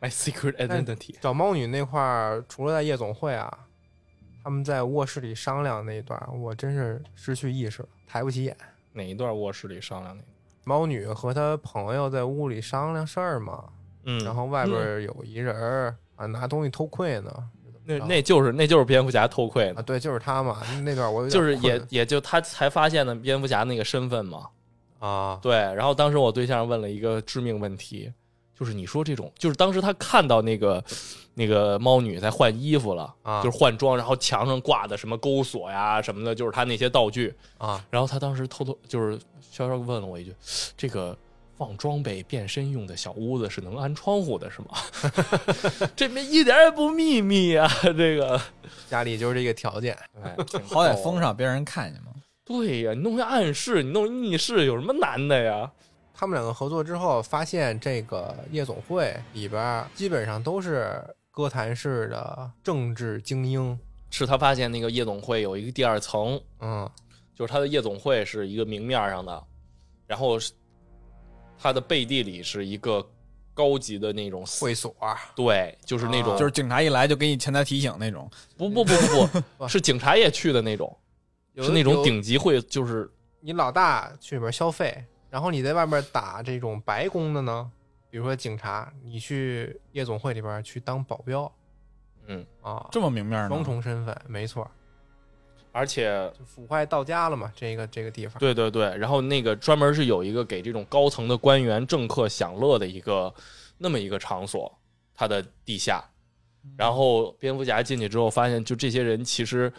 [SPEAKER 3] My secret
[SPEAKER 1] 但
[SPEAKER 3] identity，
[SPEAKER 1] 找猫女那块儿，除了在夜总会啊，他们在卧室里商量那一段，我真是失去意识了，抬不起眼。
[SPEAKER 3] 哪一段卧室里商量的？
[SPEAKER 1] 猫女和她朋友在屋里商量事儿嘛，
[SPEAKER 3] 嗯
[SPEAKER 1] 然后外边有一人儿、啊拿东西偷窥呢，就怎么那
[SPEAKER 3] 那就是那就是蝙蝠侠偷窥
[SPEAKER 1] 啊，
[SPEAKER 3] 的，
[SPEAKER 1] 对，就是他嘛， 那段我有点
[SPEAKER 3] 嗯就是也
[SPEAKER 1] 困
[SPEAKER 3] 也就他才发现的蝙蝠侠那个身份嘛。
[SPEAKER 1] 啊，
[SPEAKER 3] 对，然后当时我对象问了一个致命问题，就是你说这种，就是当时他看到那个那个猫女在换衣服了，
[SPEAKER 1] 啊
[SPEAKER 3] 就是换装，然后墙上挂的什么钩锁呀什么的，就是他那些道具。
[SPEAKER 1] 啊，
[SPEAKER 3] 然后他当时偷偷就是悄悄问了我一句：“这个放装备变身用的小屋子是能安窗户的，是吗？” 这没一点也不秘密啊， 这个。
[SPEAKER 1] 家里就是这个条件，
[SPEAKER 3] 哎，
[SPEAKER 2] 好歹封上，别让人看见嘛。
[SPEAKER 3] 对呀，你弄一暗示，你弄一密室，有什么难的呀？
[SPEAKER 1] 他们两个合作之后，发现这个夜总会里边儿基本上都是哥谭市的政治精英，
[SPEAKER 3] 是他发现那个夜总会有一个第二层，
[SPEAKER 1] 嗯
[SPEAKER 3] 就是他的夜总会是一个明面上的，然后是他的背地里是一个高级的那种
[SPEAKER 1] 会所儿
[SPEAKER 3] 对，就是那种、
[SPEAKER 1] 啊
[SPEAKER 2] 就是警察一来就给你前台提醒那种，
[SPEAKER 3] 不不不不
[SPEAKER 1] 不
[SPEAKER 3] 不，是警察也去的那种，
[SPEAKER 1] 有
[SPEAKER 3] 是那种
[SPEAKER 1] 有
[SPEAKER 3] 顶级会，就是
[SPEAKER 1] 你老大去里边消费，然后你在外面打这种白工的呢，比如说警察，你去夜总会里边去当保镖
[SPEAKER 3] 嗯，
[SPEAKER 1] 啊，
[SPEAKER 2] 这么明面呢？
[SPEAKER 1] 双重身份，没错，
[SPEAKER 3] 而且
[SPEAKER 1] 就腐坏到家了嘛，这个这个地方，
[SPEAKER 3] 对对对，然后那个专门是有一个给这种高层的官员、政客享乐的一个那么一个场所，它的地下。
[SPEAKER 1] 嗯
[SPEAKER 3] 然后蝙蝠侠进去之后，发现就这些人其实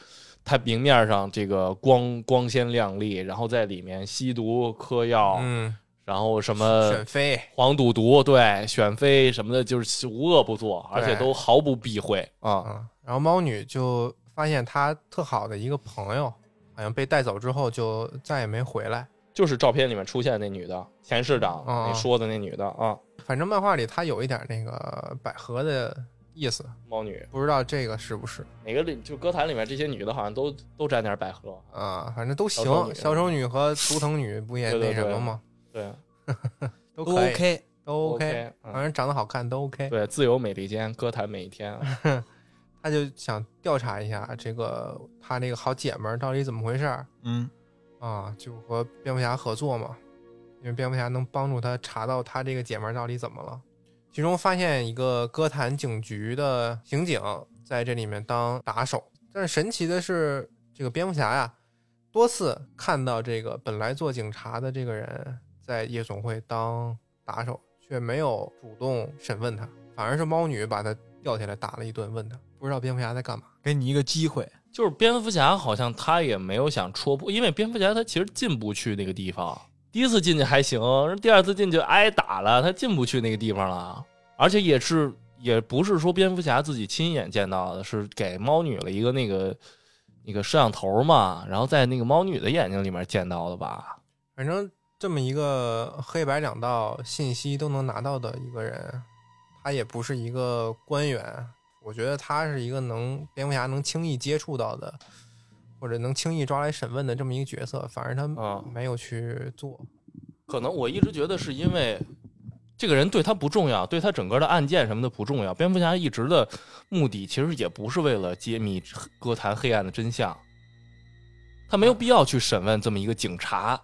[SPEAKER 3] 他明面上这个光光鲜亮丽，然后在里面吸毒、嗑药，
[SPEAKER 1] 嗯，
[SPEAKER 3] 然后什么
[SPEAKER 1] 选妃，
[SPEAKER 3] 黄赌毒，对，选妃什么的，就是无恶不作，而且
[SPEAKER 1] 对
[SPEAKER 3] 都毫不避讳啊。
[SPEAKER 1] 嗯，然后猫女就发现她特好的一个朋友，好像被带走之后就再也没回来。
[SPEAKER 3] 就是照片里面出现那女的，前市长
[SPEAKER 1] 啊
[SPEAKER 3] 你说的那女的啊，
[SPEAKER 1] 反正漫画里她有一点那个百合的意思，
[SPEAKER 3] 猫女，
[SPEAKER 1] 不知道这个是不是
[SPEAKER 3] 哪个里就歌坛里面这些女的，好像都都沾点百合。
[SPEAKER 1] 啊？反正都行
[SPEAKER 3] 小丑。女
[SPEAKER 1] 小丑女和图腾女不也
[SPEAKER 3] 对对
[SPEAKER 1] 那什么
[SPEAKER 3] 对
[SPEAKER 1] 吗？
[SPEAKER 3] 对
[SPEAKER 1] 都
[SPEAKER 2] 都
[SPEAKER 1] 可以
[SPEAKER 2] OK，
[SPEAKER 1] 都 OK，
[SPEAKER 3] OK，嗯
[SPEAKER 1] 反正长得好看都 OK。
[SPEAKER 3] 对，自由美利坚，歌坛每一天。
[SPEAKER 1] 她就想调查一下这个她这个好姐们儿到底怎么回事儿
[SPEAKER 2] 嗯，
[SPEAKER 1] 啊？就和蝙蝠侠合作嘛，因为蝙蝠侠能帮助她查到她这个姐们儿到底怎么了。其中发现一个哥谭警局的刑警在这里面当打手，但是神奇的是，这个蝙蝠侠呀，多次看到这个本来做警察的这个人在夜总会当打手，却没有主动审问他，反而是猫女把他吊起来打了一顿，问他不知道蝙蝠侠在干嘛。
[SPEAKER 2] 给你一个机会，
[SPEAKER 3] 就是蝙蝠侠，好像他也没有想戳破，因为蝙蝠侠他其实进不去那个地方。第一次进去还行，第二次进去挨打了，他进不去那个地方了。而且也是，也不是说蝙蝠侠自己亲眼见到的，是给猫女了一个那个那个摄像头嘛，然后在那个猫女的眼睛里面见到的吧。
[SPEAKER 1] 反正这么一个黑白两道信息都能拿到的一个人，他也不是一个官员，我觉得他是一个能蝙蝠侠能轻易接触到的，或者能轻易抓来审问的这么一个角色，反而他
[SPEAKER 3] 啊
[SPEAKER 1] 没有去做。
[SPEAKER 3] 可能我一直觉得是因为这个人对他不重要，对他整个的案件什么的不重要。蝙蝠侠一直的目的其实也不是为了揭秘歌坛黑暗的真相，他没有必要去审问这么一个警察，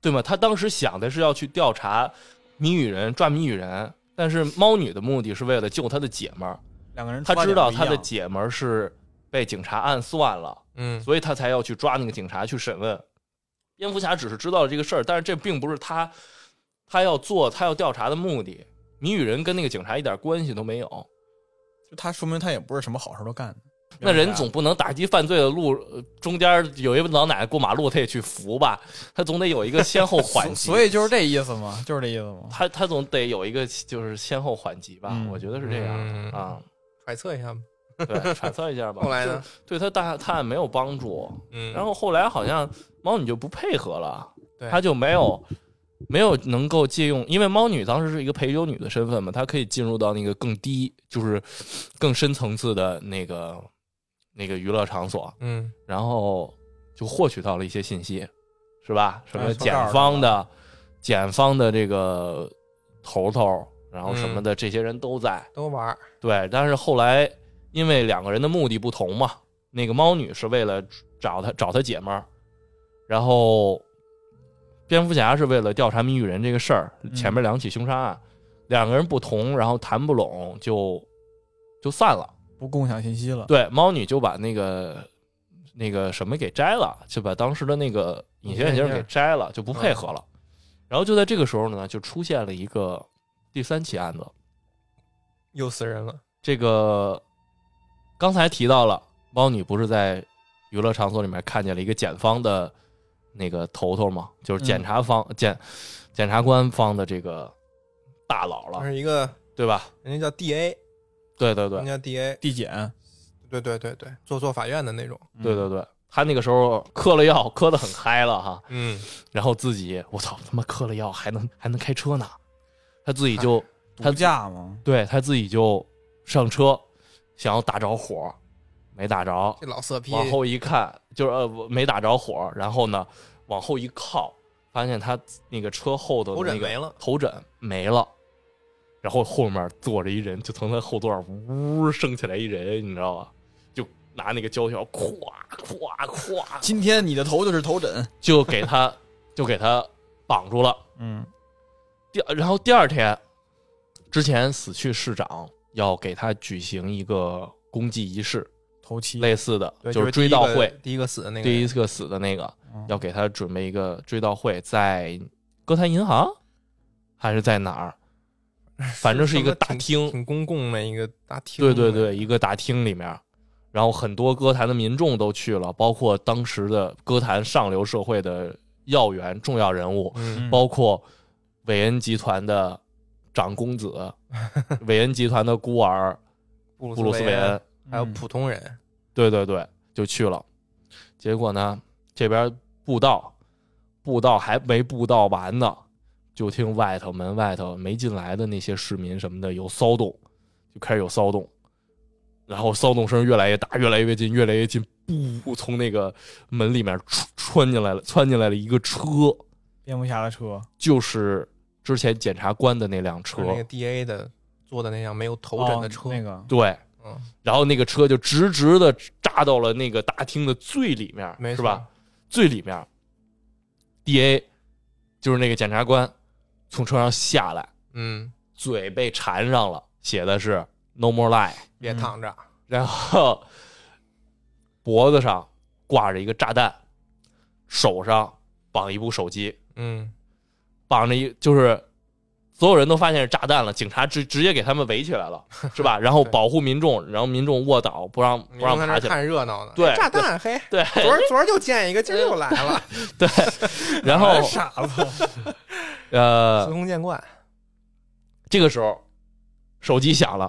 [SPEAKER 3] 对吗？他当时想的是要去调查谜语人，抓谜语人，但是猫女的目的是为了救她的姐们儿，
[SPEAKER 2] 两个人
[SPEAKER 3] 她
[SPEAKER 2] 出发
[SPEAKER 3] 知
[SPEAKER 2] 点
[SPEAKER 3] 道
[SPEAKER 2] 不一
[SPEAKER 3] 她的
[SPEAKER 2] 样
[SPEAKER 3] 姐们儿是被警察暗算了。
[SPEAKER 1] 嗯，
[SPEAKER 3] 所以他才要去抓那个警察去审问。蝙蝠侠只是知道了这个事儿，但是这并不是他他要做他要调查的目的。谜语人跟那个警察一点关系都没有，
[SPEAKER 2] 就他说明他也不是什么好事都干的。
[SPEAKER 3] 那人总不能打击犯罪的路呃中间有一个老奶奶过马路，他也去扶吧，他总得有一个先后缓
[SPEAKER 2] 所
[SPEAKER 3] 急。
[SPEAKER 2] 所以就是这意思嘛，就是这意思嘛。
[SPEAKER 3] 他他总得有一个就是先后缓急吧，
[SPEAKER 2] 嗯
[SPEAKER 3] 我觉得是这样、
[SPEAKER 1] 嗯
[SPEAKER 3] 啊。
[SPEAKER 1] 揣测一下吧。
[SPEAKER 3] 对，揣测一下吧。
[SPEAKER 1] 后来呢？
[SPEAKER 3] 对他大探案没有帮助，
[SPEAKER 1] 嗯，
[SPEAKER 3] 然后后来好像猫女就不配合了
[SPEAKER 1] 对，
[SPEAKER 3] 她就没有没有能够借用，因为猫女当时是一个陪酒女的身份嘛，她可以进入到那个更低，就是更深层次的那个那个娱乐场所，
[SPEAKER 1] 嗯，
[SPEAKER 3] 然后就获取到了一些信息，是吧？什么
[SPEAKER 2] 哎
[SPEAKER 3] 检方的检方的这个头头，然后什么
[SPEAKER 1] 嗯
[SPEAKER 3] 的，这些人都在。
[SPEAKER 1] 都玩儿。
[SPEAKER 3] 对，但是后来因为两个人的目的不同嘛，那个猫女是为了找她找她姐们儿，然后蝙蝠侠是为了调查谜语人这个事儿，前面两起凶杀案，两个人不同，然后谈不拢就就散了，
[SPEAKER 2] 不共享信息了。
[SPEAKER 3] 对，猫女就把那个那个什么给摘了，就把当时的那个隐形眼镜嗯给摘了，就不配合了。然后就在这个时候呢，就出现了一个第三起案子。
[SPEAKER 1] 又死人了。
[SPEAKER 3] 这个刚才提到了，猫女不是在娱乐场所里面看见了一个检方的那个头头吗？就是检察方、检检察官方的这个大佬
[SPEAKER 1] 这
[SPEAKER 3] 了，
[SPEAKER 1] 是一个，
[SPEAKER 3] 对吧？
[SPEAKER 1] 人家叫 DA，
[SPEAKER 3] 对对
[SPEAKER 1] 人
[SPEAKER 3] 对
[SPEAKER 1] 家 DA，
[SPEAKER 2] 递减，嗯
[SPEAKER 1] 对对对对，做做法院的那种。
[SPEAKER 3] 对对对，他那个时候嗑了药，嗑的很嗨了哈，
[SPEAKER 1] 嗯，
[SPEAKER 3] 然后自己我操他妈嗑了药还能还能开车呢，他自己就
[SPEAKER 2] 毒驾嘛，
[SPEAKER 3] 对他自己就上车想要打着火，没打着，
[SPEAKER 1] 这老色批，
[SPEAKER 3] 往后一看，就是呃我没打着火，然后呢往后一靠，发现他那个车后头
[SPEAKER 1] 头
[SPEAKER 3] 的
[SPEAKER 1] 枕
[SPEAKER 3] 那个
[SPEAKER 1] 没了
[SPEAKER 3] 头枕没了，然后后面坐着一人，就从他后座上呜升起来一人，你知道吧？就拿那个胶条咵咵 咵，
[SPEAKER 2] 今天你的头就是头枕。
[SPEAKER 3] 就给他就给他绑住了。
[SPEAKER 2] 嗯
[SPEAKER 3] 第然后第二天，之前死去市长要给他举行一个公祭仪式，，
[SPEAKER 2] 头七
[SPEAKER 3] 类似的
[SPEAKER 1] 对
[SPEAKER 3] 就是是追悼会，
[SPEAKER 1] 第一个死的那个人，
[SPEAKER 3] 第一个死的那个，
[SPEAKER 2] 嗯
[SPEAKER 3] 要给他准备一个追悼会，在歌坛银行还是在哪儿？反正是一个大厅，
[SPEAKER 1] 挺公共的一个大厅。
[SPEAKER 3] 对对对，，一个大厅里面，然后很多歌坛的民众都去了，包括当时的歌坛上流社会的要员、重要人物，
[SPEAKER 1] 嗯，
[SPEAKER 3] 包括韦恩集团的长公子、韦恩集团的孤儿
[SPEAKER 1] 布
[SPEAKER 3] 布鲁斯·韦恩，
[SPEAKER 1] 还
[SPEAKER 2] 嗯
[SPEAKER 1] 有普通人，
[SPEAKER 3] 对对对，就去了。结果呢，这边布道，布道还没布道完呢，就听外头门外头没进来的那些市民什么的有骚动，就开始有骚动，然后骚动声越来越大，越来越近，越来越近，不从那个门里面穿穿进来了，窜进来了一个车，
[SPEAKER 2] 蝙蝠侠的车，
[SPEAKER 3] 就是之前检察官的那辆车，
[SPEAKER 1] 就是那个 DA 的坐的那辆没有头枕的车
[SPEAKER 2] 哦，那个
[SPEAKER 3] 对。
[SPEAKER 1] 嗯，
[SPEAKER 3] 然后那个车就直直的扎到了那个大厅的最里面，
[SPEAKER 1] 没
[SPEAKER 3] 是
[SPEAKER 1] 错
[SPEAKER 3] 吧？？最里面，D.A. 就是那个检察官从车上下来，
[SPEAKER 1] 嗯，
[SPEAKER 3] 嘴被缠上了，写的是 “No more lie”，
[SPEAKER 2] 嗯
[SPEAKER 1] 别躺着，
[SPEAKER 3] 然后脖子上挂着一个炸弹，手上绑一部手机，
[SPEAKER 1] 嗯，
[SPEAKER 3] 绑着一就是。所有人都发现是炸弹了，警察直直接给他们围起 来了，是吧？然后
[SPEAKER 1] 对
[SPEAKER 3] 保护民众，然后民众卧倒，不让不
[SPEAKER 1] 明
[SPEAKER 3] 让
[SPEAKER 1] 明在那
[SPEAKER 3] 爬
[SPEAKER 1] 儿
[SPEAKER 3] 起来。
[SPEAKER 1] 看热闹呢。
[SPEAKER 3] 对
[SPEAKER 1] 哎炸弹，嘿，
[SPEAKER 3] 对，
[SPEAKER 1] 昨儿昨儿就见一个，今儿又来了， 哎
[SPEAKER 3] 对， 然后
[SPEAKER 2] 傻子，
[SPEAKER 3] 呃
[SPEAKER 1] 司，空见惯。
[SPEAKER 3] 这个时候，手机响了，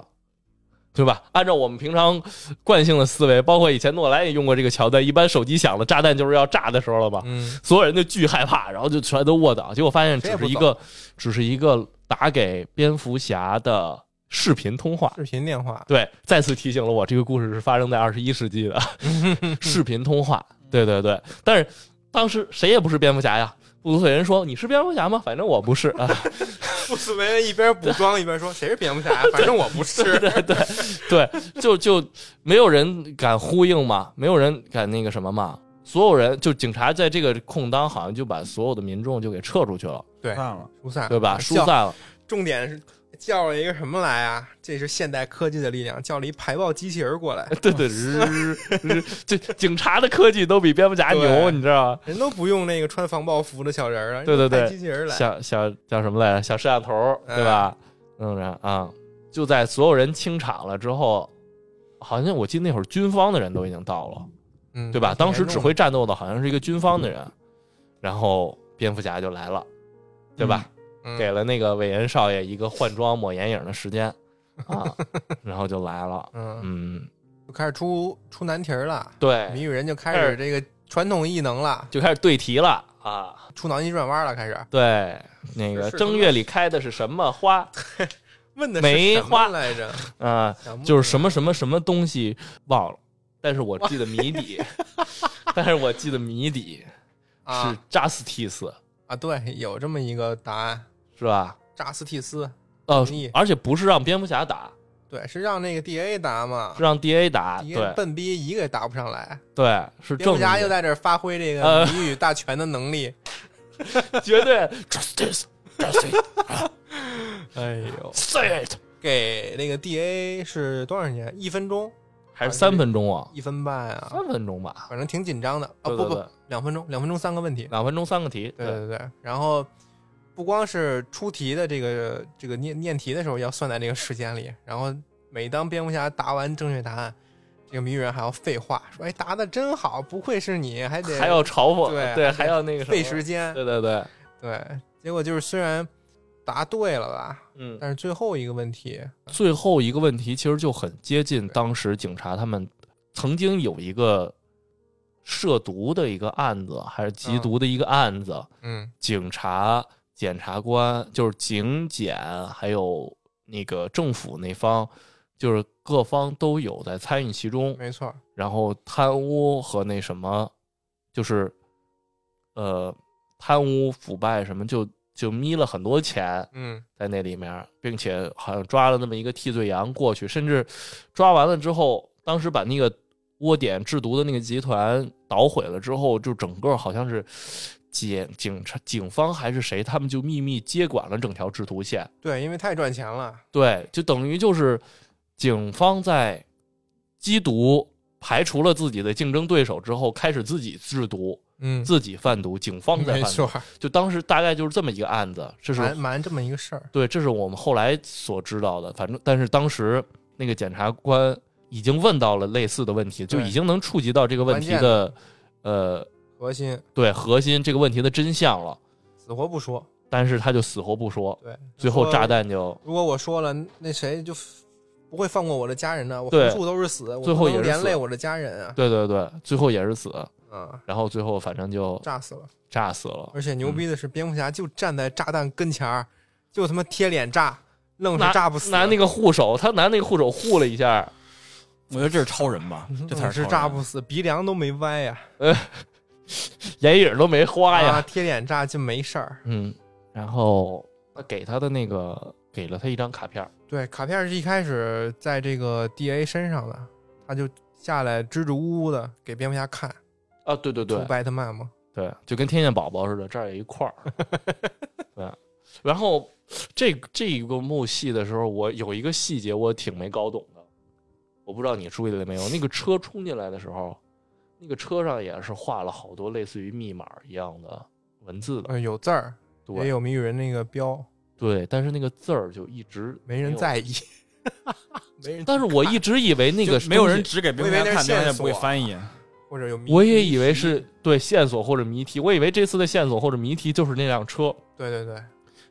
[SPEAKER 3] 对吧？按照我们平常惯性的思维，包括以前诺兰也用过这个桥段，一般手机响了，炸弹就是要炸的时候了吧？
[SPEAKER 1] 嗯，
[SPEAKER 3] 所有人就巨害怕，然后就全都卧倒。结果发现只是一
[SPEAKER 1] 谁也
[SPEAKER 3] 个，只是一个打给蝙蝠侠的视频通话。
[SPEAKER 1] 视频电话，
[SPEAKER 3] 对，再次提醒了我，这个故事是发生在二十一 世纪的视频通话。对对对，但是当时谁也不是蝙蝠侠呀。布鲁斯·韦恩说：“你是蝙蝠侠吗？反正我不是啊。”
[SPEAKER 1] 布斯维恩一边补妆一边说：“谁是蝙蝠 侠呀？反正我不是。
[SPEAKER 3] 对对对， 就就没有人敢呼应嘛，没有人敢那个什么嘛，所有人就警察在这个空当好像就把所有的民众就给撤出去了，
[SPEAKER 1] 啊对，
[SPEAKER 2] 算了，
[SPEAKER 1] 疏散
[SPEAKER 3] 对吧？疏。散
[SPEAKER 1] 叫
[SPEAKER 3] 了，
[SPEAKER 1] 重点是叫了一个什么来啊？这是现代科技的力量，叫了一排爆机器人过来，
[SPEAKER 3] 对 对，日日这警察的科技都比蝙蝠侠牛，
[SPEAKER 1] 对
[SPEAKER 3] 你知道吗？
[SPEAKER 1] 人都不用那个穿防爆服的小人儿啊，
[SPEAKER 3] 对对对
[SPEAKER 1] 人家派机器人来。
[SPEAKER 3] 小小叫什么来着？小摄像头儿，
[SPEAKER 1] 嗯
[SPEAKER 3] 对吧？弄着啊，就在所有人清场了之后，好像我记得那会儿军方的人都已经到了。
[SPEAKER 1] 嗯，
[SPEAKER 3] 对吧？当时指挥战斗的好像是一个军方的人，然后蝙蝠侠就来了，对吧？
[SPEAKER 1] 嗯
[SPEAKER 3] 给了那个韦恩少爷一个换装抹眼影的时间啊， 然后就来了。
[SPEAKER 1] 嗯，
[SPEAKER 3] 嗯，
[SPEAKER 1] 就开始出出难题儿了，谜
[SPEAKER 3] 对，
[SPEAKER 1] 语人就开始这个传统异能了，
[SPEAKER 3] 就开始对题了啊。
[SPEAKER 1] 出脑筋急转弯了，开始
[SPEAKER 3] 对，那个
[SPEAKER 1] 是是
[SPEAKER 3] 正月里开的是什 么花？
[SPEAKER 1] 问的是
[SPEAKER 3] 梅
[SPEAKER 1] 什么
[SPEAKER 3] 花
[SPEAKER 1] 来着，
[SPEAKER 3] 啊，
[SPEAKER 1] 想不
[SPEAKER 3] 就是
[SPEAKER 1] 起
[SPEAKER 3] 什么什么什么东西忘了，但是我记得 谜底，但是我记得谜底
[SPEAKER 1] 来
[SPEAKER 3] 是
[SPEAKER 1] 啊
[SPEAKER 3] justice，
[SPEAKER 1] 啊，对，有这么一个答案，
[SPEAKER 3] 是吧？
[SPEAKER 1] 扎斯蒂斯，
[SPEAKER 3] 呃
[SPEAKER 1] 同意，
[SPEAKER 3] 而且不是让蝙蝠侠打，
[SPEAKER 1] 对，是让那个 DA 答嘛
[SPEAKER 3] 是让 DA 打，
[SPEAKER 1] ，DA
[SPEAKER 3] 对，
[SPEAKER 1] 啊笨逼一个也答不上来，
[SPEAKER 3] 对，是
[SPEAKER 1] 蝙
[SPEAKER 3] 正
[SPEAKER 1] 蝠
[SPEAKER 3] 义
[SPEAKER 1] 侠
[SPEAKER 3] 的，
[SPEAKER 1] 又在这儿发挥这个
[SPEAKER 3] 呃
[SPEAKER 1] 谜语大全的能 力，
[SPEAKER 3] 绝对 justice justice
[SPEAKER 1] 哎呦，
[SPEAKER 3] say it，
[SPEAKER 1] 给那个 DA 是多少年？一分钟，
[SPEAKER 3] 还是三分钟啊？
[SPEAKER 1] 一分半啊，
[SPEAKER 3] 三分钟吧，
[SPEAKER 1] 反正挺紧张的啊！
[SPEAKER 3] 对
[SPEAKER 1] 不
[SPEAKER 3] 对
[SPEAKER 1] 不
[SPEAKER 3] 对，，
[SPEAKER 1] 两分钟，两分钟三个问题。
[SPEAKER 3] 两分钟三个题，
[SPEAKER 1] 对对对，然后不光是出题的这个这个念念题的时候要算在这个时间里，然后每当蝙蝠侠答完正确答案，这个谜语人还要废话说：“哎，答的真好，不愧是你，还得
[SPEAKER 3] 还要嘲讽，
[SPEAKER 1] 对
[SPEAKER 3] 对，
[SPEAKER 1] 还
[SPEAKER 3] 还要那个什么
[SPEAKER 1] 费时，间。
[SPEAKER 3] 对对对，”
[SPEAKER 1] 对，结果就是虽然答对了吧，
[SPEAKER 3] 嗯。
[SPEAKER 1] 但是最后一个问题，
[SPEAKER 3] 最后一个问题其实就很接近当时警察他们曾经有一个涉毒的一个案子，还是缉毒的一个案子，
[SPEAKER 1] 嗯
[SPEAKER 3] 警察、检察官就是警检，还有那个政府那方，就是各方都有在参与其中，
[SPEAKER 1] 没错，
[SPEAKER 3] 然后贪污和那什么，就是呃贪污腐败什么就就眯了很多钱，
[SPEAKER 1] 嗯
[SPEAKER 3] 在那里面，并且好像抓了那么一个替罪羊过去，甚至抓完了之后，当时把那个窝点制毒的那个集团捣毁了之后，就整个好像是警警察警方还是谁，他们就秘密接管了整条制毒线。
[SPEAKER 1] 对，因为太赚钱了，
[SPEAKER 3] 对，就等于就是警方在缉毒排除了自己的竞争对手之后，开始自己制毒、
[SPEAKER 1] 嗯，
[SPEAKER 3] 自己贩毒，警方在
[SPEAKER 1] 没
[SPEAKER 3] 贩毒
[SPEAKER 1] 错。，哎
[SPEAKER 3] 就当时大概就是这么一个案子，这是
[SPEAKER 1] 瞒瞒这么一个事儿，
[SPEAKER 3] 对，这是我们后来所知道的。反正，但是当时那个检察官已经问到了类似的问题，就
[SPEAKER 1] 对
[SPEAKER 3] 已经能触及到这个问题
[SPEAKER 1] 关键
[SPEAKER 3] 的，呃，
[SPEAKER 1] 核心
[SPEAKER 3] 对核心这个问题的真相了。
[SPEAKER 1] 死活不说，
[SPEAKER 3] 但是他就死活不说，
[SPEAKER 1] 对，
[SPEAKER 3] 最后
[SPEAKER 1] 说
[SPEAKER 3] 炸弹就
[SPEAKER 1] 如果我说了，那谁就不会放过我的家人呢？我
[SPEAKER 3] 对
[SPEAKER 1] 横竖都是死，我
[SPEAKER 3] 最后
[SPEAKER 1] 不
[SPEAKER 3] 也
[SPEAKER 1] 能
[SPEAKER 3] 是
[SPEAKER 1] 连累
[SPEAKER 3] 死
[SPEAKER 1] 我的家人啊！
[SPEAKER 3] 对对对，最后也是死，
[SPEAKER 1] 啊，
[SPEAKER 3] 然后最后反正就
[SPEAKER 1] 炸死了！
[SPEAKER 3] 炸死了。
[SPEAKER 1] 而且牛逼的是，蝙蝠侠就站在炸弹跟前儿，就他妈贴脸炸，愣是
[SPEAKER 3] 拿
[SPEAKER 1] 炸不死。
[SPEAKER 3] 拿那个护手，他拿那个护手护了一下，
[SPEAKER 2] 我觉得这是超人 吧，这才
[SPEAKER 1] 愣是
[SPEAKER 2] 超
[SPEAKER 1] 炸
[SPEAKER 2] 人
[SPEAKER 1] 不死，鼻梁都没歪呀！
[SPEAKER 3] 眼影都没花哎呀。
[SPEAKER 1] 啊，贴脸炸就没事儿。
[SPEAKER 3] 嗯，然后他给他的那个给了他一张卡片儿，
[SPEAKER 1] 对，卡片是一开始在这个 D A 身上的，他就下来支支吾吾的给蝙蝠侠看，
[SPEAKER 3] 啊，对对对
[SPEAKER 1] 出，白特曼嘛。
[SPEAKER 3] 对，就跟天线宝宝似的，这儿有一 块儿。对，然后这这个幕戏的时候，我有一个细节我挺没搞懂的，我不知道你注意了没有？那个车冲进来的时候，那个车上也是画了好多类似于密码一样的文字的，
[SPEAKER 1] 嗯，有字儿，也
[SPEAKER 3] 对
[SPEAKER 1] 有谜语人那个标，
[SPEAKER 3] 对，但是那个字儿就一直
[SPEAKER 1] 没人
[SPEAKER 3] 有。
[SPEAKER 1] 在意， 没人
[SPEAKER 3] 但是我一直以为那个
[SPEAKER 2] 就没有人
[SPEAKER 3] 东西，
[SPEAKER 2] 只给蝙蝠
[SPEAKER 1] 我以
[SPEAKER 2] 侠
[SPEAKER 1] 为那
[SPEAKER 2] 看，
[SPEAKER 1] 是
[SPEAKER 2] 蝙蝠侠
[SPEAKER 1] 线
[SPEAKER 2] 也
[SPEAKER 1] 索
[SPEAKER 2] 不会翻译。
[SPEAKER 1] 或者有谜。
[SPEAKER 3] 我也以为是对线索或者谜题，我以为这次的线索或者谜题就是那辆车，
[SPEAKER 1] 对对对，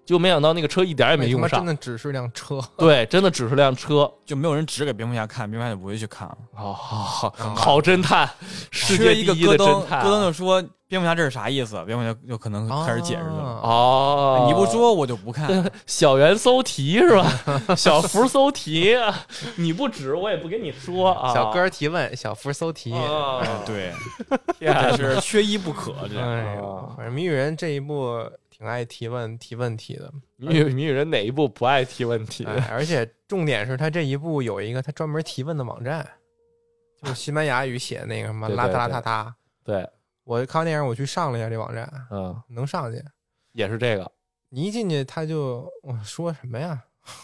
[SPEAKER 3] 就没想到那个车一点儿也没
[SPEAKER 1] 他
[SPEAKER 3] 用
[SPEAKER 1] 妈真
[SPEAKER 3] 上。
[SPEAKER 1] 的只是辆 车。
[SPEAKER 3] 对，真的只是辆车。
[SPEAKER 2] 就没有人只给蝙蝠侠看，蝙蝠侠就不会去看了。
[SPEAKER 3] 好好
[SPEAKER 1] 啊
[SPEAKER 3] 好，好侦探，世 界
[SPEAKER 2] 缺
[SPEAKER 3] 第
[SPEAKER 2] 一个
[SPEAKER 3] 一
[SPEAKER 2] 戈
[SPEAKER 3] 的
[SPEAKER 2] 登，
[SPEAKER 3] 侦探
[SPEAKER 2] 戈登就说蝙蝠侠这是啥意思，蝙蝠侠就可能开始解释去了。
[SPEAKER 1] 啊，
[SPEAKER 3] 哦，
[SPEAKER 2] 哎你不说我就不看，
[SPEAKER 3] 小圆搜题是吧？小福搜题，你不指我也不跟你说啊。
[SPEAKER 1] 小哥提问，小福搜题。
[SPEAKER 3] 啊，
[SPEAKER 2] 对，
[SPEAKER 3] 天啊
[SPEAKER 2] 这是缺一不可。这
[SPEAKER 1] 哎呦，反正谜语人这一部挺爱提问、提问题的，
[SPEAKER 3] 谜语谜语人哪一部不爱提问题？
[SPEAKER 1] 哎而且重点是他这一部有一个他专门提问的网站，就是西班牙语写的那个什么
[SPEAKER 3] 对对
[SPEAKER 1] 邋遢邋
[SPEAKER 3] 对
[SPEAKER 1] 遢遢。
[SPEAKER 3] 对，
[SPEAKER 1] 我看完电影，我去上了一下这网站，
[SPEAKER 3] 嗯，
[SPEAKER 1] 能上去。
[SPEAKER 3] 也是这个，
[SPEAKER 1] 你一进去，他就我说什么呀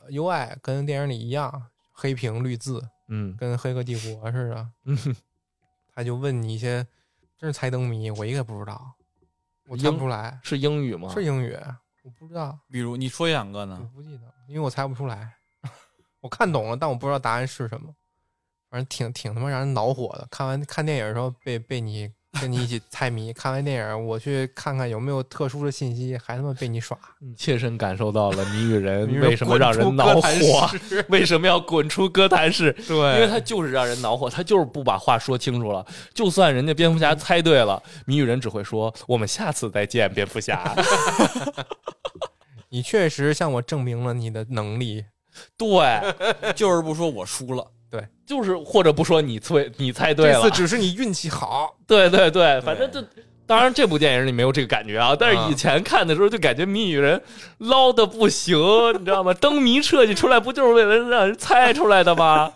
[SPEAKER 1] ？UI 跟电影里一样，黑屏绿字，
[SPEAKER 3] 嗯
[SPEAKER 1] 跟《黑客帝国》似的，
[SPEAKER 3] 嗯，
[SPEAKER 1] 他就问你一些，真是猜灯谜，我一个也不知道，我猜
[SPEAKER 3] 英啊
[SPEAKER 1] 不出来，
[SPEAKER 3] 是英语吗？
[SPEAKER 1] 是英语，我不知道，
[SPEAKER 2] 比如你说一两个
[SPEAKER 3] 啊
[SPEAKER 1] 我
[SPEAKER 2] 呢？
[SPEAKER 1] 不记得了，因为我猜不出来， 我看懂了，但我不知道答案是什么，反正挺挺他妈让人恼火的。看完看电影的时候被被你跟你一 起猜谜，看完电影我去看看有没有特殊的信息，还他妈被你耍，
[SPEAKER 3] 你切身感受到了谜语
[SPEAKER 1] 嗯谜
[SPEAKER 3] 人
[SPEAKER 1] 语人
[SPEAKER 3] 为什么让人
[SPEAKER 1] 滚出
[SPEAKER 3] 恼
[SPEAKER 1] 哥谭
[SPEAKER 3] 火， 为什么要滚出歌 坛市？
[SPEAKER 1] 对
[SPEAKER 3] 因为他就是让人恼火，他就是不把话说清楚了。就算人家蝙蝠侠猜对了，谜语人只会说“我们下次再见，蝙蝠侠。
[SPEAKER 1] 你确实向我证明了你的能力。”
[SPEAKER 3] 对，
[SPEAKER 2] 就是不说我输了，
[SPEAKER 3] 就是或者不说你猜你猜对
[SPEAKER 1] 这
[SPEAKER 3] 了
[SPEAKER 1] 次，只是你运气好，
[SPEAKER 3] 对对对，反正就。当然，这部电影里没有这个感觉啊，但
[SPEAKER 1] 嗯
[SPEAKER 3] 是以前看的时候就感觉谜语人捞的不行，你知道吗？灯谜设计出来不就是为了让人猜出来 的吗？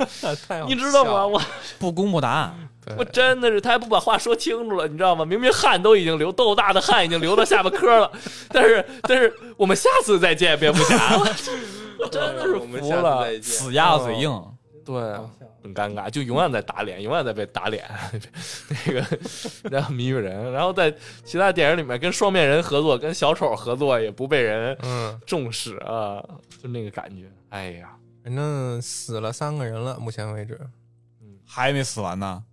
[SPEAKER 1] 哎
[SPEAKER 3] 你知道吗？我
[SPEAKER 2] 不公布答案，
[SPEAKER 1] 对
[SPEAKER 3] 我真的是，他还不把话说清楚了，你知道吗？明明汗都已经流，豆大的汗已经流到下巴颏了， 但是但是我 们下次再见，蝙蝠侠，我我真的是服了，
[SPEAKER 1] 哦
[SPEAKER 2] 死鸭子嘴硬。
[SPEAKER 3] 对，啊很尴尬，就永远在打脸，永远在被打脸。 那个，然后谜语人，然后在其他电影里面跟双面人合作，跟小丑合作也不被人
[SPEAKER 1] 嗯，
[SPEAKER 3] 重视啊，就那个感觉。哎呀，
[SPEAKER 1] 反正死了三个人了，目前为止，
[SPEAKER 2] 还没死完呢。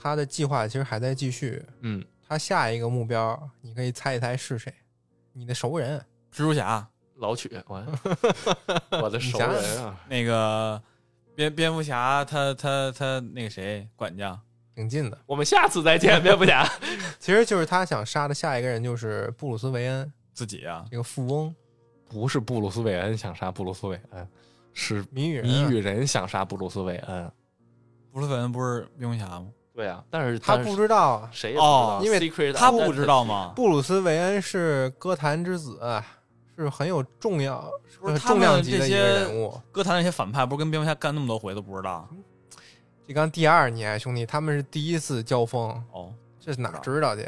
[SPEAKER 1] 他的计划其实还在继续。
[SPEAKER 3] 嗯，
[SPEAKER 1] 他下一个目标，你可以猜一猜是谁？你的熟人，
[SPEAKER 2] 蜘蛛侠
[SPEAKER 3] 老曲， 我我的熟人啊，
[SPEAKER 2] 那个蝙蝙蝠侠，他他他那个谁管家，
[SPEAKER 1] 挺近的。
[SPEAKER 3] 我们下次再见，蝙蝠侠。
[SPEAKER 1] 其实就是他想杀的下一个人就是布鲁斯·韦恩，
[SPEAKER 2] 自己啊，
[SPEAKER 1] 这个富翁
[SPEAKER 3] 不是布鲁斯韦恩想杀布鲁斯韦恩，是
[SPEAKER 1] 谜语人啊
[SPEAKER 3] 谜语人想杀布鲁斯韦恩。
[SPEAKER 2] 布鲁斯韦恩不是蝙蝠侠吗？
[SPEAKER 3] 对啊，但是
[SPEAKER 1] 他
[SPEAKER 3] 但是
[SPEAKER 1] 不知道啊。
[SPEAKER 3] 谁也不知道
[SPEAKER 2] 哦，
[SPEAKER 1] 因为
[SPEAKER 3] Secret
[SPEAKER 2] 他
[SPEAKER 3] Identity
[SPEAKER 2] 不知道？吗？
[SPEAKER 1] 布鲁斯·韦恩是歌坛之子，是很有重要、是
[SPEAKER 2] 不是
[SPEAKER 1] 很
[SPEAKER 2] 他
[SPEAKER 1] 重
[SPEAKER 2] 们
[SPEAKER 1] 量级
[SPEAKER 2] 这
[SPEAKER 1] 的一个
[SPEAKER 2] 些
[SPEAKER 1] 人物。
[SPEAKER 2] 歌坛那些反派不是跟蝙蝠侠干那么多回都不知道？
[SPEAKER 1] 这刚第二年，兄弟，他们是第一次交锋，
[SPEAKER 2] 哦，
[SPEAKER 1] 这哪
[SPEAKER 2] 不
[SPEAKER 1] 知道去？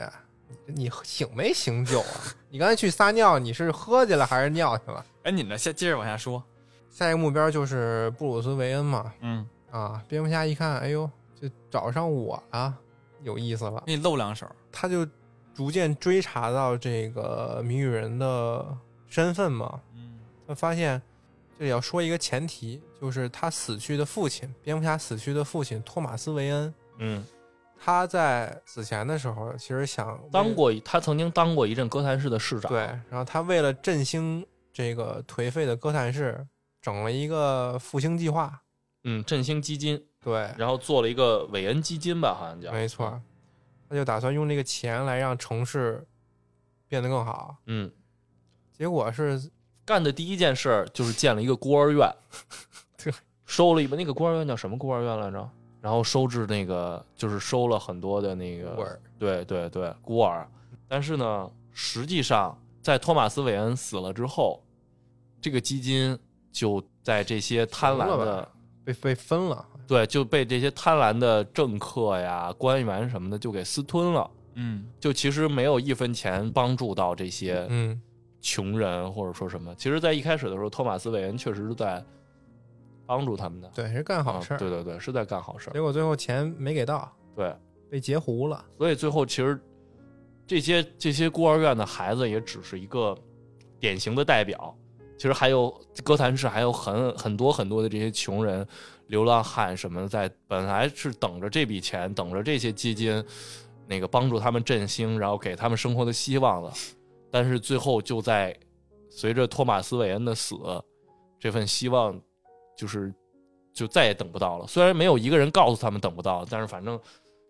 [SPEAKER 1] 你你醒没醒酒啊？你刚才去撒尿，你是喝去了还是尿去了？
[SPEAKER 2] 哎，你呢？下接着往下说。
[SPEAKER 1] 下一个目标就是布鲁斯·韦恩嘛。
[SPEAKER 2] 嗯，
[SPEAKER 1] 啊，蝙蝠侠一看，哎呦，就找上我了，有意思了。
[SPEAKER 2] 给你露两手。
[SPEAKER 1] 他就逐渐追查到这个谜语人的身份嘛。
[SPEAKER 2] 嗯，
[SPEAKER 1] 他发现这里要说一个前提，就是他死去的父亲，蝙蝠侠死去的父亲托马斯·韦恩，
[SPEAKER 3] 嗯，
[SPEAKER 1] 他在死前的时候其实想为
[SPEAKER 3] 当过他曾经当过一任哥谭市的市长。
[SPEAKER 1] 对，然后他为了振兴这个颓废的哥谭市，整了一个复兴计划。
[SPEAKER 3] 嗯，振兴基金，
[SPEAKER 1] 对，
[SPEAKER 3] 然后做了嗯一个韦恩基金吧，好像叫。
[SPEAKER 1] 没错，他就打算用这个钱来让城市变得更好。
[SPEAKER 3] 嗯，
[SPEAKER 1] 结果是
[SPEAKER 3] 干的第一件事儿就是建了一个孤儿院，
[SPEAKER 1] 对，
[SPEAKER 3] 收了一把那个孤儿院叫什么孤儿院来着？然后收治那个就是收了很多的那个
[SPEAKER 1] 孤儿，
[SPEAKER 3] 对对对，孤儿。但是呢，实际上在托马斯·韦恩死了之后，这个基金就在这些贪婪
[SPEAKER 1] 停了
[SPEAKER 3] 的
[SPEAKER 1] 吧被被分了，
[SPEAKER 3] 对就被这些贪婪的政客呀、官员什么的就给私吞了。
[SPEAKER 2] 嗯，
[SPEAKER 3] 就其实没有一分钱帮助到这些
[SPEAKER 1] 嗯，
[SPEAKER 3] 穷人或者说什么。其实，在一开始的时候，托马斯·韦恩确实是在帮助他们的，
[SPEAKER 1] 对，是干好事
[SPEAKER 3] 啊
[SPEAKER 1] 儿。
[SPEAKER 3] 对对对，是在干好事儿
[SPEAKER 1] 结。果最后钱没给到，
[SPEAKER 3] 对，
[SPEAKER 1] 被截胡了。
[SPEAKER 3] 所以最后其实这些这些孤儿院的孩子也只是一个典型的代表。其实还有哥谭市还有很很多很多的这些穷人、流浪汉什么的，在本来是等着这笔钱，等着这些基金，那个帮助他们振兴，然后给他们生活的希望的，但是最后就在随着托马斯·韦恩的死，这份希望就是就再也等不到了。虽然没有一个人告诉他们等不到，但是反正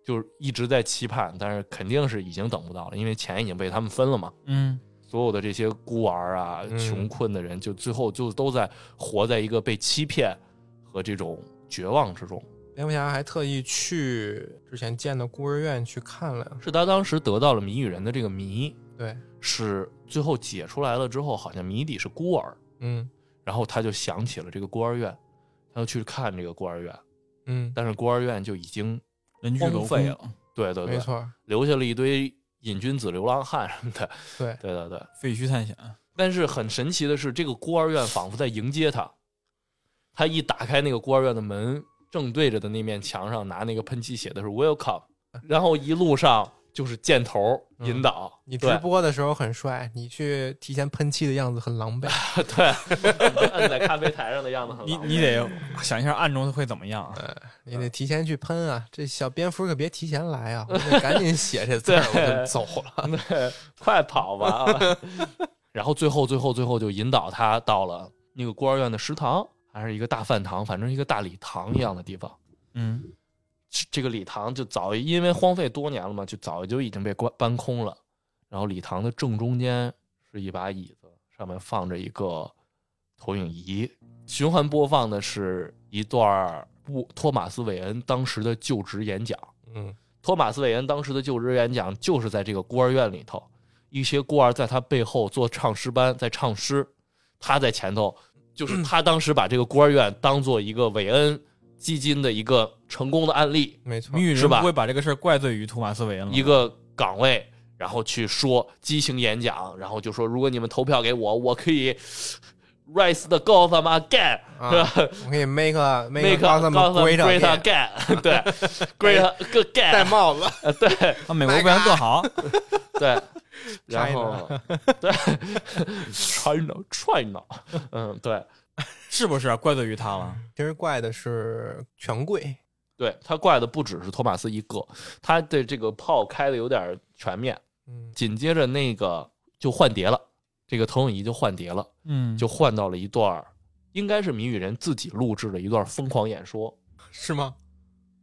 [SPEAKER 3] 就是一直在期盼，但是肯定是已经等不到了，因为钱已经被他们分了嘛。
[SPEAKER 2] 嗯，
[SPEAKER 3] 所有的这些孤儿啊、
[SPEAKER 1] 嗯
[SPEAKER 3] 穷困的人，就最后就都在活在一个被欺骗和这种绝望之中。
[SPEAKER 1] 蝙蝠侠还特意去之前建的孤儿院去看了，
[SPEAKER 3] 是他当时得到了谜语人的这个谜，
[SPEAKER 1] 对，
[SPEAKER 3] 是最后解出来了之后，好像谜底是孤儿，
[SPEAKER 1] 嗯
[SPEAKER 3] 然后他就想起了这个孤儿院，他就去看这个孤儿院，
[SPEAKER 1] 嗯，
[SPEAKER 3] 但是孤儿院就已经
[SPEAKER 2] 人去楼
[SPEAKER 3] 荒废了，对对
[SPEAKER 1] 没
[SPEAKER 3] 对，
[SPEAKER 1] 错，
[SPEAKER 3] 留下了一堆瘾君子、流浪汉什么的，
[SPEAKER 1] 对
[SPEAKER 3] 对对对。
[SPEAKER 2] 废墟探险。
[SPEAKER 3] 但是很神奇的是，这个孤儿院仿佛在迎接他。他一打开那个孤儿院的门，正对着的那面墙上拿那个喷漆写的是 “Welcome”，然
[SPEAKER 1] 啊
[SPEAKER 3] 后一路上就是箭头
[SPEAKER 1] 嗯
[SPEAKER 3] 引导。
[SPEAKER 1] 你直
[SPEAKER 3] 对
[SPEAKER 1] 播的时候很帅，你去提前喷漆的样子很狼狈。
[SPEAKER 3] 对，摁在咖啡台上的样子很
[SPEAKER 2] 你
[SPEAKER 3] 狼狈
[SPEAKER 2] 你得想一下暗中会怎么样啊？
[SPEAKER 1] 你
[SPEAKER 3] 嗯
[SPEAKER 1] 得提前去喷啊！这小蝙蝠可别提前来啊！我得赶紧写这字儿，我就走了。
[SPEAKER 3] 对，快跑吧！ 啊然后最后最后最后就引导他到了那个孤儿院的食堂，还是一个大饭堂，反正一个大礼堂一样的地方。
[SPEAKER 2] 嗯，
[SPEAKER 3] 这这个礼堂就早已因为荒废多年了嘛，就早就已经被关搬空了。然后礼堂的正中间是一把椅子，上面放着一个投影仪，循环播放的是一段儿布托马斯·韦恩当时的就职演讲。
[SPEAKER 1] 嗯
[SPEAKER 3] 托马斯·韦恩当时的就职演讲就是在这个孤儿院里头，一些孤儿在他背后做唱诗班，在唱诗，他在前头，就是他当时把这个孤儿院当做一个韦恩基金的一个成功的案例，
[SPEAKER 1] 没错
[SPEAKER 2] 谜，语嗯
[SPEAKER 3] 是
[SPEAKER 2] 人
[SPEAKER 3] 吧
[SPEAKER 2] 不会把这个事儿怪罪于托马斯韦恩
[SPEAKER 1] 嗯
[SPEAKER 2] 了。
[SPEAKER 3] 一个岗位，然后去说激情演讲，然后就说如果你们投票给我，我可以。 Rise the Gotham again，、
[SPEAKER 1] 啊
[SPEAKER 3] 是吧
[SPEAKER 1] 我给你 make a make a
[SPEAKER 3] ？Make
[SPEAKER 1] Gotham
[SPEAKER 3] Gotham
[SPEAKER 1] great
[SPEAKER 3] great
[SPEAKER 1] again 哎
[SPEAKER 3] again，对，great
[SPEAKER 1] 戴
[SPEAKER 3] again，
[SPEAKER 1] 帽子，
[SPEAKER 3] 呃对
[SPEAKER 2] 那美国变得更好。
[SPEAKER 3] 对，然后 对 China China，嗯，对
[SPEAKER 2] 是不是怪罪于他了？
[SPEAKER 1] 其实怪的是权贵，
[SPEAKER 3] 对，他怪的不只是托马斯一个，他对这个炮开的有点全面。
[SPEAKER 1] 嗯，
[SPEAKER 3] 紧接着那个就换碟了，这个投影仪就换碟了，
[SPEAKER 2] 嗯
[SPEAKER 3] 就换到了一段儿应该是谜语人自己录制的一段疯狂演说，
[SPEAKER 1] 是吗？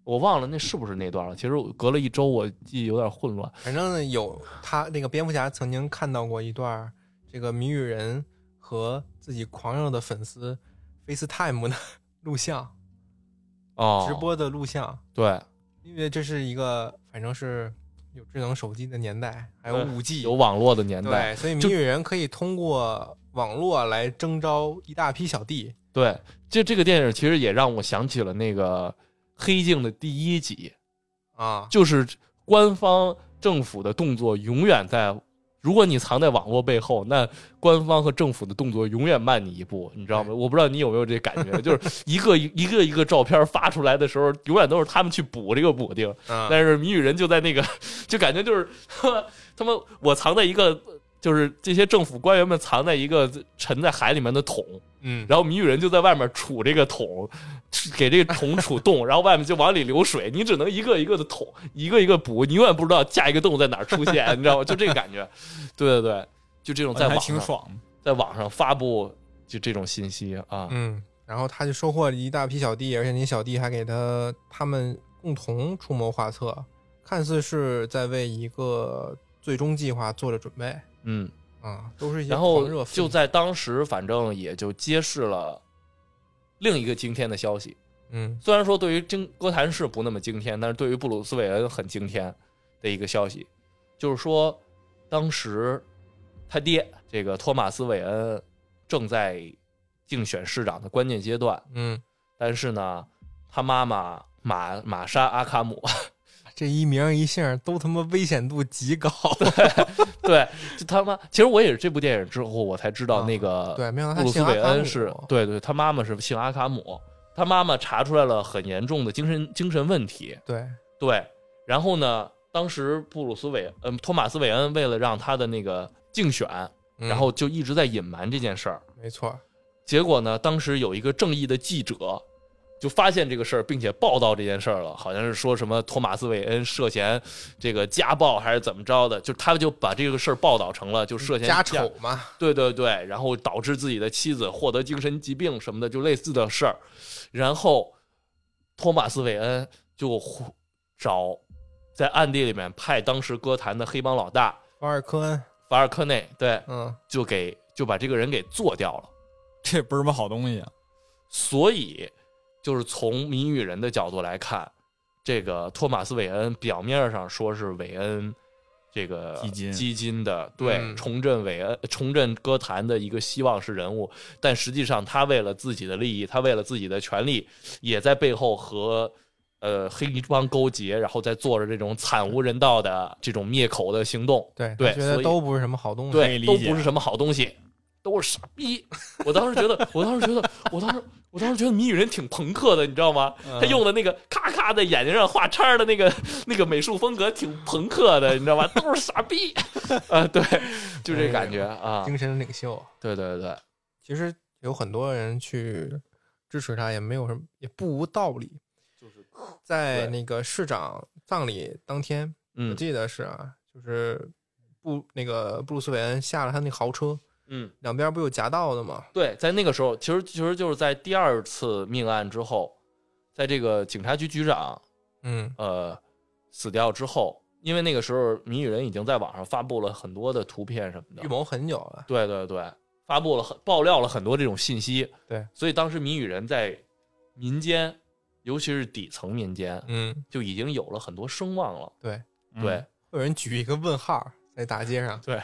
[SPEAKER 3] 我忘了那是不是那段了。其实我隔了一周，我记忆有点混乱。
[SPEAKER 1] 反正有他那个蝙蝠侠曾经看到过一段儿这个谜语人和自己狂热的粉丝 FaceTime 的录像，
[SPEAKER 3] 哦
[SPEAKER 1] 直播的录像，
[SPEAKER 3] 对，
[SPEAKER 1] 因为这是一个反正是有智能手机的年代，还有
[SPEAKER 3] 对
[SPEAKER 1] 五 G，
[SPEAKER 3] 嗯有网络的年代，
[SPEAKER 1] 对，所以谜
[SPEAKER 3] 就
[SPEAKER 1] 语人可以通过网络来征招一大批小弟。
[SPEAKER 3] 对，就这个电影其实也让我想起了那个《黑镜》的第一集，
[SPEAKER 1] 啊，
[SPEAKER 3] 就是官方政府的动作永远在，如果你藏在网络背后，那官方和政府的动作永远慢你一步，你知道吗？
[SPEAKER 1] 对
[SPEAKER 3] 我不知道你有没有这感觉，就是一个一个一个照片发出来的时候，永远都是他们去补这个补丁，
[SPEAKER 1] 嗯
[SPEAKER 3] 但是谜语人就在那个， 就感觉就是 他妈他妈我藏在一个。就是这些政府官员们藏在一个沉在海里面的桶，
[SPEAKER 1] 嗯，
[SPEAKER 3] 然后谜语人就在外面杵这个桶，给这个桶杵洞，然后外面就往里流水，你只能一个一个的捅，一个一个补，你永远不知道下一个洞在哪儿出现，你知道吗？就这个感觉，对对对，就这种在
[SPEAKER 2] 哦还
[SPEAKER 3] 网
[SPEAKER 2] 挺
[SPEAKER 3] 上
[SPEAKER 2] 爽的。
[SPEAKER 3] 在网上发布就这种信息啊，
[SPEAKER 1] 嗯，然后他就收获了一大批小弟，而且那些小弟还给他他们共同出谋划策，看似是在为一个最终计划做着准备
[SPEAKER 3] 嗯，
[SPEAKER 1] 啊，都是一些
[SPEAKER 3] 然
[SPEAKER 1] 狂
[SPEAKER 3] 后
[SPEAKER 1] 热
[SPEAKER 3] 就在当时，反正也就揭示了另一个惊天的消息，
[SPEAKER 1] 嗯
[SPEAKER 3] 虽然说对于惊哥谭市不那么惊天，但是对于布鲁斯韦恩很惊天的一个消息，就是说当时他爹这个托马斯韦恩正在竞选市长的关键阶段，
[SPEAKER 1] 嗯，
[SPEAKER 3] 但是呢，他妈妈玛玛莎阿卡姆
[SPEAKER 1] 这一名一姓都他妈危险度极 高，
[SPEAKER 3] 对，就他妈，其实我也是这部电影之后我才知道那个、
[SPEAKER 1] 啊对，没想
[SPEAKER 3] 布
[SPEAKER 1] 到他
[SPEAKER 3] 鲁斯
[SPEAKER 1] 姓阿
[SPEAKER 3] 韦
[SPEAKER 1] 卡
[SPEAKER 3] 恩
[SPEAKER 1] 姆
[SPEAKER 3] 是对对，他妈妈是姓阿卡姆，他妈妈查出来了很严重的精神精神问题，
[SPEAKER 1] 对，
[SPEAKER 3] 对，然后呢，当时布鲁斯韦嗯、托马斯韦恩为了让他的那个竞选，
[SPEAKER 1] 嗯
[SPEAKER 3] 然后就一直在隐瞒这件事儿。
[SPEAKER 1] 没错，
[SPEAKER 3] 结果呢，当时有一个正义的记者就发现这个事儿，并且报道这件事儿了，好像是说什么托马斯韦恩涉嫌这个家暴还是怎么着的，就他就把这个事儿报道成了就涉嫌
[SPEAKER 1] 嗯家丑嘛，
[SPEAKER 3] 对对对，然后导致自己的妻子获得精神疾病什么的，就类似的事儿。然后托马斯·韦恩就呼找在暗地里面派当时歌坛的黑帮老大
[SPEAKER 1] 瓦尔科恩，
[SPEAKER 3] 法尔科内，对，
[SPEAKER 1] 嗯，
[SPEAKER 3] 就给就把这个人给做掉了。
[SPEAKER 2] 这不是什么好东西啊！
[SPEAKER 3] 所以，就是从谜语人的角度来看，这个托马斯·韦恩表面上说是韦恩这个
[SPEAKER 2] 基金
[SPEAKER 3] 基金的对、
[SPEAKER 1] 嗯
[SPEAKER 3] 重振韦恩重振歌坛的一个希望是人物，但实际上他为了自己的利益，他为了自己的权利，也在背后和。呃，黑帮勾结，然后再做着这种惨无人道的这种灭口的行动，
[SPEAKER 1] 对，
[SPEAKER 3] 对
[SPEAKER 1] 他觉得
[SPEAKER 3] 所以
[SPEAKER 1] 都不是什么好东西，
[SPEAKER 2] 可以
[SPEAKER 3] 对，
[SPEAKER 2] 理
[SPEAKER 3] 都
[SPEAKER 2] 解
[SPEAKER 3] 不是什么好东西，都是傻逼。我当时觉得，我当时觉得，我当时，我当时觉得谜语人挺朋克的，你知道吗？他用的那个咔咔的眼睛上画叉的那个那个美术风格挺朋克的，你知道吧？都是傻逼 啊，对，就这感觉啊，
[SPEAKER 1] 精神领袖，
[SPEAKER 3] 对对对，
[SPEAKER 1] 其实有很多人去支持他，也没有什么，也不无道理。
[SPEAKER 3] 就是
[SPEAKER 1] 在
[SPEAKER 3] 对
[SPEAKER 1] 那个市长葬礼当天，我
[SPEAKER 3] 嗯
[SPEAKER 1] 记得是啊，就是布那个布鲁斯韦恩下了他那豪车，
[SPEAKER 3] 嗯，
[SPEAKER 1] 两边不有夹道的吗？
[SPEAKER 3] 对，在那个时候，其实其实就是在第二次命案之后，在这个警察局局长
[SPEAKER 1] 嗯
[SPEAKER 3] 呃死掉之后，因为那个时候谜语人已经在网上发布了很多的图片什么的
[SPEAKER 1] 预，谋很久了，
[SPEAKER 3] 对对对，发布了很爆料了很多这种信息。
[SPEAKER 1] 对，
[SPEAKER 3] 所以当时谜语人在民间，尤其是底层民间，
[SPEAKER 1] 嗯，
[SPEAKER 3] 就已经有了很多声望了。
[SPEAKER 1] 对，
[SPEAKER 2] 嗯
[SPEAKER 3] 对，
[SPEAKER 1] 会有人举一个问号在大街上，
[SPEAKER 3] 嗯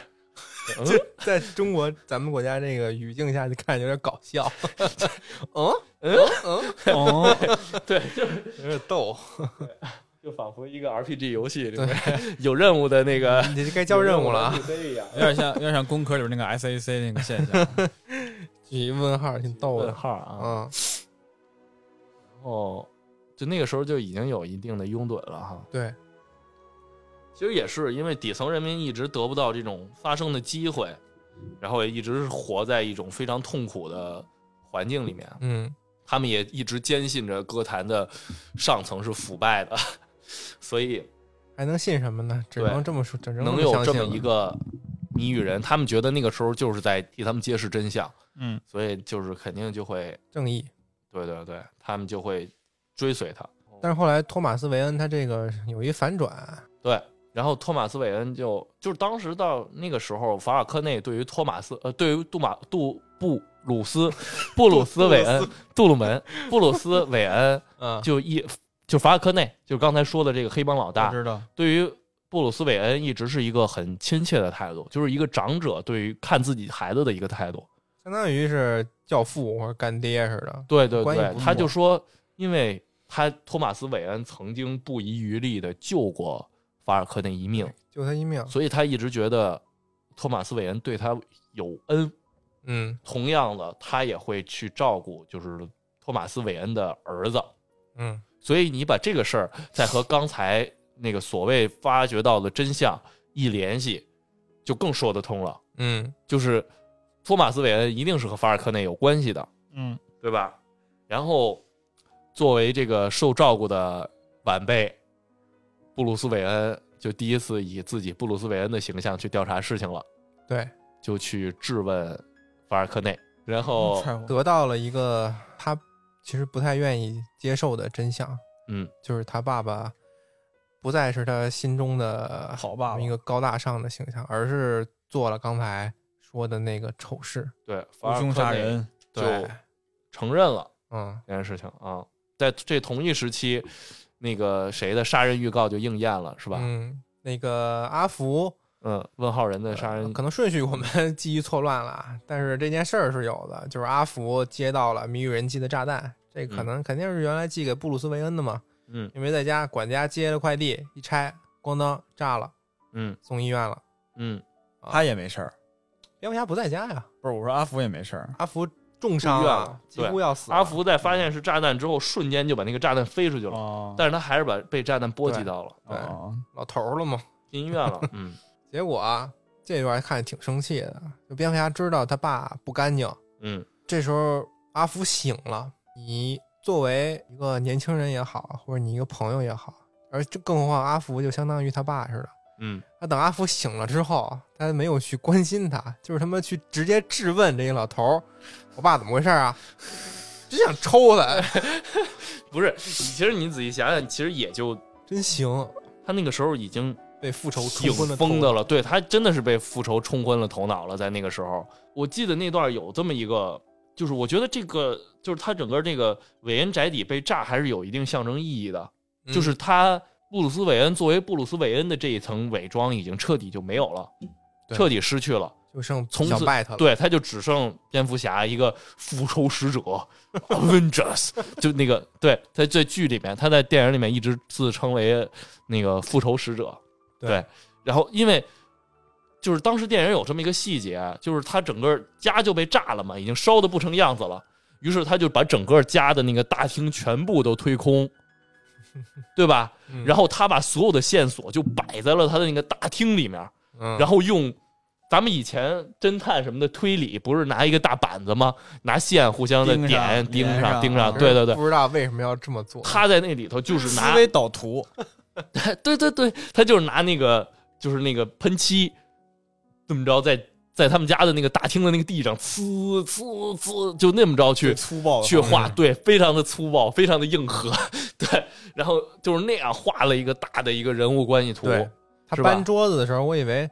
[SPEAKER 1] 在中国咱们国家这个语境下就看着有点搞 笑，嗯嗯嗯，
[SPEAKER 2] 嗯， 哦，
[SPEAKER 3] 对，就是
[SPEAKER 1] 有点逗，
[SPEAKER 3] 就仿佛一个 RPG 游戏里面 有任务的那个
[SPEAKER 1] 嗯你这该交任务了啊。
[SPEAKER 3] 有任务的 NPC 一样。
[SPEAKER 2] 有点像，有点像工科里边那个 SAC 那个现象，
[SPEAKER 1] 一问号挺逗
[SPEAKER 3] 问
[SPEAKER 1] 哦的
[SPEAKER 3] 号啊，
[SPEAKER 1] 啊。
[SPEAKER 3] 然后就那个时候就已经有一定的拥趸了哈。
[SPEAKER 1] 对，
[SPEAKER 3] 其实也是因为底层人民一直得不到这种发声的机会，然后也一直是活在一种非常痛苦的环境里面。
[SPEAKER 1] 嗯，
[SPEAKER 3] 他们也一直坚信着歌坛的上层是腐败的， 所以
[SPEAKER 1] 还能信什么呢？只
[SPEAKER 3] 对
[SPEAKER 1] 能这么说，只
[SPEAKER 3] 能
[SPEAKER 1] 这
[SPEAKER 3] 有
[SPEAKER 1] 么
[SPEAKER 3] 这
[SPEAKER 1] 相
[SPEAKER 3] 么
[SPEAKER 1] 信
[SPEAKER 3] 一
[SPEAKER 1] 了，
[SPEAKER 3] 个谜语人，他们觉得那个时候就是在替他们揭示真相，
[SPEAKER 2] 嗯，
[SPEAKER 3] 所以就是肯定就会，
[SPEAKER 1] 正义。
[SPEAKER 3] 对对对，他们就会追随他。
[SPEAKER 1] 但是后来托马斯·韦恩他这个有一反转，
[SPEAKER 3] 对，然后托马斯·韦恩就就是当时到那个时候，法尔科内对于托马斯呃，对于杜马杜布鲁斯 布鲁斯韦恩杜鲁门布鲁斯韦 恩
[SPEAKER 1] 嗯，
[SPEAKER 3] 就一就法尔科内，就刚才说的这个黑帮老
[SPEAKER 2] 我
[SPEAKER 3] 大，
[SPEAKER 2] 知道，
[SPEAKER 3] 对于布鲁斯·韦恩一直是一个很亲切的态度，就是一个长者对于看自己孩子的一个态度。
[SPEAKER 1] 相当于是教父或者干爹似的。
[SPEAKER 3] 对对
[SPEAKER 1] 关系
[SPEAKER 3] 对
[SPEAKER 1] 不，
[SPEAKER 3] 他
[SPEAKER 1] 错
[SPEAKER 3] 就说，因为他托马斯·韦恩曾经不遗余力的救过法尔科内一命，
[SPEAKER 1] 救他一命，
[SPEAKER 3] 所以他一直觉得托马斯·韦恩对他有恩。
[SPEAKER 1] 嗯
[SPEAKER 3] 同样的，他也会去照顾就是托马斯·韦恩的儿子。
[SPEAKER 1] 嗯，
[SPEAKER 3] 所以你把这个事儿再和刚才那个所谓发掘到的真相一联系，就更说得通了。
[SPEAKER 1] 嗯，
[SPEAKER 3] 就是托马斯·韦恩一定是和法尔科内有关系的，
[SPEAKER 2] 嗯，
[SPEAKER 3] 对吧？然后作为这个受照顾的晚辈，布鲁斯·韦恩就第一次以自己布鲁斯·韦恩的形象去调查事情了，
[SPEAKER 1] 对，
[SPEAKER 3] 就去质问法尔科内，然后
[SPEAKER 2] 踹我
[SPEAKER 1] 得到了一个他其实不太愿意接受的真相，
[SPEAKER 3] 嗯，
[SPEAKER 1] 就是他爸爸不再是他心中的
[SPEAKER 2] 好爸爸
[SPEAKER 1] 一个高大上的形象，而是做了刚才说的那个丑事。
[SPEAKER 3] 对，法
[SPEAKER 2] 无
[SPEAKER 3] 尔
[SPEAKER 2] 凶
[SPEAKER 3] 科
[SPEAKER 2] 杀
[SPEAKER 3] 内
[SPEAKER 2] 人，
[SPEAKER 3] 就
[SPEAKER 1] 对，
[SPEAKER 3] 承认了
[SPEAKER 1] 嗯，
[SPEAKER 3] 这件事情啊。在这同一时期，那个谁的杀人预告就应验了，是吧？
[SPEAKER 1] 嗯，那个阿福
[SPEAKER 3] 嗯，问号人的杀人
[SPEAKER 1] 呃可能顺序我们记忆错乱了啊，但是这件事儿是有的，就是阿福接到了谜语人寄的炸弹，这可能肯定是原来寄给布鲁斯韦恩的嘛，
[SPEAKER 3] 嗯
[SPEAKER 1] 因为在家管家接了快递，一拆，咣当炸了，
[SPEAKER 3] 嗯
[SPEAKER 1] 送医院了。
[SPEAKER 3] 嗯，
[SPEAKER 2] 他也没事儿。
[SPEAKER 1] 蝙蝠侠不在家呀，
[SPEAKER 2] 不是，我说阿福也没事儿，
[SPEAKER 1] 阿福重伤
[SPEAKER 3] 住院了
[SPEAKER 1] 啊，几
[SPEAKER 3] 对
[SPEAKER 1] 乎要死了。嗯
[SPEAKER 3] 阿福在发现是炸弹之后，瞬间就把那个炸弹飞出去了，
[SPEAKER 2] 哦，
[SPEAKER 3] 但是他还是把被炸弹波及到了，
[SPEAKER 1] 对
[SPEAKER 2] 哦，
[SPEAKER 1] 老头儿了嘛，
[SPEAKER 3] 进医院 了。嗯
[SPEAKER 1] 结果啊，这段看着挺生气的，就蝙蝠侠知道他爸不干净，
[SPEAKER 3] 嗯
[SPEAKER 1] 这时候阿福醒了，你作为一个年轻人也好，或者你一个朋友也好，而这更何况阿福就相当于他爸似的。
[SPEAKER 3] 嗯，
[SPEAKER 1] 他等阿福醒了之后，他没有去关心他，就是他妈去直接质问这个老头儿：“我爸怎么回事啊？”只想抽他，
[SPEAKER 3] 不是，其实你仔细想想，其实也就
[SPEAKER 1] 真行，
[SPEAKER 3] 他那个时候已经
[SPEAKER 1] 被复仇
[SPEAKER 3] 挺
[SPEAKER 1] 冲昏了头
[SPEAKER 3] 疯的。了，对他真的是被复仇冲昏了头脑了。在那个时候，我记得那段有这么一个，就是我觉得这个就是他整个这个韦恩宅邸被炸还是有一定象征意义的，
[SPEAKER 1] 嗯
[SPEAKER 3] 就是他布鲁斯韦恩作为布鲁斯韦恩的这一层伪装已经彻底就没有了，
[SPEAKER 1] 对
[SPEAKER 3] 彻底失去了。
[SPEAKER 1] 就剩
[SPEAKER 3] 从
[SPEAKER 1] 小
[SPEAKER 3] 此
[SPEAKER 1] 拜他了。，
[SPEAKER 3] 对，他就只剩蝙蝠侠一个复仇使者 Avengers，就那个对，在这剧里面，他在电影里面一直自称为那个复仇使者，
[SPEAKER 1] 对
[SPEAKER 3] 然后因为就是当时电影有这么一个细节，就是他整个家就被炸了嘛，已经烧的不成样子了，于是他就把整个家的那个大厅全部都推 空，对吧？
[SPEAKER 1] 嗯
[SPEAKER 3] 然后他把所有的线索就摆在了他的那个大厅里面。
[SPEAKER 1] 嗯，
[SPEAKER 3] 然后用咱们以前侦探什么的推理，不是拿一个大板子吗？拿线互相的
[SPEAKER 2] 钉上
[SPEAKER 3] 点钉
[SPEAKER 2] 粘
[SPEAKER 3] 上
[SPEAKER 2] 上
[SPEAKER 3] 钉
[SPEAKER 2] 啊
[SPEAKER 3] 对对对，
[SPEAKER 1] 不知道为什么要这么做。
[SPEAKER 3] 他在那里头就是
[SPEAKER 2] 思
[SPEAKER 3] 拿，
[SPEAKER 2] 维导图，
[SPEAKER 3] 对对对，他就是拿那个就是那个喷漆，这么着在在他们家的那个大厅的那个地上呲呲呲，就那么着去
[SPEAKER 2] 最粗暴的
[SPEAKER 3] 去画，
[SPEAKER 1] 嗯
[SPEAKER 3] 对，非常的粗暴，非常的硬核， 对，然后就是那样画了一个大的一个人物关系图，
[SPEAKER 1] 对他
[SPEAKER 3] 是吧
[SPEAKER 1] 搬桌子的时候，我以为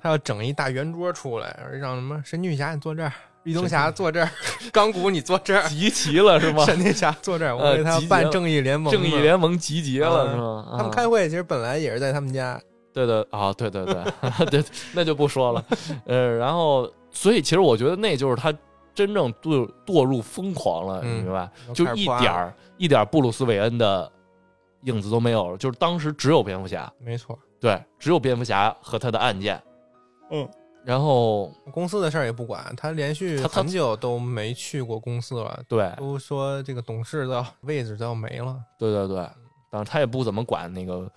[SPEAKER 1] 他要整一大圆桌出来，让什么神盾侠你坐这儿，绿灯侠坐 这儿，钢骨你坐 这儿，
[SPEAKER 3] 集齐了是 吗？
[SPEAKER 1] 闪电侠坐这儿。我
[SPEAKER 3] 呃
[SPEAKER 1] 以为他要
[SPEAKER 3] 集结
[SPEAKER 1] 办
[SPEAKER 3] 了
[SPEAKER 1] 正义联盟呢，
[SPEAKER 3] 正义联盟集结了
[SPEAKER 1] 嗯
[SPEAKER 3] 是吗？
[SPEAKER 1] 他们
[SPEAKER 3] 啊
[SPEAKER 1] 开会其实本来也是在他们家，
[SPEAKER 3] 对的啊，对对对 对，那就不说了。呃，然后，所以其实我觉得那就是他真正堕堕入疯狂了，
[SPEAKER 1] 嗯
[SPEAKER 3] 你明白？
[SPEAKER 1] 然后
[SPEAKER 3] 就
[SPEAKER 1] 开始
[SPEAKER 3] 一
[SPEAKER 1] 夸
[SPEAKER 3] 点儿一点儿布鲁斯韦恩的影子都没有了，就是当时只有蝙蝠侠，
[SPEAKER 1] 没错，
[SPEAKER 3] 对，只有蝙蝠侠和他的案件。
[SPEAKER 2] 嗯，
[SPEAKER 3] 然后
[SPEAKER 1] 公司的事儿也不管，他连续
[SPEAKER 3] 他他
[SPEAKER 1] 很久都没去过公司了，
[SPEAKER 3] 对
[SPEAKER 1] 都说这个董事的位置都要没了。
[SPEAKER 3] 对对对，当然他也不怎么管那个，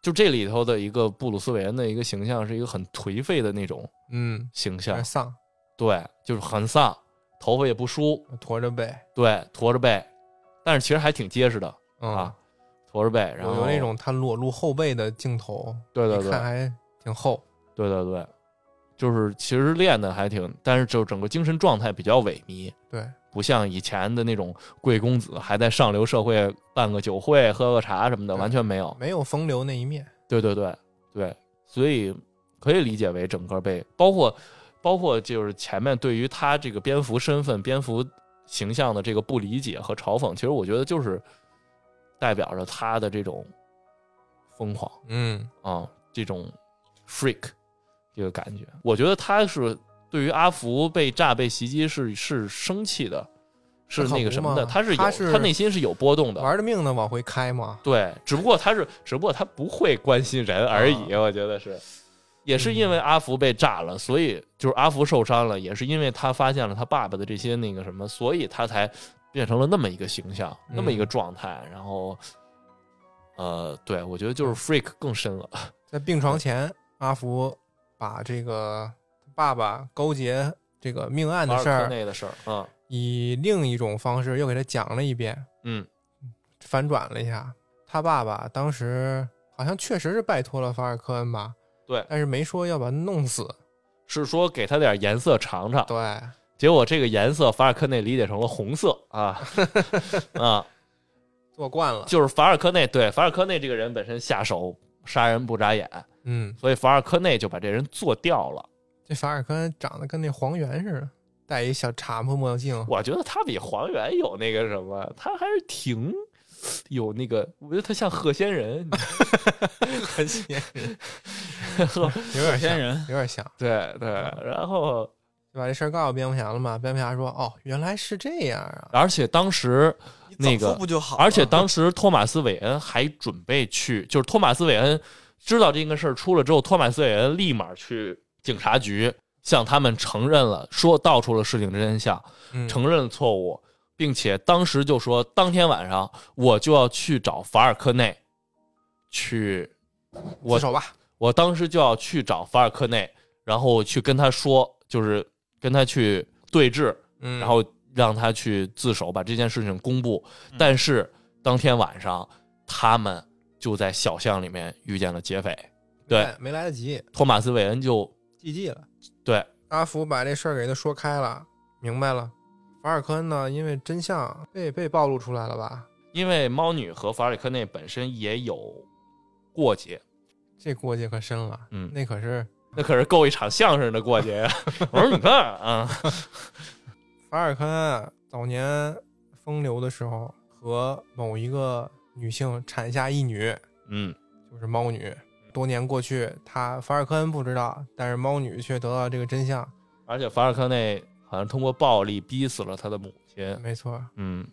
[SPEAKER 3] 就这里头的一个布鲁斯韦恩的一个形象是一个很颓废的那种
[SPEAKER 1] 嗯，
[SPEAKER 3] 形
[SPEAKER 1] 有
[SPEAKER 3] 象
[SPEAKER 1] 点，丧，
[SPEAKER 3] 对，就是很丧，头发也不梳，
[SPEAKER 1] 驼着背。
[SPEAKER 3] 对，驼着背，但是其实还挺结实的
[SPEAKER 1] 嗯，
[SPEAKER 3] 啊，驼着背，然
[SPEAKER 1] 有
[SPEAKER 3] 后
[SPEAKER 1] 有那种他裸露后背的镜头，
[SPEAKER 3] 对对
[SPEAKER 1] 一
[SPEAKER 3] 对
[SPEAKER 1] 看还挺厚。
[SPEAKER 3] 对对对，就是其实练的还挺，但是就整个精神状态比较萎靡，
[SPEAKER 1] 对，
[SPEAKER 3] 不像以前的那种贵公子还在上流社会办个酒会、喝个茶什么的，
[SPEAKER 1] 对
[SPEAKER 3] 完全没有。
[SPEAKER 1] 没有风流那一面。
[SPEAKER 3] 对对对对，所以可以理解为整个被包括包括就是前面对于他这个蝙蝠身份、蝙蝠形象的这个不理解和嘲讽，其实我觉得就是代表着他的这种疯狂。
[SPEAKER 1] 嗯，
[SPEAKER 3] 啊这种 freak 这个感觉。我觉得他是对于阿福被炸被袭击是是生气的，是
[SPEAKER 1] 那可
[SPEAKER 3] 那个
[SPEAKER 1] 不
[SPEAKER 3] 什么的，
[SPEAKER 1] 嘛
[SPEAKER 3] 他是有
[SPEAKER 1] 他是
[SPEAKER 3] 内心是有波动的。
[SPEAKER 1] 玩了命的往回开嘛。
[SPEAKER 3] 对，只不过他是只不过他不会关心人而已，我觉得是。也是因为阿福被炸了，所以就是阿福受伤了，也是因为他发现了他爸爸的这些那个什么，所以他才变成了那么一个形象，那么一个状态。然后，呃，对我觉得就是 freak 更深了。
[SPEAKER 1] 在病床前，阿福把这个爸爸勾结这个命案的事
[SPEAKER 3] 阿尔科
[SPEAKER 1] 儿，
[SPEAKER 3] 内的事儿，嗯
[SPEAKER 1] 以另一种方式又给他讲了一遍，
[SPEAKER 3] 嗯，
[SPEAKER 1] 反转了一下。他爸爸当时好像确实是拜托了法尔科恩吧，
[SPEAKER 3] 对，
[SPEAKER 1] 但是没说要把他弄死。
[SPEAKER 3] 是说给他点颜色尝尝，
[SPEAKER 1] 对，
[SPEAKER 3] 结果这个颜色法尔科内理解成了红色啊啊，
[SPEAKER 1] 做惯了。
[SPEAKER 3] 就是法尔科内对法尔科内这个人本身下手杀人不眨眼，
[SPEAKER 1] 嗯，
[SPEAKER 3] 所以法尔科内就把这人做掉了。
[SPEAKER 1] 这法尔科恩长得跟那黄猿似的，戴一小茶沫墨镜。
[SPEAKER 3] 我觉得他比黄猿有那个什么，他还是挺有那个，我觉得他像鹤仙人，
[SPEAKER 1] 很显人，有点
[SPEAKER 2] 天
[SPEAKER 1] 像，
[SPEAKER 2] 人，
[SPEAKER 1] 有点像。
[SPEAKER 3] 对对，然后
[SPEAKER 1] 就把这事儿告诉蝙蝠侠了嘛？蝙蝠侠说：“哦，原来是这样啊。
[SPEAKER 3] 而且当 时
[SPEAKER 4] 你
[SPEAKER 3] 那
[SPEAKER 4] 早
[SPEAKER 3] 个
[SPEAKER 4] 说不就好了？
[SPEAKER 3] 而且当时托马斯韦恩还准备去，就是托马斯韦恩知道这个事儿出了之后，托马斯韦恩立马去警察局向他们承认了，说道出了事情的真相，
[SPEAKER 1] 嗯”
[SPEAKER 3] 承认了错误，并且当时就说，当天晚上我就要去找法尔科内，去，我
[SPEAKER 1] 自首吧。
[SPEAKER 3] 我当时就要去找法尔科内，然后去跟他说，就是跟他去对峙，
[SPEAKER 1] 嗯，
[SPEAKER 3] 然后让他去自首，把这件事情公布。
[SPEAKER 1] 嗯
[SPEAKER 3] 但是当天晚上，他们就在小巷里面遇见了劫匪。对，
[SPEAKER 1] 没来得及
[SPEAKER 3] 托马斯·韦恩就
[SPEAKER 1] ，GG 了。
[SPEAKER 3] 对，
[SPEAKER 1] 阿福把这事儿给他说开了，明白了。法尔科恩呢，因为真相被被暴露出来了吧？
[SPEAKER 3] 因为猫女和法里克内本身也有过节，
[SPEAKER 1] 这过节可深了，
[SPEAKER 3] 嗯
[SPEAKER 1] 那可是
[SPEAKER 3] 那可是够一场相声的过节 呀。我说你看啊，
[SPEAKER 1] 法尔科恩早年风流的时候和某一个女性产下一女，
[SPEAKER 3] 嗯，
[SPEAKER 1] 就是猫女。多年过去，他法尔科恩不知道，但是猫女却得到这个真相。
[SPEAKER 3] 而且法里克内好像通过暴力逼死了他的母亲。
[SPEAKER 1] 没错，
[SPEAKER 3] 嗯，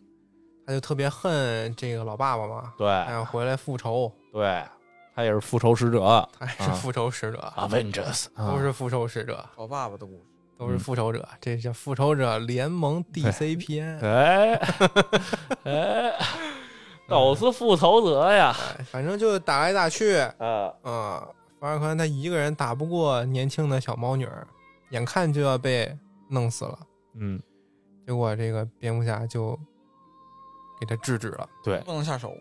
[SPEAKER 1] 他就特别恨这个老爸爸嘛，
[SPEAKER 3] 对
[SPEAKER 1] 他想回来复仇，
[SPEAKER 3] 对，他也是复仇使者啊
[SPEAKER 1] 他也是复仇使者，
[SPEAKER 3] ，Avengers 啊嗯
[SPEAKER 1] 都是复仇使者，
[SPEAKER 4] 好爸爸的故事，
[SPEAKER 1] 都是复仇者，这叫复仇者联盟 DCPN。
[SPEAKER 3] 哎 哎，都是复仇者呀！
[SPEAKER 1] 哎反正就打来打去，
[SPEAKER 3] 啊，
[SPEAKER 1] 嗯，法尔科恩他一个人打不过年轻的小猫女儿，眼看就要被弄死了，
[SPEAKER 3] 嗯，
[SPEAKER 1] 结果这个蝙蝠侠就给他制止了，
[SPEAKER 3] 对，
[SPEAKER 4] 不能下手。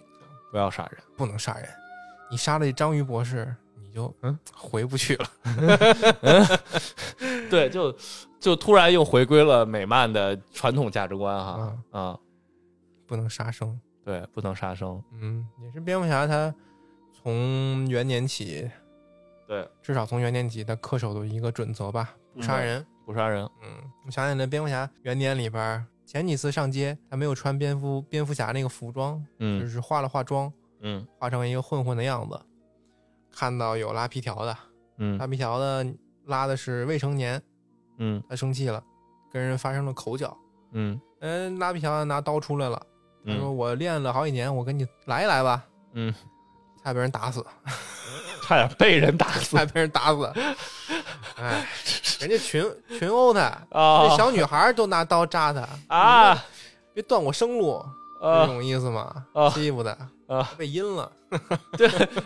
[SPEAKER 3] 不要杀人，
[SPEAKER 1] 不能杀人，你杀了这章鱼博士，你就
[SPEAKER 3] 嗯
[SPEAKER 1] 回不去了。
[SPEAKER 3] 对，就就突然又回归了美漫的传统价值观哈，
[SPEAKER 1] 啊，
[SPEAKER 3] 啊，
[SPEAKER 1] 不能杀生。
[SPEAKER 3] 对，不能杀生，
[SPEAKER 1] 嗯，也是蝙蝠侠他从元年起，
[SPEAKER 3] 对，
[SPEAKER 1] 至少从元年起他恪守的一个准则吧，不杀人。
[SPEAKER 3] 不杀人，
[SPEAKER 1] 嗯，我想起来蝙蝠侠元年里边儿前几次上街，他没有穿蝙蝠蝙蝠侠那个服装，就
[SPEAKER 3] 嗯
[SPEAKER 1] 是化了化妆，
[SPEAKER 3] 嗯
[SPEAKER 1] 化成一个混混的样子。看到有拉皮条的，拉
[SPEAKER 3] 嗯
[SPEAKER 1] 皮条的拉的是未成年，
[SPEAKER 3] 嗯
[SPEAKER 1] 他生气了，跟人发生了口角。
[SPEAKER 3] 嗯
[SPEAKER 1] 嗯，拉皮条的拿刀出来了，他说：“
[SPEAKER 3] 嗯，
[SPEAKER 1] 我练了好几年，我跟你来一来吧。”
[SPEAKER 3] 嗯，
[SPEAKER 1] 差点被人打死。
[SPEAKER 3] 差点被人打死
[SPEAKER 1] 还，被人打死。哎，人家群群殴他，那
[SPEAKER 3] 啊
[SPEAKER 1] 小女孩都拿刀扎他，
[SPEAKER 3] 啊
[SPEAKER 1] 别断我生路，这
[SPEAKER 3] 啊
[SPEAKER 1] 种意思嘛
[SPEAKER 3] 啊，
[SPEAKER 1] 欺负他，
[SPEAKER 3] 啊
[SPEAKER 1] 被阴了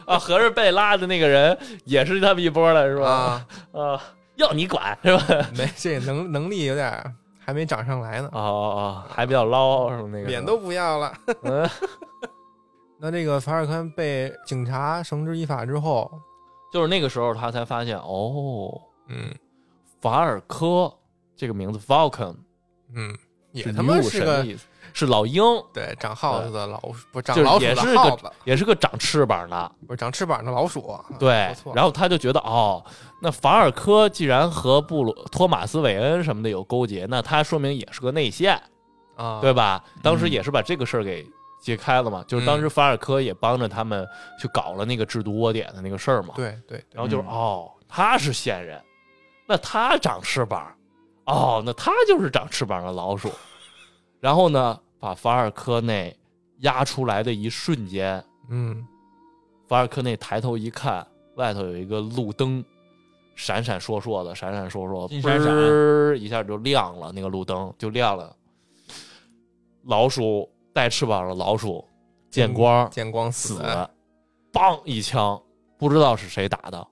[SPEAKER 3] 啊！合着被拉的那个人也是他们一波的是吧？
[SPEAKER 1] 啊，
[SPEAKER 3] 啊，要你管是吧？
[SPEAKER 1] 没这能能力有点儿还没长上来呢，
[SPEAKER 3] 哦哦哦，还比较捞什么那个
[SPEAKER 1] 脸都不要了。
[SPEAKER 3] 嗯
[SPEAKER 1] 那这个法尔康被警察绳之以法之后，
[SPEAKER 3] 就是那个时候他才发现哦，
[SPEAKER 1] 嗯
[SPEAKER 3] 法尔科这个名字 Falcon
[SPEAKER 1] 嗯，也
[SPEAKER 3] 是
[SPEAKER 1] 他
[SPEAKER 3] 女
[SPEAKER 1] 妈
[SPEAKER 3] 武
[SPEAKER 1] 是
[SPEAKER 3] 神的
[SPEAKER 1] 个
[SPEAKER 3] 意思，是老鹰，
[SPEAKER 1] 对长耗子的老鼠，不是长
[SPEAKER 3] 就是
[SPEAKER 1] 老鼠
[SPEAKER 3] 也是
[SPEAKER 1] 的耗子
[SPEAKER 3] 个，也是个长翅膀的。
[SPEAKER 1] 不是长翅膀的老鼠。
[SPEAKER 3] 对
[SPEAKER 1] 啊不错，
[SPEAKER 3] 然后他就觉得哦，那法尔科既然和布鲁托马斯韦恩什么的有勾结，那他说明也是个内线，
[SPEAKER 1] 啊，
[SPEAKER 3] 对吧？当时也是把这个事儿给揭开了嘛，就是当时法尔科也帮着他们去搞了那个制毒窝点的那个事儿嘛。
[SPEAKER 1] 对对
[SPEAKER 3] 然后就是、
[SPEAKER 2] 嗯
[SPEAKER 3] 哦，他是线人，那他长翅膀，哦，那他就是长翅膀的老鼠。然后呢，把法尔科内压出来的一瞬间，
[SPEAKER 1] 嗯，
[SPEAKER 3] 法尔科内抬头一看，外头有一个路灯，闪闪烁烁的，闪闪烁烁，
[SPEAKER 2] 金
[SPEAKER 3] 嘣
[SPEAKER 2] 闪闪
[SPEAKER 3] 儿一下就亮了，那个路灯就亮了。老鼠带翅膀的老鼠见光
[SPEAKER 1] 嗯见光
[SPEAKER 3] 死
[SPEAKER 1] 死，啊
[SPEAKER 3] 了，梆一枪，不知道是谁打的，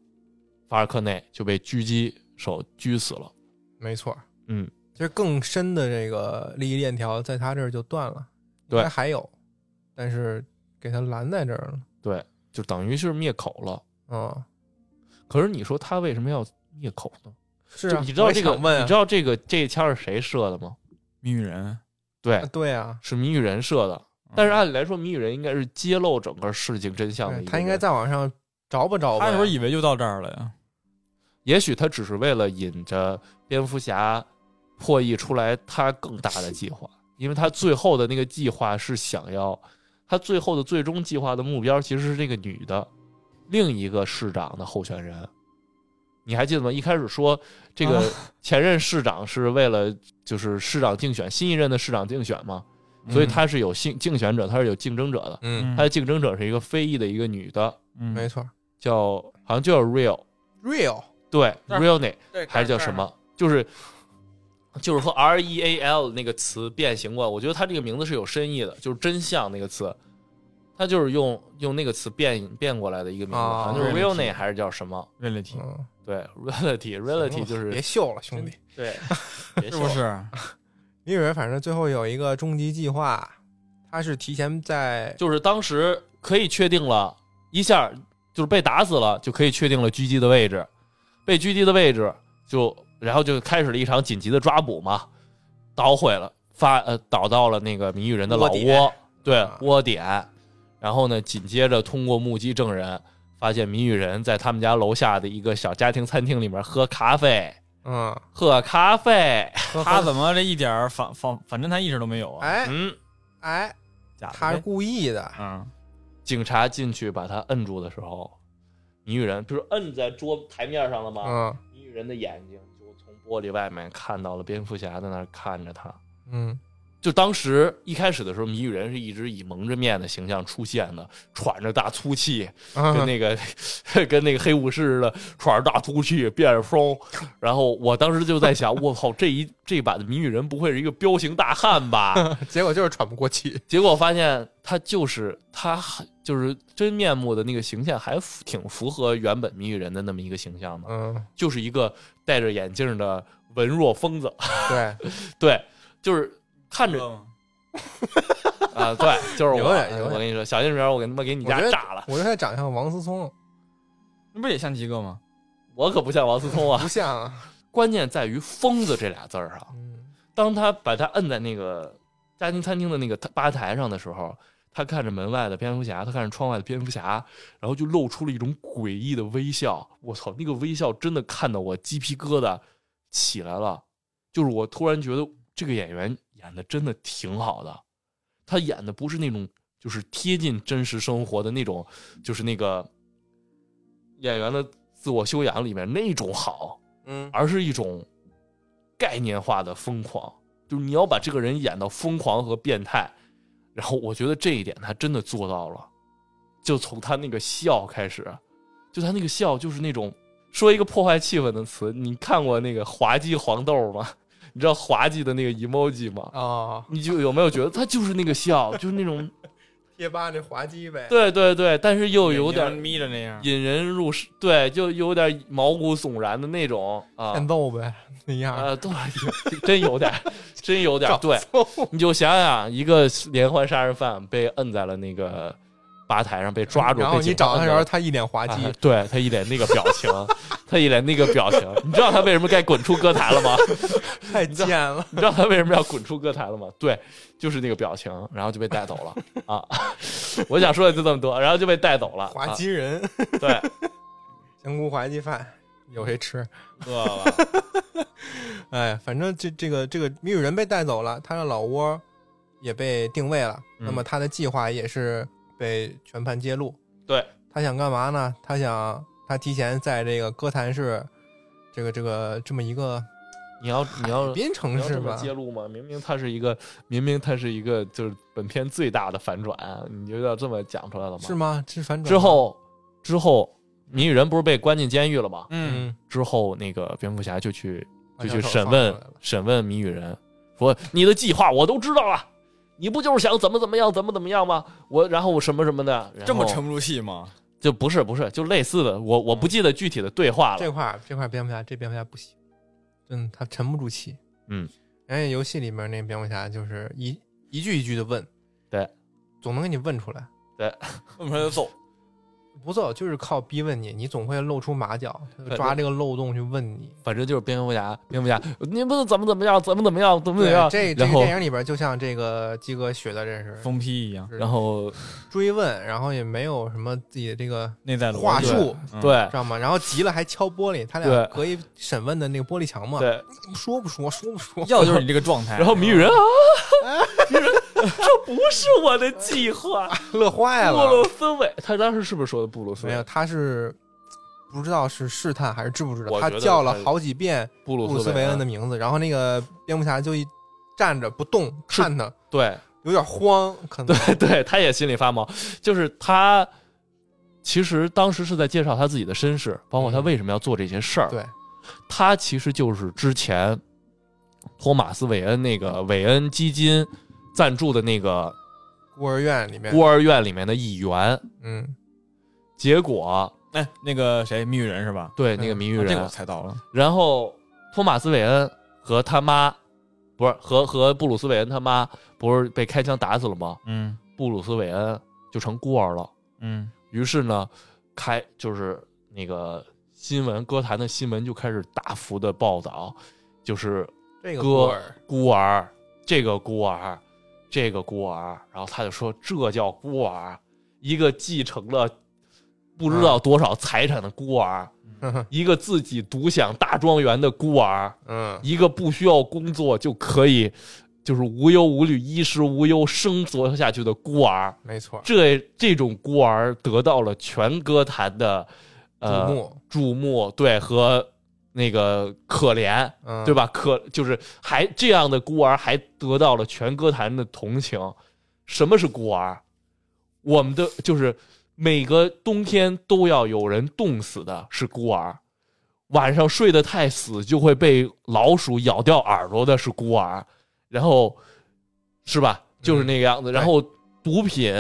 [SPEAKER 3] 法尔科内就被狙击手狙死了。
[SPEAKER 1] 没错。
[SPEAKER 3] 嗯，
[SPEAKER 1] 其实更深的这个利益链条在他这儿就断了，
[SPEAKER 3] 对
[SPEAKER 1] 应该还有，但是给他拦在这儿了。
[SPEAKER 3] 对，就等于是灭口了。
[SPEAKER 1] 嗯，
[SPEAKER 3] 可是你说他为什么要灭口呢？
[SPEAKER 1] 是
[SPEAKER 3] 就
[SPEAKER 1] 啊，
[SPEAKER 3] 你知道
[SPEAKER 1] 我也
[SPEAKER 3] 这个，
[SPEAKER 1] 想问啊
[SPEAKER 3] 你知道这个这一枪是谁射的吗？
[SPEAKER 2] 谜语人，
[SPEAKER 3] 对
[SPEAKER 1] 啊，对啊，
[SPEAKER 3] 是谜语人设的，
[SPEAKER 1] 嗯
[SPEAKER 3] 但是按理来说，谜语人应该是揭露整个事情真相的
[SPEAKER 1] 对
[SPEAKER 3] 一个人。
[SPEAKER 1] 他应该在网上找吧找吧
[SPEAKER 2] 他
[SPEAKER 1] 呀。
[SPEAKER 2] 是不是以为就到这儿了呀？
[SPEAKER 3] 也许他只是为了引着蝙蝠侠破译出来他更大的计划，因为他最后的那个计划是想要，他最后的最终计划的目标其实是这个女的，另一个市长的候选人。你还记得吗？一开始说这个
[SPEAKER 2] 啊
[SPEAKER 3] 前任市长是为了就是市长竞选，新一任的市长竞选嘛，所以他是有竞竞选者，他是有竞争者的。
[SPEAKER 1] 嗯，
[SPEAKER 3] 他的竞争者是一个非裔的一个女的，
[SPEAKER 2] 嗯
[SPEAKER 1] 没错
[SPEAKER 3] 叫好像就叫 Real，
[SPEAKER 1] ，real
[SPEAKER 3] 对
[SPEAKER 2] 这儿
[SPEAKER 3] Realne
[SPEAKER 2] 对
[SPEAKER 3] 还是叫什？么？就是就是和 R E A L 那个词变形过。我觉得他这个名字是有深意的，就是真相那个词，他就是用用那个词变变过来的一个名字，
[SPEAKER 1] 啊
[SPEAKER 2] 哦
[SPEAKER 3] 好像就是
[SPEAKER 2] Realne
[SPEAKER 3] Realne 还是叫什么？
[SPEAKER 2] 瑞丽体
[SPEAKER 1] 嗯，
[SPEAKER 3] 对，Reality
[SPEAKER 2] 哦
[SPEAKER 3] Reality 就
[SPEAKER 1] 别
[SPEAKER 3] 是
[SPEAKER 1] 秀了，兄弟。
[SPEAKER 3] 对，
[SPEAKER 2] 是不是？
[SPEAKER 1] 因为反正最后有一个终极计划，他是提前在
[SPEAKER 3] 就是当时可以确定了一下，就是被打死了，就可以确定了狙击的位置，被狙击的位置就然后就开始了一场紧急的抓捕嘛，捣毁了发呃倒到了那个谜语人的老
[SPEAKER 1] 窝
[SPEAKER 3] 窝
[SPEAKER 1] 点，
[SPEAKER 3] 对
[SPEAKER 1] 啊
[SPEAKER 3] 窝点，然后呢紧接着通过目击证人发现谜语人在他们家楼下的一个小家庭餐厅里面喝咖啡，
[SPEAKER 1] 嗯，
[SPEAKER 3] 喝咖啡，
[SPEAKER 2] 他怎么这一点儿反反反侦探意识都没有啊？
[SPEAKER 1] 哎
[SPEAKER 3] 嗯，
[SPEAKER 1] 哎，
[SPEAKER 2] 假的呗，
[SPEAKER 1] 他是故意的，
[SPEAKER 2] 嗯，
[SPEAKER 3] 警察进去把他摁住的时候，谜语人不是摁在桌台面上了吗？
[SPEAKER 1] 嗯
[SPEAKER 3] 谜语人的眼睛就从玻璃外面看到了蝙蝠侠在那儿看着他。
[SPEAKER 1] 嗯
[SPEAKER 3] 就当时一开始的时候，谜语人是一直以蒙着面的形象出现的，喘着大粗气，跟
[SPEAKER 1] 啊，
[SPEAKER 3] 那个、 跟那个黑武士似的，喘着大粗气，变着风。然后我当时就在想，我靠，这一这版的谜语人不会是一个彪形大汉吧？
[SPEAKER 1] 结果就是喘不过气，
[SPEAKER 3] 结果发现他就是他还，就是真面目的那个形象，还符挺符合原本谜语人的那么一个形象的，
[SPEAKER 1] 嗯，
[SPEAKER 3] 就是一个戴着眼镜的文弱疯子。
[SPEAKER 1] 对，
[SPEAKER 3] 对，就是看
[SPEAKER 2] 嗯
[SPEAKER 3] 着啊，对，就是我。
[SPEAKER 1] 有点有点
[SPEAKER 3] 我跟你说，小心点儿，我给他妈给你
[SPEAKER 1] 我
[SPEAKER 3] 家
[SPEAKER 1] 觉得
[SPEAKER 3] 炸了！
[SPEAKER 1] 我觉得他长相王思聪
[SPEAKER 2] 那不也像极个吗？
[SPEAKER 3] 我可不像王思聪啊。
[SPEAKER 1] 不像啊，
[SPEAKER 3] 关键在于“疯子”这俩字儿上。
[SPEAKER 1] 嗯
[SPEAKER 3] 当他把他摁在那个家庭餐厅的那个吧台上的时候，他看着门外的蝙蝠侠，他看着窗外的蝙蝠侠，然后就露出了一种诡异的微笑。我操，那个微笑真的看得我鸡皮疙瘩起来了。就是我突然觉得这个演员演的真的挺好的，他演的不是那种就是贴近真实生活的那种，就是那个演员的自我修养里面那种好，
[SPEAKER 1] 嗯，
[SPEAKER 3] 而是一种概念化的疯狂，就是你要把这个人演到疯狂和变态。然后我觉得这一点他真的做到了，就从他那个笑开始，就他那个笑就是那种说一个破坏气氛的词，你看过那个滑稽黄豆吗？ 你知道滑稽的那个 emoji 吗？
[SPEAKER 1] 啊，
[SPEAKER 3] 你就有没有觉得他就是那个笑，就是那 种
[SPEAKER 1] 贴吧那滑稽呗，
[SPEAKER 3] 对对对，但是又有
[SPEAKER 2] 眼睛
[SPEAKER 3] 点
[SPEAKER 2] 眯着那样，
[SPEAKER 3] 引人入胜，对，就有点毛骨悚然的那种啊
[SPEAKER 1] 欠揍呗那样儿。
[SPEAKER 3] 啊，对，真有点，真有点
[SPEAKER 1] 找，
[SPEAKER 3] 对，你就想想一个连环杀人犯被摁在了那个吧台上被抓住，
[SPEAKER 1] 然后
[SPEAKER 3] 被警
[SPEAKER 1] 你找
[SPEAKER 3] 察
[SPEAKER 1] 他的
[SPEAKER 3] 摁
[SPEAKER 1] 时
[SPEAKER 3] 在
[SPEAKER 1] 候，
[SPEAKER 3] 了
[SPEAKER 1] 他一脸滑稽，
[SPEAKER 3] 啊对他一脸那个表情， 他一脸那个表情，你知道他为什么该滚出歌坛了吗？
[SPEAKER 1] 太贱了。
[SPEAKER 3] 你知道他为什么要滚出歌坛了吗？对，就是那个表情，然后就被带走了啊！我想说的就这么多，然后就被带走了。
[SPEAKER 1] 滑稽人，
[SPEAKER 3] 啊、对，
[SPEAKER 1] 香菇滑稽饭有谁吃？
[SPEAKER 2] 饿了，
[SPEAKER 1] 哎，反正这这个这个谜语人被带走了，他的老窝也被定位了，
[SPEAKER 2] 嗯
[SPEAKER 1] 那么他的计划也是被全盘揭露。
[SPEAKER 3] 对，
[SPEAKER 1] 他想干嘛呢？他想他提前在这个哥谭市，这个这个这么一个
[SPEAKER 3] 你要你要
[SPEAKER 1] 海滨
[SPEAKER 3] 你
[SPEAKER 1] 城
[SPEAKER 3] 要
[SPEAKER 1] 市
[SPEAKER 3] 这么
[SPEAKER 1] 吧，
[SPEAKER 3] 揭露吗？明明它是一个，明明它是一个，就是本片最大的反转，你就要这么讲出来了吗？
[SPEAKER 1] 是吗？是反转吗
[SPEAKER 3] 之，后之后，谜语人不是被关进监狱了吗？
[SPEAKER 2] 嗯，
[SPEAKER 1] 嗯，
[SPEAKER 3] 之后那个蝙蝠侠就去
[SPEAKER 1] 把
[SPEAKER 3] 就
[SPEAKER 1] 小
[SPEAKER 3] 去
[SPEAKER 1] 丑
[SPEAKER 3] 审
[SPEAKER 1] 放
[SPEAKER 3] 问
[SPEAKER 1] 出来了
[SPEAKER 3] 审问谜语人，说你的计划我都知道了，你不就是想怎么怎么样怎么怎么样吗？我然后我什么什么的，然后
[SPEAKER 2] 这么沉不住气吗？
[SPEAKER 3] 就不是不是就类似的，我我不记得具体的对话了
[SPEAKER 1] 这。块儿这块儿蝙蝠侠这蝙蝠侠不行，真的他沉不住气。
[SPEAKER 3] 嗯，
[SPEAKER 1] 人家游戏里面那蝙蝠侠就是一一句一句的问，
[SPEAKER 3] 对，
[SPEAKER 1] 总能给你问出来。
[SPEAKER 2] 这么说就揍，
[SPEAKER 1] 不错，就是靠逼问你，你总会露出马脚，他就
[SPEAKER 3] 对
[SPEAKER 1] 抓这个漏洞去问你。
[SPEAKER 3] 反正就是蝙蝠侠，蝙蝠侠，你不是怎么怎么样，怎么怎么样，怎么怎么样，
[SPEAKER 1] 这这
[SPEAKER 3] 然
[SPEAKER 1] 个
[SPEAKER 3] 后
[SPEAKER 1] 电影里边就像这个鸡哥学的，这是
[SPEAKER 2] 疯批一样，
[SPEAKER 1] 是
[SPEAKER 3] 然后
[SPEAKER 1] 追问，然后也没有什么自己的这个
[SPEAKER 2] 内在逻辑
[SPEAKER 1] 话术，
[SPEAKER 2] 嗯
[SPEAKER 3] 对
[SPEAKER 1] 知道吗？然后急了还敲玻璃，他俩
[SPEAKER 3] 对
[SPEAKER 1] 隔一审问的那个玻璃墙嘛，
[SPEAKER 3] 对，
[SPEAKER 1] 说不说，说不 说，
[SPEAKER 2] 要就是你这个状态，哦
[SPEAKER 3] 然后谜语 人啊，谜语人，这不是我的计划，
[SPEAKER 1] 乐坏
[SPEAKER 3] 布鲁
[SPEAKER 1] 了。
[SPEAKER 3] 斯韦，他当时是不是说的布鲁斯
[SPEAKER 1] 没
[SPEAKER 3] 韦
[SPEAKER 1] 有，？他是不知道是试探还是知不知道，
[SPEAKER 3] 我
[SPEAKER 1] 他
[SPEAKER 3] 觉得
[SPEAKER 1] 叫了
[SPEAKER 3] 他
[SPEAKER 1] 好几遍
[SPEAKER 3] 布
[SPEAKER 1] 布
[SPEAKER 3] 鲁
[SPEAKER 1] 鲁斯
[SPEAKER 3] 韦啊
[SPEAKER 1] 韦恩的名字，然后那个蝙蝠侠就一站着不动
[SPEAKER 3] 是
[SPEAKER 1] 看他，
[SPEAKER 3] 对，
[SPEAKER 1] 有点慌，可能
[SPEAKER 3] 对对，他也心里发毛，就是他其实当时是在介绍他自己的身世，包括他为什么要做这些事儿。
[SPEAKER 1] 嗯对，
[SPEAKER 3] 他其实就是之前托马斯·韦恩那个韦恩基金赞助的那个
[SPEAKER 1] 孤儿院里面
[SPEAKER 3] 孤，儿院里面的一员，
[SPEAKER 1] 嗯。
[SPEAKER 3] 结果
[SPEAKER 2] 哎，那个谁，谜语人是吧？
[SPEAKER 3] 对那个谜语
[SPEAKER 1] 嗯
[SPEAKER 2] 啊这个
[SPEAKER 3] 人
[SPEAKER 2] 我，猜到了，
[SPEAKER 3] 然后托马斯·韦恩和他妈。不是和和布鲁斯·韦恩他妈不是被开枪打死了吗？
[SPEAKER 2] 嗯
[SPEAKER 3] 布鲁斯·韦恩就成孤儿了。
[SPEAKER 2] 嗯，
[SPEAKER 3] 于是呢，开就是那个新闻歌坛的新闻就开始大幅的报道，就是
[SPEAKER 1] 这个
[SPEAKER 3] 歌
[SPEAKER 1] 孤儿
[SPEAKER 3] 孤儿，这个孤儿，这个孤儿，然后他就说这叫孤儿，一个继承了不知道多少财产的孤儿，一个自己独享大庄园的孤儿，
[SPEAKER 1] 嗯，
[SPEAKER 3] 一个不需要工作就可以就是无忧无虑、衣食无忧生活下去的孤儿。
[SPEAKER 1] 没错，
[SPEAKER 3] 这这种孤儿得到了全歌坛的呃
[SPEAKER 1] 瞩目，
[SPEAKER 3] 注目对和那个可怜，
[SPEAKER 1] 嗯，
[SPEAKER 3] 对
[SPEAKER 1] 吧？
[SPEAKER 3] 吧？可就是还这样的孤儿还得到了全歌坛的同情。什么是孤儿？我们的就是每个冬天都要有人冻死的是孤儿，晚上睡得太死就会被老鼠咬掉耳朵的是孤儿，然后是吧？就是那个样子。然后毒品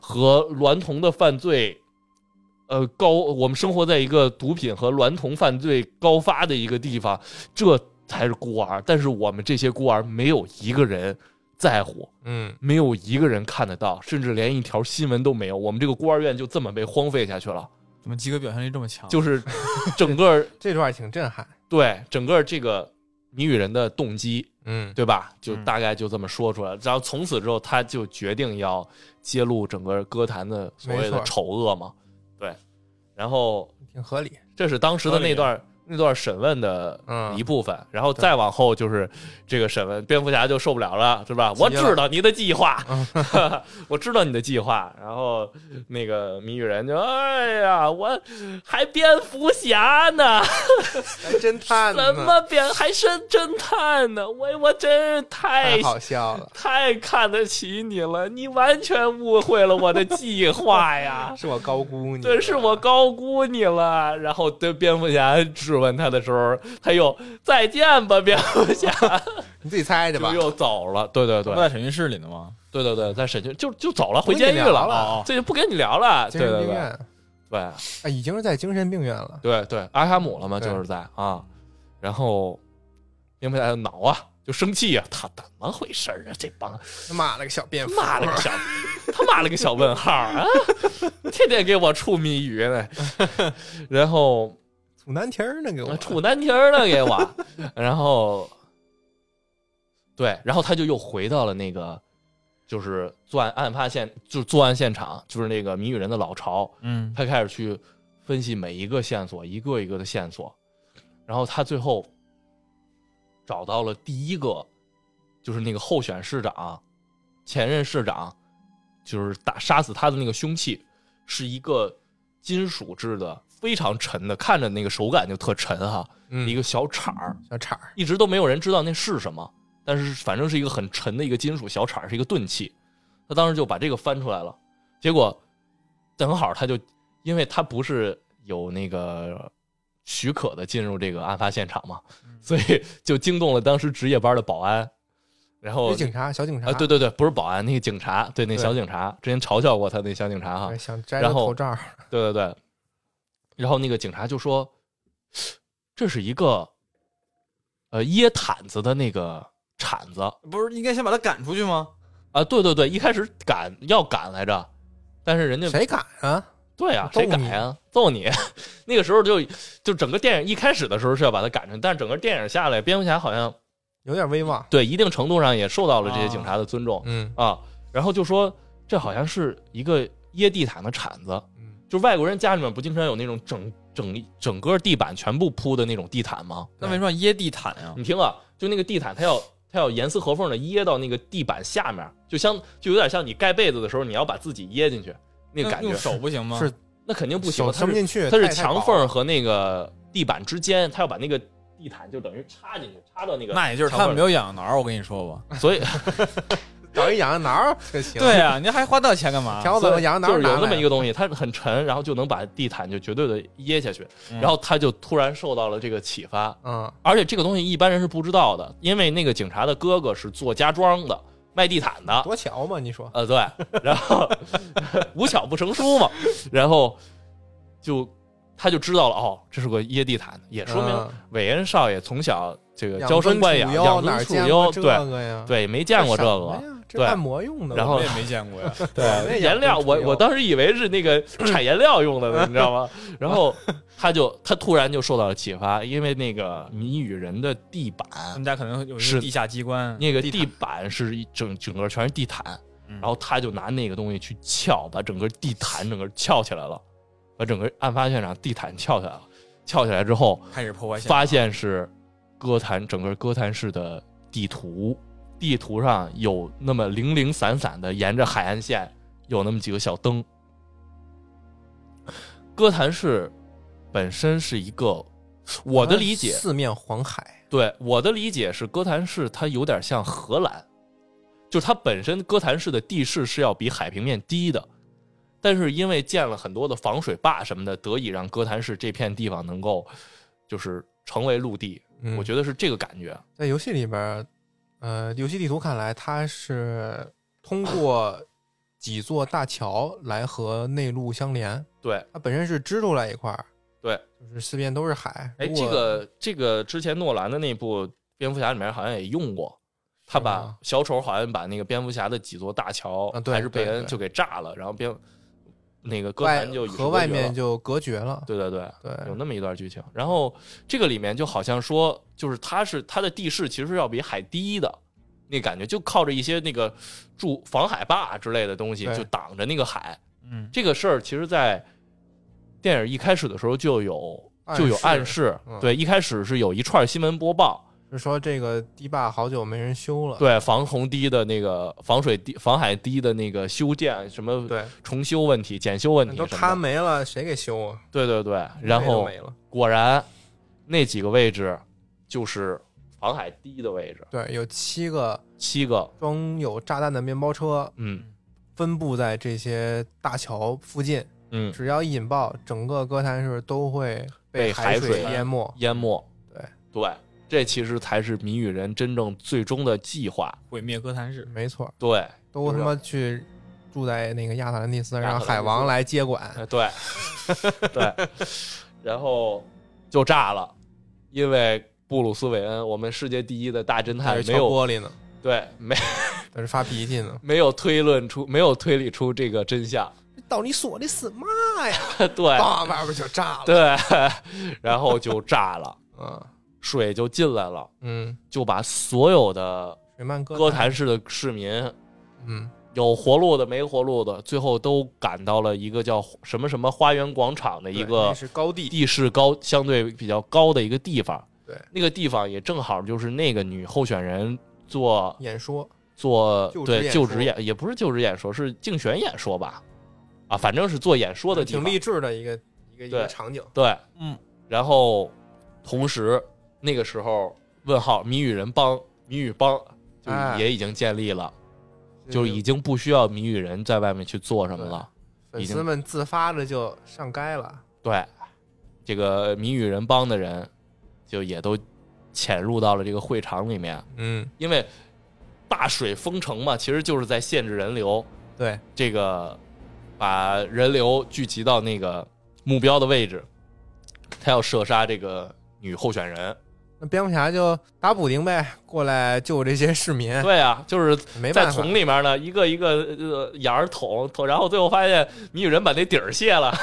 [SPEAKER 3] 和娈童的犯罪。呃，高，我们生活在一个毒品和娈童犯罪高发的一个地方，这才是孤儿。但是我们这些孤儿没有一个人在乎，
[SPEAKER 1] 嗯，
[SPEAKER 3] 没有一个人看得到，甚至连一条新闻都没有。我们这个孤儿院就这么被荒废下去了，
[SPEAKER 2] 怎么鸡哥表现力这么强？
[SPEAKER 3] 就是整个
[SPEAKER 1] 这段挺震撼，
[SPEAKER 3] 对整个这个谜语人的动机，
[SPEAKER 1] 嗯，
[SPEAKER 3] 对吧？就
[SPEAKER 2] 嗯
[SPEAKER 3] 大概就这么说出来。然后从此之后，他就决定要揭露整个歌坛的所谓
[SPEAKER 1] 没
[SPEAKER 3] 的
[SPEAKER 1] 错嗯
[SPEAKER 3] 丑恶嘛，对。然后
[SPEAKER 1] 挺合理，
[SPEAKER 3] 这是当时的那段那段审问的
[SPEAKER 1] 嗯
[SPEAKER 3] 一部分，然后再往后就是这个审问，蝙蝠侠就受不了了，是吧？我知道你的计划， 我知道你的计划。然后那个谜语人就哎呀，我还蝙蝠侠呢，
[SPEAKER 1] 还侦探呢
[SPEAKER 3] 怎么蝙还是侦探呢？我我真是太
[SPEAKER 1] 太哎好笑了，
[SPEAKER 3] 太看得起你了，你完全误会了我的计划呀
[SPEAKER 1] ！是我高估你，
[SPEAKER 3] 对，是我高估你了。然后对蝙蝠侠质问他的时候，他又再见吧，蝙蝠侠
[SPEAKER 1] 你自己猜去吧
[SPEAKER 3] 就。又走了。对对
[SPEAKER 2] 不
[SPEAKER 3] 对，
[SPEAKER 2] 在审讯室里呢吗？
[SPEAKER 3] 对对对，在审讯就就走了，回监狱
[SPEAKER 1] 不
[SPEAKER 3] 了，
[SPEAKER 1] 跟你聊了
[SPEAKER 3] 哦这就不跟你聊了。
[SPEAKER 1] 精
[SPEAKER 3] 对
[SPEAKER 1] 神
[SPEAKER 3] 对
[SPEAKER 1] 病
[SPEAKER 3] 对
[SPEAKER 1] 院
[SPEAKER 3] 对
[SPEAKER 1] 啊，已经是在精神病院了。
[SPEAKER 3] 对对，阿卡姆了嘛，
[SPEAKER 1] 对
[SPEAKER 3] 就是在啊，然后蝙蝠侠就恼啊，就生气啊，他怎么回事儿啊？这帮
[SPEAKER 1] 他妈了个小蝙蝠，
[SPEAKER 3] 骂了个小，他骂了个小问号啊，天天给我出谜语呢， 然后
[SPEAKER 1] 楚南蹄儿呢给我。
[SPEAKER 3] 出难题儿了给我， 然后对，然后他就又回到了那个就是作案案发现，就是作案现场，就是那个谜语人的老巢，
[SPEAKER 2] 嗯，
[SPEAKER 3] 他开始去分析每一个线索，一个一个的线索，然后他最后找到了第一个，就是那个候选市长，前任市长，就是打杀死他的那个凶器是一个金属制的，非常沉的，看着那个手感就特沉哈，
[SPEAKER 1] 嗯
[SPEAKER 3] 一个小铲儿，
[SPEAKER 1] 小铲儿，
[SPEAKER 3] 一直都没有人知道那是什么，但是反正是一个很沉的一个金属小铲儿，是一个钝器。他当时就把这个翻出来了，结果正好他就，因为他不是有那个许可的进入这个案发现场嘛，
[SPEAKER 1] 嗯
[SPEAKER 3] 所以就惊动了当时值夜班的保安，然后
[SPEAKER 1] 有警察，小警察
[SPEAKER 3] 啊，对，对对，不是保安，那个警察，对那
[SPEAKER 1] 对
[SPEAKER 3] 小警察，之前嘲笑过他那小警察哈，
[SPEAKER 1] 哎想摘个
[SPEAKER 3] 啊然后
[SPEAKER 1] 口罩儿，
[SPEAKER 3] 对对对，然后那个警察就说，这是一个呃掖毯子的那个铲子
[SPEAKER 2] 不是应该先把他赶出去吗？
[SPEAKER 3] 啊，对对对，一开始赶要赶来着，但是人家
[SPEAKER 1] 谁敢啊？
[SPEAKER 3] 对啊，
[SPEAKER 1] 揍
[SPEAKER 3] 谁敢
[SPEAKER 1] 你
[SPEAKER 3] 呀？揍你！ 那个时候就就整个电影一开始的时候是要把他赶成，但是整个电影下来，蝙蝠侠好像
[SPEAKER 1] 有点威望，
[SPEAKER 3] 对一定程度上也受到了
[SPEAKER 1] 啊
[SPEAKER 3] 这些警察的尊重
[SPEAKER 1] 嗯
[SPEAKER 3] 啊然后就说这好像是一个掖地毯的铲子，
[SPEAKER 1] 嗯，
[SPEAKER 3] 就外国人家里面不经常有那种整整整个地板全部铺的那种地毯吗？
[SPEAKER 2] 那为什么要掖地毯呀？
[SPEAKER 3] 你听啊，就那个地毯，它要它要严丝合缝的掖到那个地板下面，就像就有点像你盖被子的时候，你要把自己掖进去那个感觉
[SPEAKER 2] 用，手不行吗？
[SPEAKER 1] 是
[SPEAKER 3] 那肯定不行
[SPEAKER 1] 嗯手
[SPEAKER 3] 了。它
[SPEAKER 1] 伸不
[SPEAKER 3] 是
[SPEAKER 1] 进去，
[SPEAKER 3] 它是
[SPEAKER 1] 太
[SPEAKER 3] 墙缝，和那个地板之间，它要把那个地毯就等于插进去，插到那个，
[SPEAKER 2] 那也就是他们没有痒痒挠儿，我跟你说吧。
[SPEAKER 3] 所以
[SPEAKER 1] 太薄了找一痒痒挠儿就行。
[SPEAKER 2] 对啊，你还花那钱干嘛？
[SPEAKER 1] 条子
[SPEAKER 3] 所
[SPEAKER 1] 和
[SPEAKER 3] 以
[SPEAKER 1] 痒痒挠
[SPEAKER 3] 就
[SPEAKER 1] 儿
[SPEAKER 3] 是有那么一
[SPEAKER 1] 个，
[SPEAKER 3] 个东西，它很沉，然后就能把地毯就绝对的掖下去，
[SPEAKER 2] 嗯
[SPEAKER 3] 然后他就突然受到了这个启发，
[SPEAKER 1] 嗯，
[SPEAKER 3] 而且这个东西一般人是不知道的，因为那个警察的哥哥是做家装的，卖地毯的。
[SPEAKER 1] 多巧嘛，你说，
[SPEAKER 3] 呃，对，然后无巧不成书嘛，然后就他就知道了，哦，这是个掖地毯，也说明
[SPEAKER 1] 嗯
[SPEAKER 3] 韦恩少爷从小这个娇生惯养，
[SPEAKER 1] 养
[SPEAKER 3] 养
[SPEAKER 1] 尊
[SPEAKER 3] 尊
[SPEAKER 1] 处
[SPEAKER 3] 处
[SPEAKER 1] 优，
[SPEAKER 3] 优，
[SPEAKER 1] 哪儿见过
[SPEAKER 3] 对
[SPEAKER 1] 这个呀？，
[SPEAKER 3] 对，没见过这
[SPEAKER 1] 什么
[SPEAKER 3] 个。
[SPEAKER 1] 呀，这
[SPEAKER 3] 对
[SPEAKER 1] 按摩用的吧，
[SPEAKER 3] 然后
[SPEAKER 2] 我也没见过呀。
[SPEAKER 1] 对那
[SPEAKER 3] 颜料，我我当时以为是那个产颜料用的呢，你知道吗？然后他就他突然就受到了启发，因为那个谜语人的地板
[SPEAKER 2] 他们家可能有一嗯
[SPEAKER 3] 是
[SPEAKER 2] 个地下机关，
[SPEAKER 3] 那个地板是一整整个全是地毯，
[SPEAKER 2] 嗯
[SPEAKER 3] 然后他就拿那个东西去撬，把整个地毯整个撬起来了，把整个案发现场地毯撬起来了。撬起来之后，
[SPEAKER 2] 开始破坏现场
[SPEAKER 3] 发现是哥谭整个哥谭市的地图，地图上有那么零零散散的沿着海岸线有那么几个小灯。哥谭市本身是一个，我的理解
[SPEAKER 1] 四面环海，
[SPEAKER 3] 对我的理解是，哥谭市它有点像荷兰，就是它本身哥谭市的地势是要比海平面低的，但是因为建了很多的防水坝什么的，得以让哥谭市这片地方能够就是成为陆地。
[SPEAKER 1] 嗯
[SPEAKER 3] 我觉得是这个感觉。
[SPEAKER 1] 在游戏里边儿，呃，游戏地图看来，它是通 过几座大桥来和内陆相连。
[SPEAKER 3] 对，
[SPEAKER 1] 它本身是支出来一块儿，
[SPEAKER 3] 对，
[SPEAKER 1] 就是四边都是海。
[SPEAKER 3] 哎，
[SPEAKER 1] 如
[SPEAKER 3] 这
[SPEAKER 1] 果
[SPEAKER 3] 个这个之前诺兰的那部蝙蝠侠里面好像也用过。他把
[SPEAKER 1] 吗
[SPEAKER 3] 小丑好像把那个蝙蝠侠的几座大桥
[SPEAKER 1] 啊对
[SPEAKER 3] 还是贝
[SPEAKER 1] 对
[SPEAKER 3] 恩
[SPEAKER 1] 对
[SPEAKER 3] 就给炸了，然后蝙那个哥
[SPEAKER 1] 外
[SPEAKER 3] 谭就与世
[SPEAKER 1] 和
[SPEAKER 3] 隔
[SPEAKER 1] 外
[SPEAKER 3] 绝了
[SPEAKER 1] 面就隔绝了。
[SPEAKER 3] 对对对，
[SPEAKER 1] 对，
[SPEAKER 3] 有那么一段剧情。然后这个里面就好像说，就是它是它的地势其实要比海低的，那感觉就靠着一些那个筑防海坝之类的东西
[SPEAKER 1] 对
[SPEAKER 3] 就挡着那个海。
[SPEAKER 2] 嗯
[SPEAKER 3] 这个事儿其实，在电影一开始的时候就有就有暗示
[SPEAKER 1] 嗯。
[SPEAKER 3] 对，一开始是有一串新闻播报，
[SPEAKER 1] 是说这个堤坝好久没人修了，
[SPEAKER 3] 对防洪堤的那个防水堤、防海堤的那个修建什么
[SPEAKER 1] 对，
[SPEAKER 3] 重修问题、检修问题
[SPEAKER 1] 都
[SPEAKER 3] 什
[SPEAKER 1] 塌
[SPEAKER 3] 么的。
[SPEAKER 1] 没了，谁给修啊？
[SPEAKER 3] 对对对，然
[SPEAKER 1] 谁都
[SPEAKER 3] 后
[SPEAKER 1] 没了，
[SPEAKER 3] 果然那几个位置就是防海堤的位置，
[SPEAKER 1] 对，有七个
[SPEAKER 3] 七个，
[SPEAKER 1] 装有炸弹的面包车
[SPEAKER 3] 嗯
[SPEAKER 1] 分布在这些大桥附近，
[SPEAKER 3] 嗯，
[SPEAKER 1] 只要一引爆，整个哥谭市都会
[SPEAKER 3] 被
[SPEAKER 1] 海
[SPEAKER 3] 海水
[SPEAKER 1] 淹没。
[SPEAKER 3] 淹没。
[SPEAKER 1] 对
[SPEAKER 3] 对，这其实才是谜语人真正最终的计划。
[SPEAKER 2] 毁灭哥谭市，
[SPEAKER 1] 没错，
[SPEAKER 3] 对
[SPEAKER 1] 都他妈去住在那个亚特兰蒂斯，
[SPEAKER 3] 亚特兰
[SPEAKER 1] 让
[SPEAKER 3] 蒂斯
[SPEAKER 1] 海王来接管。
[SPEAKER 3] 哎对对，然后就炸了，因为布鲁斯·韦恩，我们世界第一的大侦探
[SPEAKER 1] 还是敲
[SPEAKER 3] 没有
[SPEAKER 1] 玻璃呢，
[SPEAKER 3] 对没
[SPEAKER 1] 在这发脾气呢。
[SPEAKER 3] 没有推论出没有推理出这个真相，
[SPEAKER 1] 到你锁的死嘛呀！
[SPEAKER 3] 对
[SPEAKER 1] 啊，外边就炸了。
[SPEAKER 3] 对，然后就炸了，
[SPEAKER 1] 嗯
[SPEAKER 3] 水就进来了，
[SPEAKER 1] 嗯，
[SPEAKER 3] 就把所有的
[SPEAKER 1] 水漫哥
[SPEAKER 3] 哥谭市的市民
[SPEAKER 1] 嗯，
[SPEAKER 3] 有活路的没活路的，最后都赶到了一个叫什么什么花园广场的
[SPEAKER 1] 对
[SPEAKER 3] 一
[SPEAKER 1] 那
[SPEAKER 3] 个
[SPEAKER 1] 是高地，
[SPEAKER 3] 地势高、相对比较高的一个地方。
[SPEAKER 1] 对，
[SPEAKER 3] 那个地方也正好就是那个女候选人做
[SPEAKER 1] 演说
[SPEAKER 3] 做
[SPEAKER 1] 就职
[SPEAKER 3] 对
[SPEAKER 1] 演
[SPEAKER 3] 就
[SPEAKER 1] 说
[SPEAKER 3] 职演，也不是就职演说，是竞选演说吧？啊，反正是做演说的地
[SPEAKER 1] 挺
[SPEAKER 3] 方。
[SPEAKER 1] 励志的一个一个一个
[SPEAKER 3] 对
[SPEAKER 1] 场景。
[SPEAKER 3] 对，
[SPEAKER 2] 嗯，
[SPEAKER 3] 然后同时那个时候，问号谜语人帮谜语帮就
[SPEAKER 1] 哎
[SPEAKER 3] 是也已经建立了，就是已经不需要谜语人在外面去做什么了。
[SPEAKER 1] 粉
[SPEAKER 3] 已经
[SPEAKER 1] 丝们自发的就上街了。
[SPEAKER 3] 对，这个谜语人帮的人就也都潜入到了这个会场里面，
[SPEAKER 1] 嗯，
[SPEAKER 3] 因为大水封城嘛，其实就是在限制人流，
[SPEAKER 1] 对，
[SPEAKER 3] 这个把人流聚集到那个目标的位置，他要射杀这个女候选人。
[SPEAKER 1] 那蝙蝠侠就打补丁呗，过来救这些市民。
[SPEAKER 3] 对啊，就是
[SPEAKER 1] 哎没
[SPEAKER 3] 在
[SPEAKER 1] 办法
[SPEAKER 3] 桶，里面呢，一个一个呃眼儿捅捅，然后最后发现谜语人把那底儿卸了，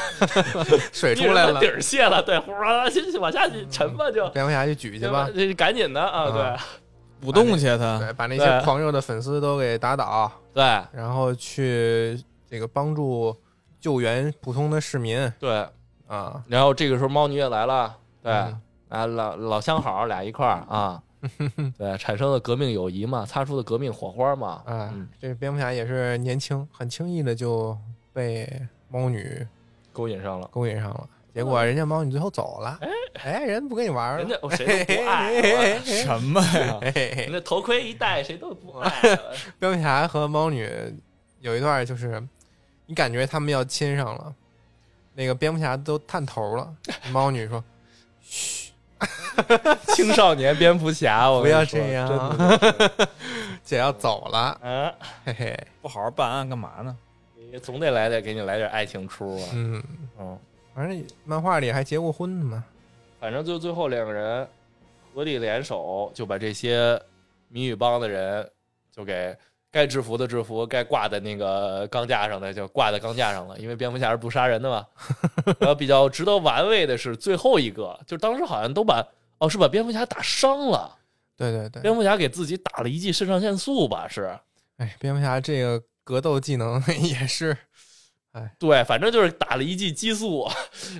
[SPEAKER 1] 水
[SPEAKER 3] 谜语
[SPEAKER 1] 出
[SPEAKER 3] 人
[SPEAKER 1] 来
[SPEAKER 3] 把
[SPEAKER 1] 了
[SPEAKER 3] 底，儿卸了，对，哗，就就往下去沉吧就。
[SPEAKER 1] 蝙蝠侠就举去吧。
[SPEAKER 3] 这赶紧的啊！
[SPEAKER 1] 啊
[SPEAKER 3] 对
[SPEAKER 2] 嗯舞动去啊他，
[SPEAKER 1] 对，把那些
[SPEAKER 3] 对
[SPEAKER 1] 狂热的粉丝都给打倒，
[SPEAKER 3] 对
[SPEAKER 1] 然后去这个帮助救援普通的市民
[SPEAKER 3] 对，
[SPEAKER 1] 啊。
[SPEAKER 3] 然后这个时候猫女也来了，对
[SPEAKER 1] 嗯
[SPEAKER 3] 啊，老老相好俩一块儿 啊，对，产生了革命友谊嘛，擦出的革命火花嘛，
[SPEAKER 1] 啊，
[SPEAKER 3] 嗯，
[SPEAKER 1] 这个蝙蝠侠也是年轻，很轻易的就被猫女
[SPEAKER 3] 勾引上了，
[SPEAKER 1] 勾引上了。结果人家猫女最后走了，哎，人不跟你玩
[SPEAKER 3] 嗯人
[SPEAKER 1] 了
[SPEAKER 3] 家，我谁都不爱，
[SPEAKER 2] 什么呀？
[SPEAKER 1] 嘿嘿嘿
[SPEAKER 3] 人家头盔一戴谁都不爱，啊
[SPEAKER 1] 蝙蝠侠和猫女有一段就是，你感觉他们要亲上了，那个蝙蝠侠都探头了，猫女说
[SPEAKER 3] 青少年蝙蝠侠，我跟你
[SPEAKER 1] 不要
[SPEAKER 3] 说
[SPEAKER 1] 这样
[SPEAKER 3] 真的是
[SPEAKER 1] 姐要走了，
[SPEAKER 3] 啊，
[SPEAKER 1] 嘿嘿，
[SPEAKER 2] 不好好办案干嘛呢？
[SPEAKER 3] 你总得来点给你来点爱情出啊，
[SPEAKER 1] 嗯，
[SPEAKER 3] 嗯，
[SPEAKER 1] 反正漫画里还结过婚呢嘛，
[SPEAKER 3] 反正就最后两个人合力联手，就把这些谜语帮的人就给该制服的制服，该挂在那个钢架上的就挂在钢架上了，因为蝙蝠侠是不杀人的嘛。 然后比较值得玩味的是最后一个，就是当时好像都把哦是把蝙蝠侠打伤了，
[SPEAKER 1] 对对对，
[SPEAKER 3] 蝙蝠侠给自己打了一剂肾上腺素吧，是
[SPEAKER 1] 哎，蝙蝠侠这个格斗技能 也是，
[SPEAKER 3] 对，反正就是打了一剂激素，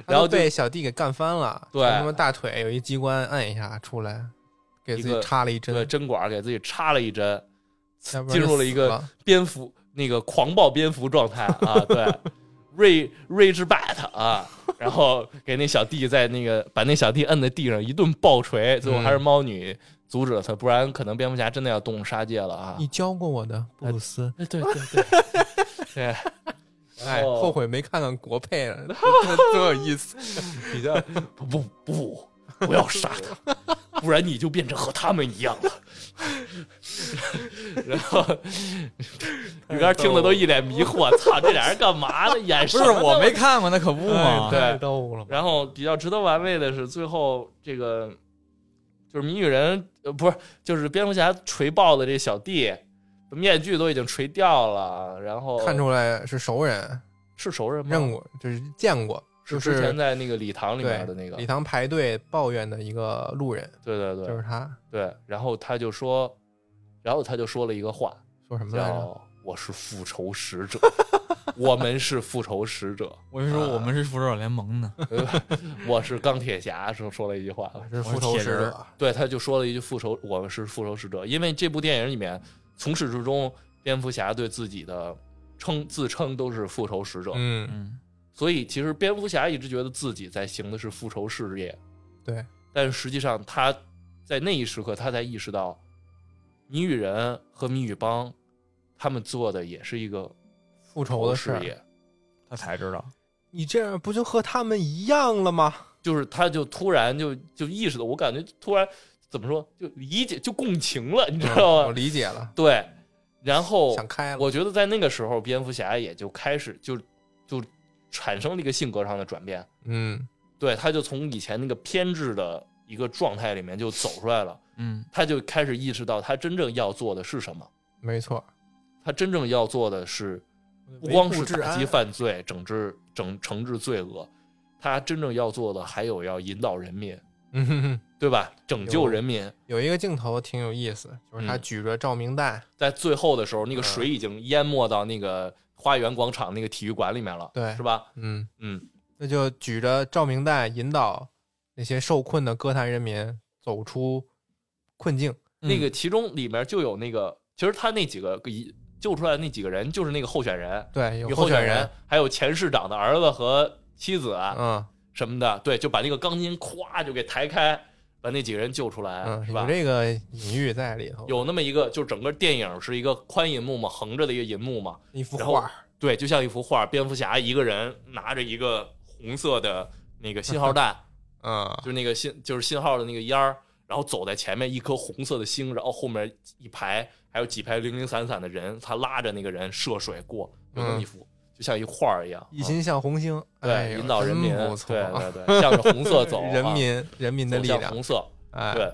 [SPEAKER 1] 他
[SPEAKER 3] 然后
[SPEAKER 1] 都
[SPEAKER 3] 就
[SPEAKER 1] 被小弟给干翻了，
[SPEAKER 3] 对
[SPEAKER 1] 从他妈大腿有一机关按一下出来，给自
[SPEAKER 3] 一
[SPEAKER 1] 己
[SPEAKER 3] 个
[SPEAKER 1] 插了一针
[SPEAKER 3] 对，针管给自己插了一针，
[SPEAKER 1] 要不然
[SPEAKER 3] 进入
[SPEAKER 1] 就
[SPEAKER 3] 了一
[SPEAKER 1] 死
[SPEAKER 3] 个啊蝙蝠那个狂暴蝙蝠状态 啊，对，Ray Rage Bat 啊，然后给那小弟在那个把那小弟摁在地上一顿暴锤，最后还是猫女阻止了他，不然可能蝙蝠侠真的要动杀戒了 啊
[SPEAKER 1] 你！教过我的布鲁斯，
[SPEAKER 3] 哎，对对对对，
[SPEAKER 1] 哎，
[SPEAKER 3] 哦
[SPEAKER 1] 后悔没看看国配 了，多多有意思。
[SPEAKER 3] 比较不不不不要杀他，不然你就变成和他们一样了。 然后里边听的都一脸迷惑，操，这俩人干嘛呢？演
[SPEAKER 2] 不
[SPEAKER 3] 什
[SPEAKER 2] 是
[SPEAKER 3] 么呢
[SPEAKER 2] 我没看过，那可不
[SPEAKER 1] 哎
[SPEAKER 2] 嘛。
[SPEAKER 3] 对
[SPEAKER 1] 太逗了吧，
[SPEAKER 3] 然后比较值得玩味的是，最后这个就是谜语人，呃，不是，就是蝙蝠侠锤爆的这小弟，面具都已经锤掉了，然后
[SPEAKER 1] 看出来是熟人，
[SPEAKER 3] 是熟人吗？
[SPEAKER 1] 认过就是见过，就是
[SPEAKER 3] 哦之前在那个礼堂里面的那个，
[SPEAKER 1] 礼堂排队抱怨的一个路人，
[SPEAKER 3] 对对对、
[SPEAKER 1] 就是他。
[SPEAKER 3] 对。然后他就说，然后他就说了一个话，
[SPEAKER 1] 说什么来着？
[SPEAKER 3] 叫“我是复仇使者”，我们是复仇使者，
[SPEAKER 4] 我就
[SPEAKER 2] 嗯
[SPEAKER 4] 说我们是复仇者联盟呢，
[SPEAKER 3] 我是钢铁侠，说说了一句话，
[SPEAKER 1] 这是复仇使
[SPEAKER 2] 我是铁人
[SPEAKER 1] 者，
[SPEAKER 3] 对，他就说了一句复仇，我们是复仇使者，因为这部电影里面从始至终，蝙蝠侠对自己的称自称都是复仇使者，
[SPEAKER 1] 嗯，
[SPEAKER 4] 嗯，
[SPEAKER 3] 所以其实蝙蝠侠一直觉得自己在行的是复仇事业，
[SPEAKER 1] 对，
[SPEAKER 3] 但是实际上他在那一时刻，他才意识到，谜语人和谜语帮他们做的也是一个
[SPEAKER 1] 复
[SPEAKER 3] 仇
[SPEAKER 1] 仇的事
[SPEAKER 3] 事
[SPEAKER 1] 儿，
[SPEAKER 3] 业，
[SPEAKER 2] 他才知道，
[SPEAKER 1] 你这样不就和他们一样了吗？
[SPEAKER 3] 就是他就突然就就意识到，我感觉突然怎么说，就理解就共情了， 你知道
[SPEAKER 1] 嗯我
[SPEAKER 3] 吗？
[SPEAKER 1] 理解了，
[SPEAKER 3] 对，然后
[SPEAKER 1] 想开了，
[SPEAKER 3] 我觉得在那个时候，蝙蝠侠也就开始就就产生了一个性格上的转变，
[SPEAKER 1] 嗯，
[SPEAKER 3] 对，他就从以前那个偏执的一个状态里面就走出来了，
[SPEAKER 4] 嗯，
[SPEAKER 3] 他就开始意识到他真正要做的是什么，
[SPEAKER 1] 没错，
[SPEAKER 3] 他真正要做的是不
[SPEAKER 2] 维
[SPEAKER 3] 光
[SPEAKER 2] 护
[SPEAKER 3] 是
[SPEAKER 2] 治
[SPEAKER 3] 打
[SPEAKER 2] 安
[SPEAKER 3] 击犯罪、整治整惩治罪恶，他真正要做的还有要引导人民，
[SPEAKER 1] 嗯哼哼。
[SPEAKER 3] 对吧？拯救
[SPEAKER 1] 有
[SPEAKER 3] 人民，
[SPEAKER 1] 有一个镜头挺有意思，就是他
[SPEAKER 3] 嗯
[SPEAKER 1] 举着照明弹，
[SPEAKER 3] 在最后的时候，那个水已经淹没到那个花园广场那个体育馆里面了，
[SPEAKER 1] 对
[SPEAKER 3] 是吧？
[SPEAKER 1] 嗯，
[SPEAKER 3] 嗯，
[SPEAKER 1] 那就举着照明弹引导那些受困的哥谭人民走出困境。
[SPEAKER 3] 那个其中里面就有那个，其实他那几个一救出来的那几个人就是那个候选人，
[SPEAKER 1] 对，有
[SPEAKER 3] 有
[SPEAKER 1] 候
[SPEAKER 3] 选
[SPEAKER 1] 选人，，
[SPEAKER 3] 还有前市长的儿子和妻子啊
[SPEAKER 1] 嗯
[SPEAKER 3] 什么的，对，就把那个钢筋咵就给抬开，把那几个人救出来，
[SPEAKER 1] 嗯，
[SPEAKER 3] 是
[SPEAKER 1] 有
[SPEAKER 3] 吧？
[SPEAKER 1] 这个隐喻在里头，
[SPEAKER 3] 有那么一个，就整个电影是一个宽银幕嘛，横着的一个银幕嘛，
[SPEAKER 1] 一幅
[SPEAKER 3] 然后
[SPEAKER 1] 画，
[SPEAKER 3] 对，就像一幅画，蝙蝠侠一个人拿着一个红色的那个信号弹，
[SPEAKER 1] 嗯，
[SPEAKER 3] 就是那个信，就是信号的那个烟儿，然后走在前面一颗红色的星，然后后面一排还有几排零零散散的人，他拉着那个人涉水过，就那么一幅，就像一画儿一样，
[SPEAKER 1] 嗯一
[SPEAKER 3] 啊
[SPEAKER 1] 心向红星，哎
[SPEAKER 3] 对
[SPEAKER 1] 呦
[SPEAKER 3] 引导人民，
[SPEAKER 1] 真不错，，
[SPEAKER 3] 对对对，向着红色走
[SPEAKER 1] 人
[SPEAKER 3] 啊
[SPEAKER 1] 民人民的
[SPEAKER 3] 走
[SPEAKER 1] 力
[SPEAKER 3] 向
[SPEAKER 1] 量，
[SPEAKER 3] 红色，
[SPEAKER 1] 哎，
[SPEAKER 3] 对，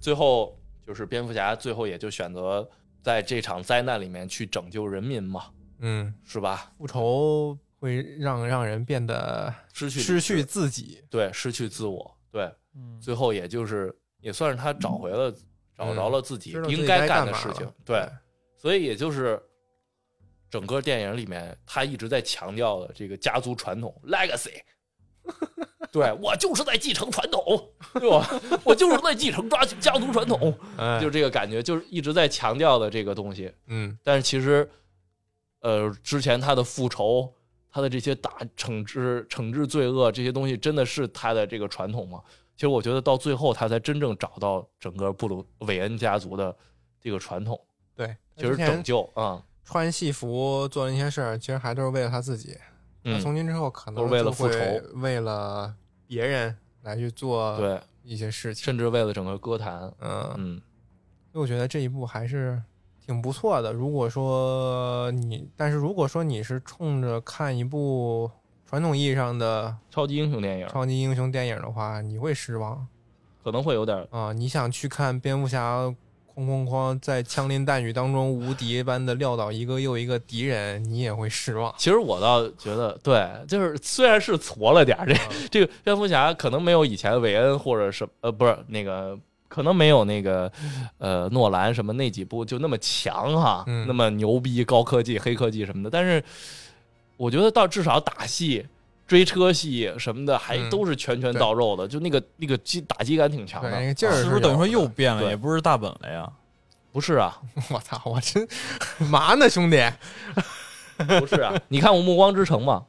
[SPEAKER 3] 最后就是蝙蝠侠，最后也就选择在这场灾难里面去拯救人民嘛，
[SPEAKER 1] 嗯，
[SPEAKER 3] 是吧？
[SPEAKER 1] 复仇会让让人变得
[SPEAKER 3] 失去理
[SPEAKER 1] 失去
[SPEAKER 3] 智
[SPEAKER 1] 自己，
[SPEAKER 3] 对，失去自我，对，
[SPEAKER 4] 嗯
[SPEAKER 3] 最后也就是也算是他找回了，找着了自
[SPEAKER 1] 嗯
[SPEAKER 3] 己
[SPEAKER 1] 知道自己
[SPEAKER 3] 应
[SPEAKER 1] 该
[SPEAKER 3] 干
[SPEAKER 1] 干
[SPEAKER 3] 的
[SPEAKER 1] 嘛
[SPEAKER 3] 事情
[SPEAKER 1] 了，
[SPEAKER 3] 对，所以也就是整个电影里面他一直在强调的这个家族传统 legacy。对我就是在继承传 统，对吧？我就是在继承家家族传统，
[SPEAKER 1] 哎，
[SPEAKER 3] 就这个感觉，就是一直在强调的这个东西。
[SPEAKER 1] 嗯，
[SPEAKER 3] 但是其实，呃，之前他的复仇，他的这些打惩治、惩治罪恶这些东西，真的是他的这个传统吗？其实我觉得到最后，他才真正找到整个布鲁韦恩家族的这个传统，
[SPEAKER 1] 对，
[SPEAKER 3] 其实
[SPEAKER 1] 之前
[SPEAKER 3] 拯救啊，
[SPEAKER 1] 穿戏服做那些事儿，其实还都是为了他自己。他
[SPEAKER 3] 嗯，
[SPEAKER 1] 从今之后可能
[SPEAKER 3] 都是为了
[SPEAKER 1] 就会
[SPEAKER 3] 复仇，
[SPEAKER 1] 为了别人来去做
[SPEAKER 3] 对，
[SPEAKER 1] 一些事情。
[SPEAKER 3] 甚至为了整个歌坛，
[SPEAKER 1] 嗯，所
[SPEAKER 3] 嗯
[SPEAKER 1] 以我觉得这一部还是挺不错的。如果说你，但是如果说你是冲着看一部传统意义上的
[SPEAKER 3] 超级英雄电影
[SPEAKER 1] 超级英雄电影的话，你会失望
[SPEAKER 3] 可能会有点，
[SPEAKER 1] 啊、你想去看蝙蝠侠哐哐哐在枪林弹雨当中无敌般的撂倒一个又一个敌人，你也会失望。
[SPEAKER 3] 其实我倒觉得，对，就是虽然是矬了点儿，
[SPEAKER 1] 嗯
[SPEAKER 3] 这 这个蝙蝠侠可能没有以前韦恩或者什呃，不是那个，可能没有那个呃诺兰什么那几部就那么强哈，
[SPEAKER 1] 嗯
[SPEAKER 3] 那么牛逼高科技、黑科技什么的。但是我觉得到至少打戏、追车戏什么的，还
[SPEAKER 1] 嗯
[SPEAKER 3] 都是拳拳
[SPEAKER 1] 对
[SPEAKER 3] 到肉的，就那个那个击打击感挺强
[SPEAKER 1] 对，那
[SPEAKER 3] 的。
[SPEAKER 1] 个劲儿
[SPEAKER 4] 是不是
[SPEAKER 1] 有
[SPEAKER 4] 等于说
[SPEAKER 1] 的
[SPEAKER 4] 又变了，
[SPEAKER 3] 对
[SPEAKER 4] 也不是大本了呀？
[SPEAKER 3] 不是啊，
[SPEAKER 1] 我操！我真嘛呢，兄弟？
[SPEAKER 3] 不是啊，你看过《暮光之城》吗？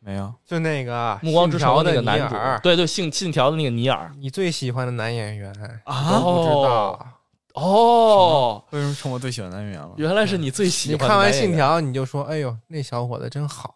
[SPEAKER 4] 没有，
[SPEAKER 1] 就那个
[SPEAKER 3] 《暮光之城》那个
[SPEAKER 1] 信条的
[SPEAKER 3] 男
[SPEAKER 1] 尼
[SPEAKER 3] 主，
[SPEAKER 1] 尔，
[SPEAKER 3] 对对，信信条的那个尼尔
[SPEAKER 1] 你最喜欢的男演员
[SPEAKER 4] 啊
[SPEAKER 1] 不知道
[SPEAKER 3] 哦
[SPEAKER 1] 啊？
[SPEAKER 3] 哦，
[SPEAKER 4] 为什么成我最喜欢的男演员了？
[SPEAKER 3] 原来是你最喜
[SPEAKER 1] 你
[SPEAKER 3] 欢的
[SPEAKER 1] 看完
[SPEAKER 3] 男演
[SPEAKER 1] 信
[SPEAKER 3] 员
[SPEAKER 1] 条你就说：“哎呦，那小伙子真 好。”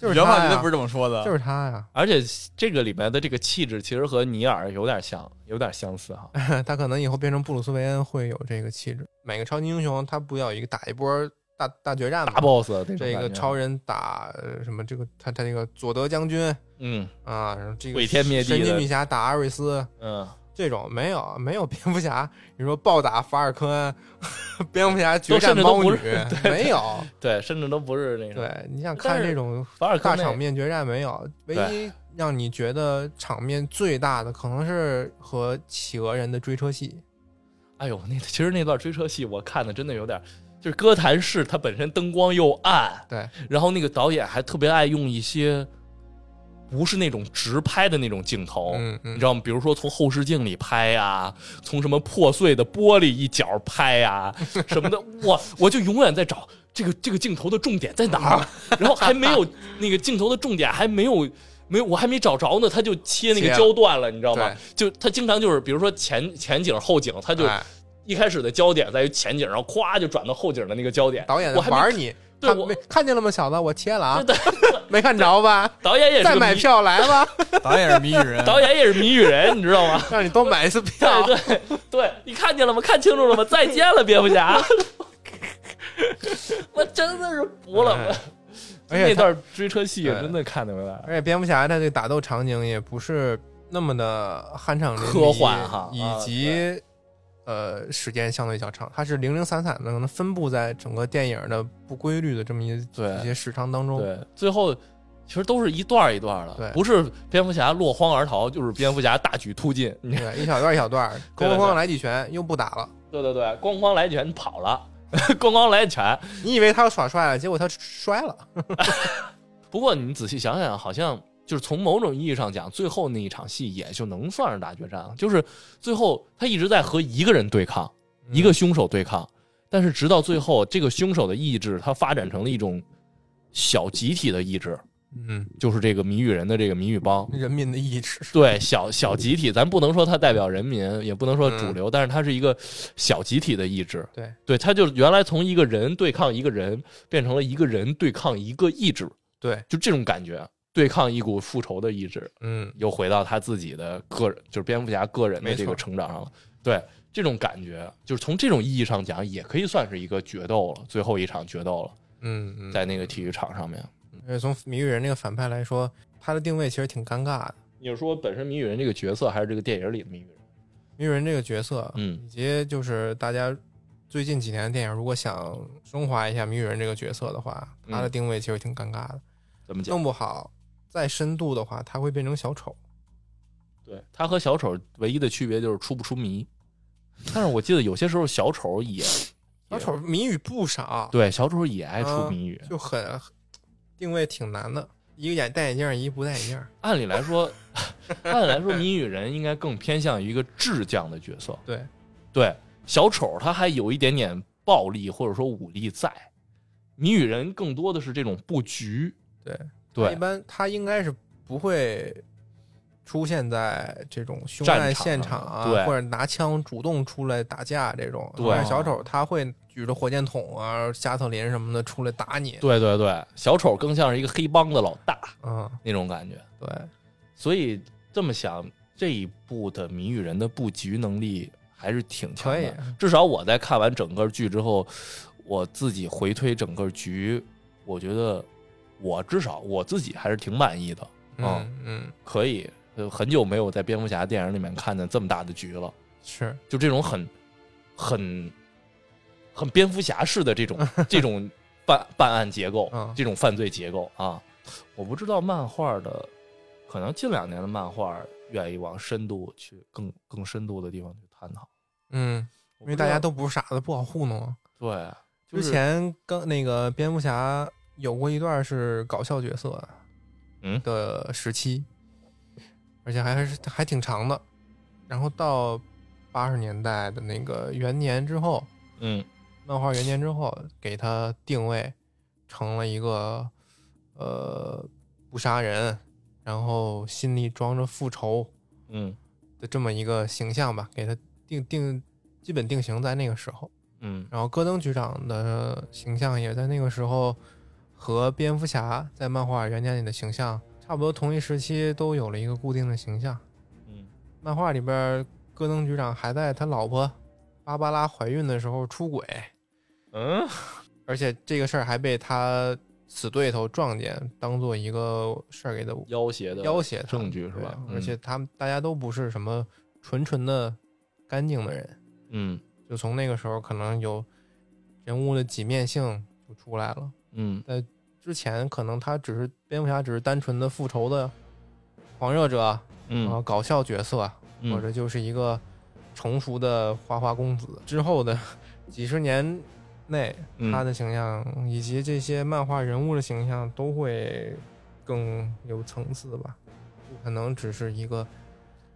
[SPEAKER 1] 就是
[SPEAKER 4] 原话
[SPEAKER 1] 他
[SPEAKER 4] 绝对不
[SPEAKER 1] 呀，
[SPEAKER 4] 是这么说的，
[SPEAKER 1] 就是他呀。
[SPEAKER 3] 而且这个里面的这个气质，其实和尼尔有点像，有点相似 哈。
[SPEAKER 1] 他可能以后变成布鲁斯·韦恩会有这个气质。每个超级英雄他不要有一个打一波大大决战
[SPEAKER 3] 大
[SPEAKER 1] 吗？
[SPEAKER 3] boss 的这种
[SPEAKER 1] 这个
[SPEAKER 3] 感觉嗯
[SPEAKER 1] 超，人打呃什么？这个他他这个佐德将军
[SPEAKER 3] 嗯
[SPEAKER 1] 啊，然后这个
[SPEAKER 3] 毁天灭地的
[SPEAKER 1] 神奇女侠打阿瑞斯，
[SPEAKER 3] 嗯，
[SPEAKER 1] 这种没有没有蝙蝠侠，你说暴打法尔科恩，蝙蝠侠决
[SPEAKER 3] 都甚
[SPEAKER 1] 战
[SPEAKER 3] 至都
[SPEAKER 1] 猫
[SPEAKER 3] 不
[SPEAKER 1] 女
[SPEAKER 3] 是 对，
[SPEAKER 1] 没有。
[SPEAKER 3] 对，甚至都不是那个
[SPEAKER 1] 对，你想
[SPEAKER 3] 但
[SPEAKER 1] 看
[SPEAKER 3] 是
[SPEAKER 1] 这种
[SPEAKER 3] 法尔
[SPEAKER 1] 大
[SPEAKER 3] 科
[SPEAKER 1] 场
[SPEAKER 3] 内，
[SPEAKER 1] 面决战没有？唯
[SPEAKER 3] 对
[SPEAKER 1] 一让你觉得场面最大的，可能是和企鹅人的追车戏。
[SPEAKER 3] 哎呦，那其实那段追车戏我看的真的有点，就是哥谭市，它本身灯光又暗，
[SPEAKER 1] 对，
[SPEAKER 3] 然后那个导演还特别爱用一些不是那种直拍的那种镜头，
[SPEAKER 1] 嗯
[SPEAKER 3] 哦你
[SPEAKER 1] 嗯
[SPEAKER 3] 知，道吗？比如说从后视镜里拍呀、从什么破碎的玻璃一角拍呀、什么的，我我就永远在找这个这个镜头的重点在哪 儿，然后还没有那个镜头的重点还没有。没有，我还没找着呢，他就切那
[SPEAKER 1] 切
[SPEAKER 3] 个
[SPEAKER 1] 了啊
[SPEAKER 3] 焦段了，你知道吗
[SPEAKER 1] 对？
[SPEAKER 3] 就他经常就是，比如说前前景后景，他就
[SPEAKER 1] 哎
[SPEAKER 3] 一开始的焦点在于前景，然后咵就转到后景的那个焦点。
[SPEAKER 1] 导演
[SPEAKER 3] 我还没
[SPEAKER 1] 玩你，
[SPEAKER 3] 对
[SPEAKER 1] 看
[SPEAKER 3] 我
[SPEAKER 1] 没看见了吗，小子？我切了啊，没看着吧？
[SPEAKER 3] 导演也是
[SPEAKER 1] 再
[SPEAKER 3] 个
[SPEAKER 1] 买
[SPEAKER 3] 谜，
[SPEAKER 1] 票来 吧，
[SPEAKER 4] 导演是谜语人，
[SPEAKER 3] 导演也是谜语人，你知道吗？
[SPEAKER 1] 让你多买一次票。
[SPEAKER 3] 对对对，你看见了吗？看清楚了吗？再见了，蝙蝠侠！ 我真的是服了， 我
[SPEAKER 1] 哎而且他哎
[SPEAKER 3] 那段追车戏
[SPEAKER 1] 对
[SPEAKER 3] 真的看得明白。
[SPEAKER 1] 而且蝙蝠侠他这个打斗场景也不是那么的酣畅淋漓，
[SPEAKER 3] 科幻哈
[SPEAKER 1] 以
[SPEAKER 3] 啊
[SPEAKER 1] 及、呃时间相对较长，它是零零散散的，可能分布在整个电影的不规律的这么一
[SPEAKER 3] 对
[SPEAKER 1] 一些时长当中。
[SPEAKER 3] 对，最后其实都是一段儿一段儿
[SPEAKER 1] 对
[SPEAKER 3] 的，不是蝙蝠侠落荒而逃，就是蝙蝠侠大举突进。你
[SPEAKER 1] 对，一小段一小段，咣
[SPEAKER 3] 对对
[SPEAKER 1] 咣咣来几拳，又不打了。
[SPEAKER 3] 对对对，咣咣来一拳跑了， 咣咣来一拳。
[SPEAKER 1] 你以为他要耍帅了，结果他摔了。
[SPEAKER 3] 不过你仔细想想，好像就是从某种意义上讲，最后那一场戏也就能算是大决战了。就是最后他一直在和一个人对抗，一个凶手对抗，但是直到最后，这个凶手的意志他发展成了一种小集体的意志，
[SPEAKER 1] 嗯，
[SPEAKER 3] 就是这个谜语人的这个谜语帮。
[SPEAKER 1] 人民的意志。
[SPEAKER 3] 对小小集体，咱不能说它代表人民，也不能说主流，但是它是一个小集体的意志。
[SPEAKER 1] 对，
[SPEAKER 3] 对，它就原来从一个人对抗一个人，变成了一个人对抗一个意志。
[SPEAKER 1] 对，
[SPEAKER 3] 就这种感觉，对抗一股复仇的意志，
[SPEAKER 1] 嗯，
[SPEAKER 3] 又回到他自己的个人，就是蝙蝠侠个人的
[SPEAKER 1] 没错
[SPEAKER 3] 这个成长上了。对，这种感觉，就是从这种意义上讲，也可以算是一个决斗了，最后一场决斗了，
[SPEAKER 1] 嗯嗯。
[SPEAKER 3] 在那个体育场上面。
[SPEAKER 1] 而且呃从谜语人那个反派来说，他的定位其实挺尴尬的。
[SPEAKER 3] 你是说本身谜语人这个角色，还是这个电影里的谜语人？
[SPEAKER 1] 谜语人这个角色，
[SPEAKER 3] 嗯
[SPEAKER 1] 以及就是大家最近几年的电影，如果想升华一下谜语人这个角色的话，他的
[SPEAKER 3] 嗯
[SPEAKER 1] 定位其实挺尴尬的，
[SPEAKER 3] 怎么讲？
[SPEAKER 1] 弄不好再深度的话，他会变成小丑。
[SPEAKER 3] 对他和小丑唯一的区别就是出不出谜，但是我记得有些时候小丑也
[SPEAKER 1] 小丑谜语不少，
[SPEAKER 3] 对小丑也爱出谜语。
[SPEAKER 1] 就很定位挺难的。一个眼戴眼镜，一个不戴眼镜。
[SPEAKER 3] 按理来说，按理来说，谜语人应该更偏向于一个智将的角色。
[SPEAKER 1] 对，
[SPEAKER 3] 对，小丑他还有一点点暴力或者说武力在，谜语人更多的是这种布局。
[SPEAKER 1] 对一
[SPEAKER 3] 对，
[SPEAKER 1] 般他应该是不会出现在这种凶
[SPEAKER 3] 战
[SPEAKER 1] 案
[SPEAKER 3] 场
[SPEAKER 1] 现场
[SPEAKER 3] 上
[SPEAKER 1] 啊，
[SPEAKER 3] 对
[SPEAKER 1] 或者拿枪主动出来打架这种。
[SPEAKER 3] 对
[SPEAKER 1] 但是小丑他会举着火箭筒啊、加特林什么的出来打你。
[SPEAKER 3] 对对对，小丑更像是一个黑帮的老大
[SPEAKER 1] 嗯，
[SPEAKER 3] 那种感觉。
[SPEAKER 1] 对，
[SPEAKER 3] 所以这么想，这一部的谜语人的布局能力还是挺强
[SPEAKER 1] 可以
[SPEAKER 3] 的。。至少我在看完整个剧之后，我自己回推整个局，我觉得我至少我自己还是挺满意的。
[SPEAKER 1] 嗯嗯，
[SPEAKER 3] 可以，呃，很久没有在蝙蝠侠电影里面看见这么大的局了，
[SPEAKER 1] 是
[SPEAKER 3] 就这种很、很、很蝙蝠侠式的这 种这种办办案结构
[SPEAKER 1] 嗯，
[SPEAKER 3] 这种犯罪结构啊，我不知道漫画的，可能近两年的漫画愿意往深度去更更深度的地方去探讨，
[SPEAKER 1] 嗯，因为大家都不是傻子，不好糊弄啊。
[SPEAKER 3] 我不知道对，就是
[SPEAKER 1] 之前刚那个蝙蝠侠有过一段是搞笑角色，啊
[SPEAKER 3] 嗯
[SPEAKER 1] 的时期，而且还是还挺长的。然后到八十年代的那个元年之后，
[SPEAKER 3] 嗯
[SPEAKER 1] 漫画元年之后，给他定位成了一个呃不杀人，然后心里装着复仇
[SPEAKER 3] 嗯
[SPEAKER 1] 的这么一个形象吧，给他定定基本定型在那个时候。
[SPEAKER 3] 嗯
[SPEAKER 1] 然后戈登局长的形象也在那个时候和蝙蝠侠在漫画原点里的形象差不多同一时期都有了一个固定的形象。
[SPEAKER 3] 嗯
[SPEAKER 1] 漫画里边，戈登局长还在他老婆芭芭拉怀孕的时候出轨，
[SPEAKER 3] 嗯，
[SPEAKER 1] 而且这个事儿还被他死对头撞见，当做一个事儿给他
[SPEAKER 3] 要挟的
[SPEAKER 1] 要挟他
[SPEAKER 3] 证据是吧
[SPEAKER 1] 对？
[SPEAKER 3] 嗯
[SPEAKER 1] 而且他们大家都不是什么纯纯的干净的人，
[SPEAKER 3] 嗯
[SPEAKER 1] 就从那个时候可能有人物的几面性就出来了。
[SPEAKER 3] 嗯
[SPEAKER 1] 之前可能他只是蝙蝠侠，只是单纯的复仇的狂热者，然后
[SPEAKER 3] 嗯
[SPEAKER 1] 搞笑角色，啊或
[SPEAKER 3] 嗯
[SPEAKER 1] 者 就是一个成熟的花花公子。之后的几十年内
[SPEAKER 3] 嗯
[SPEAKER 1] 他的形象、以及这些漫画人物的形象都会更有层次吧，不可能只是一个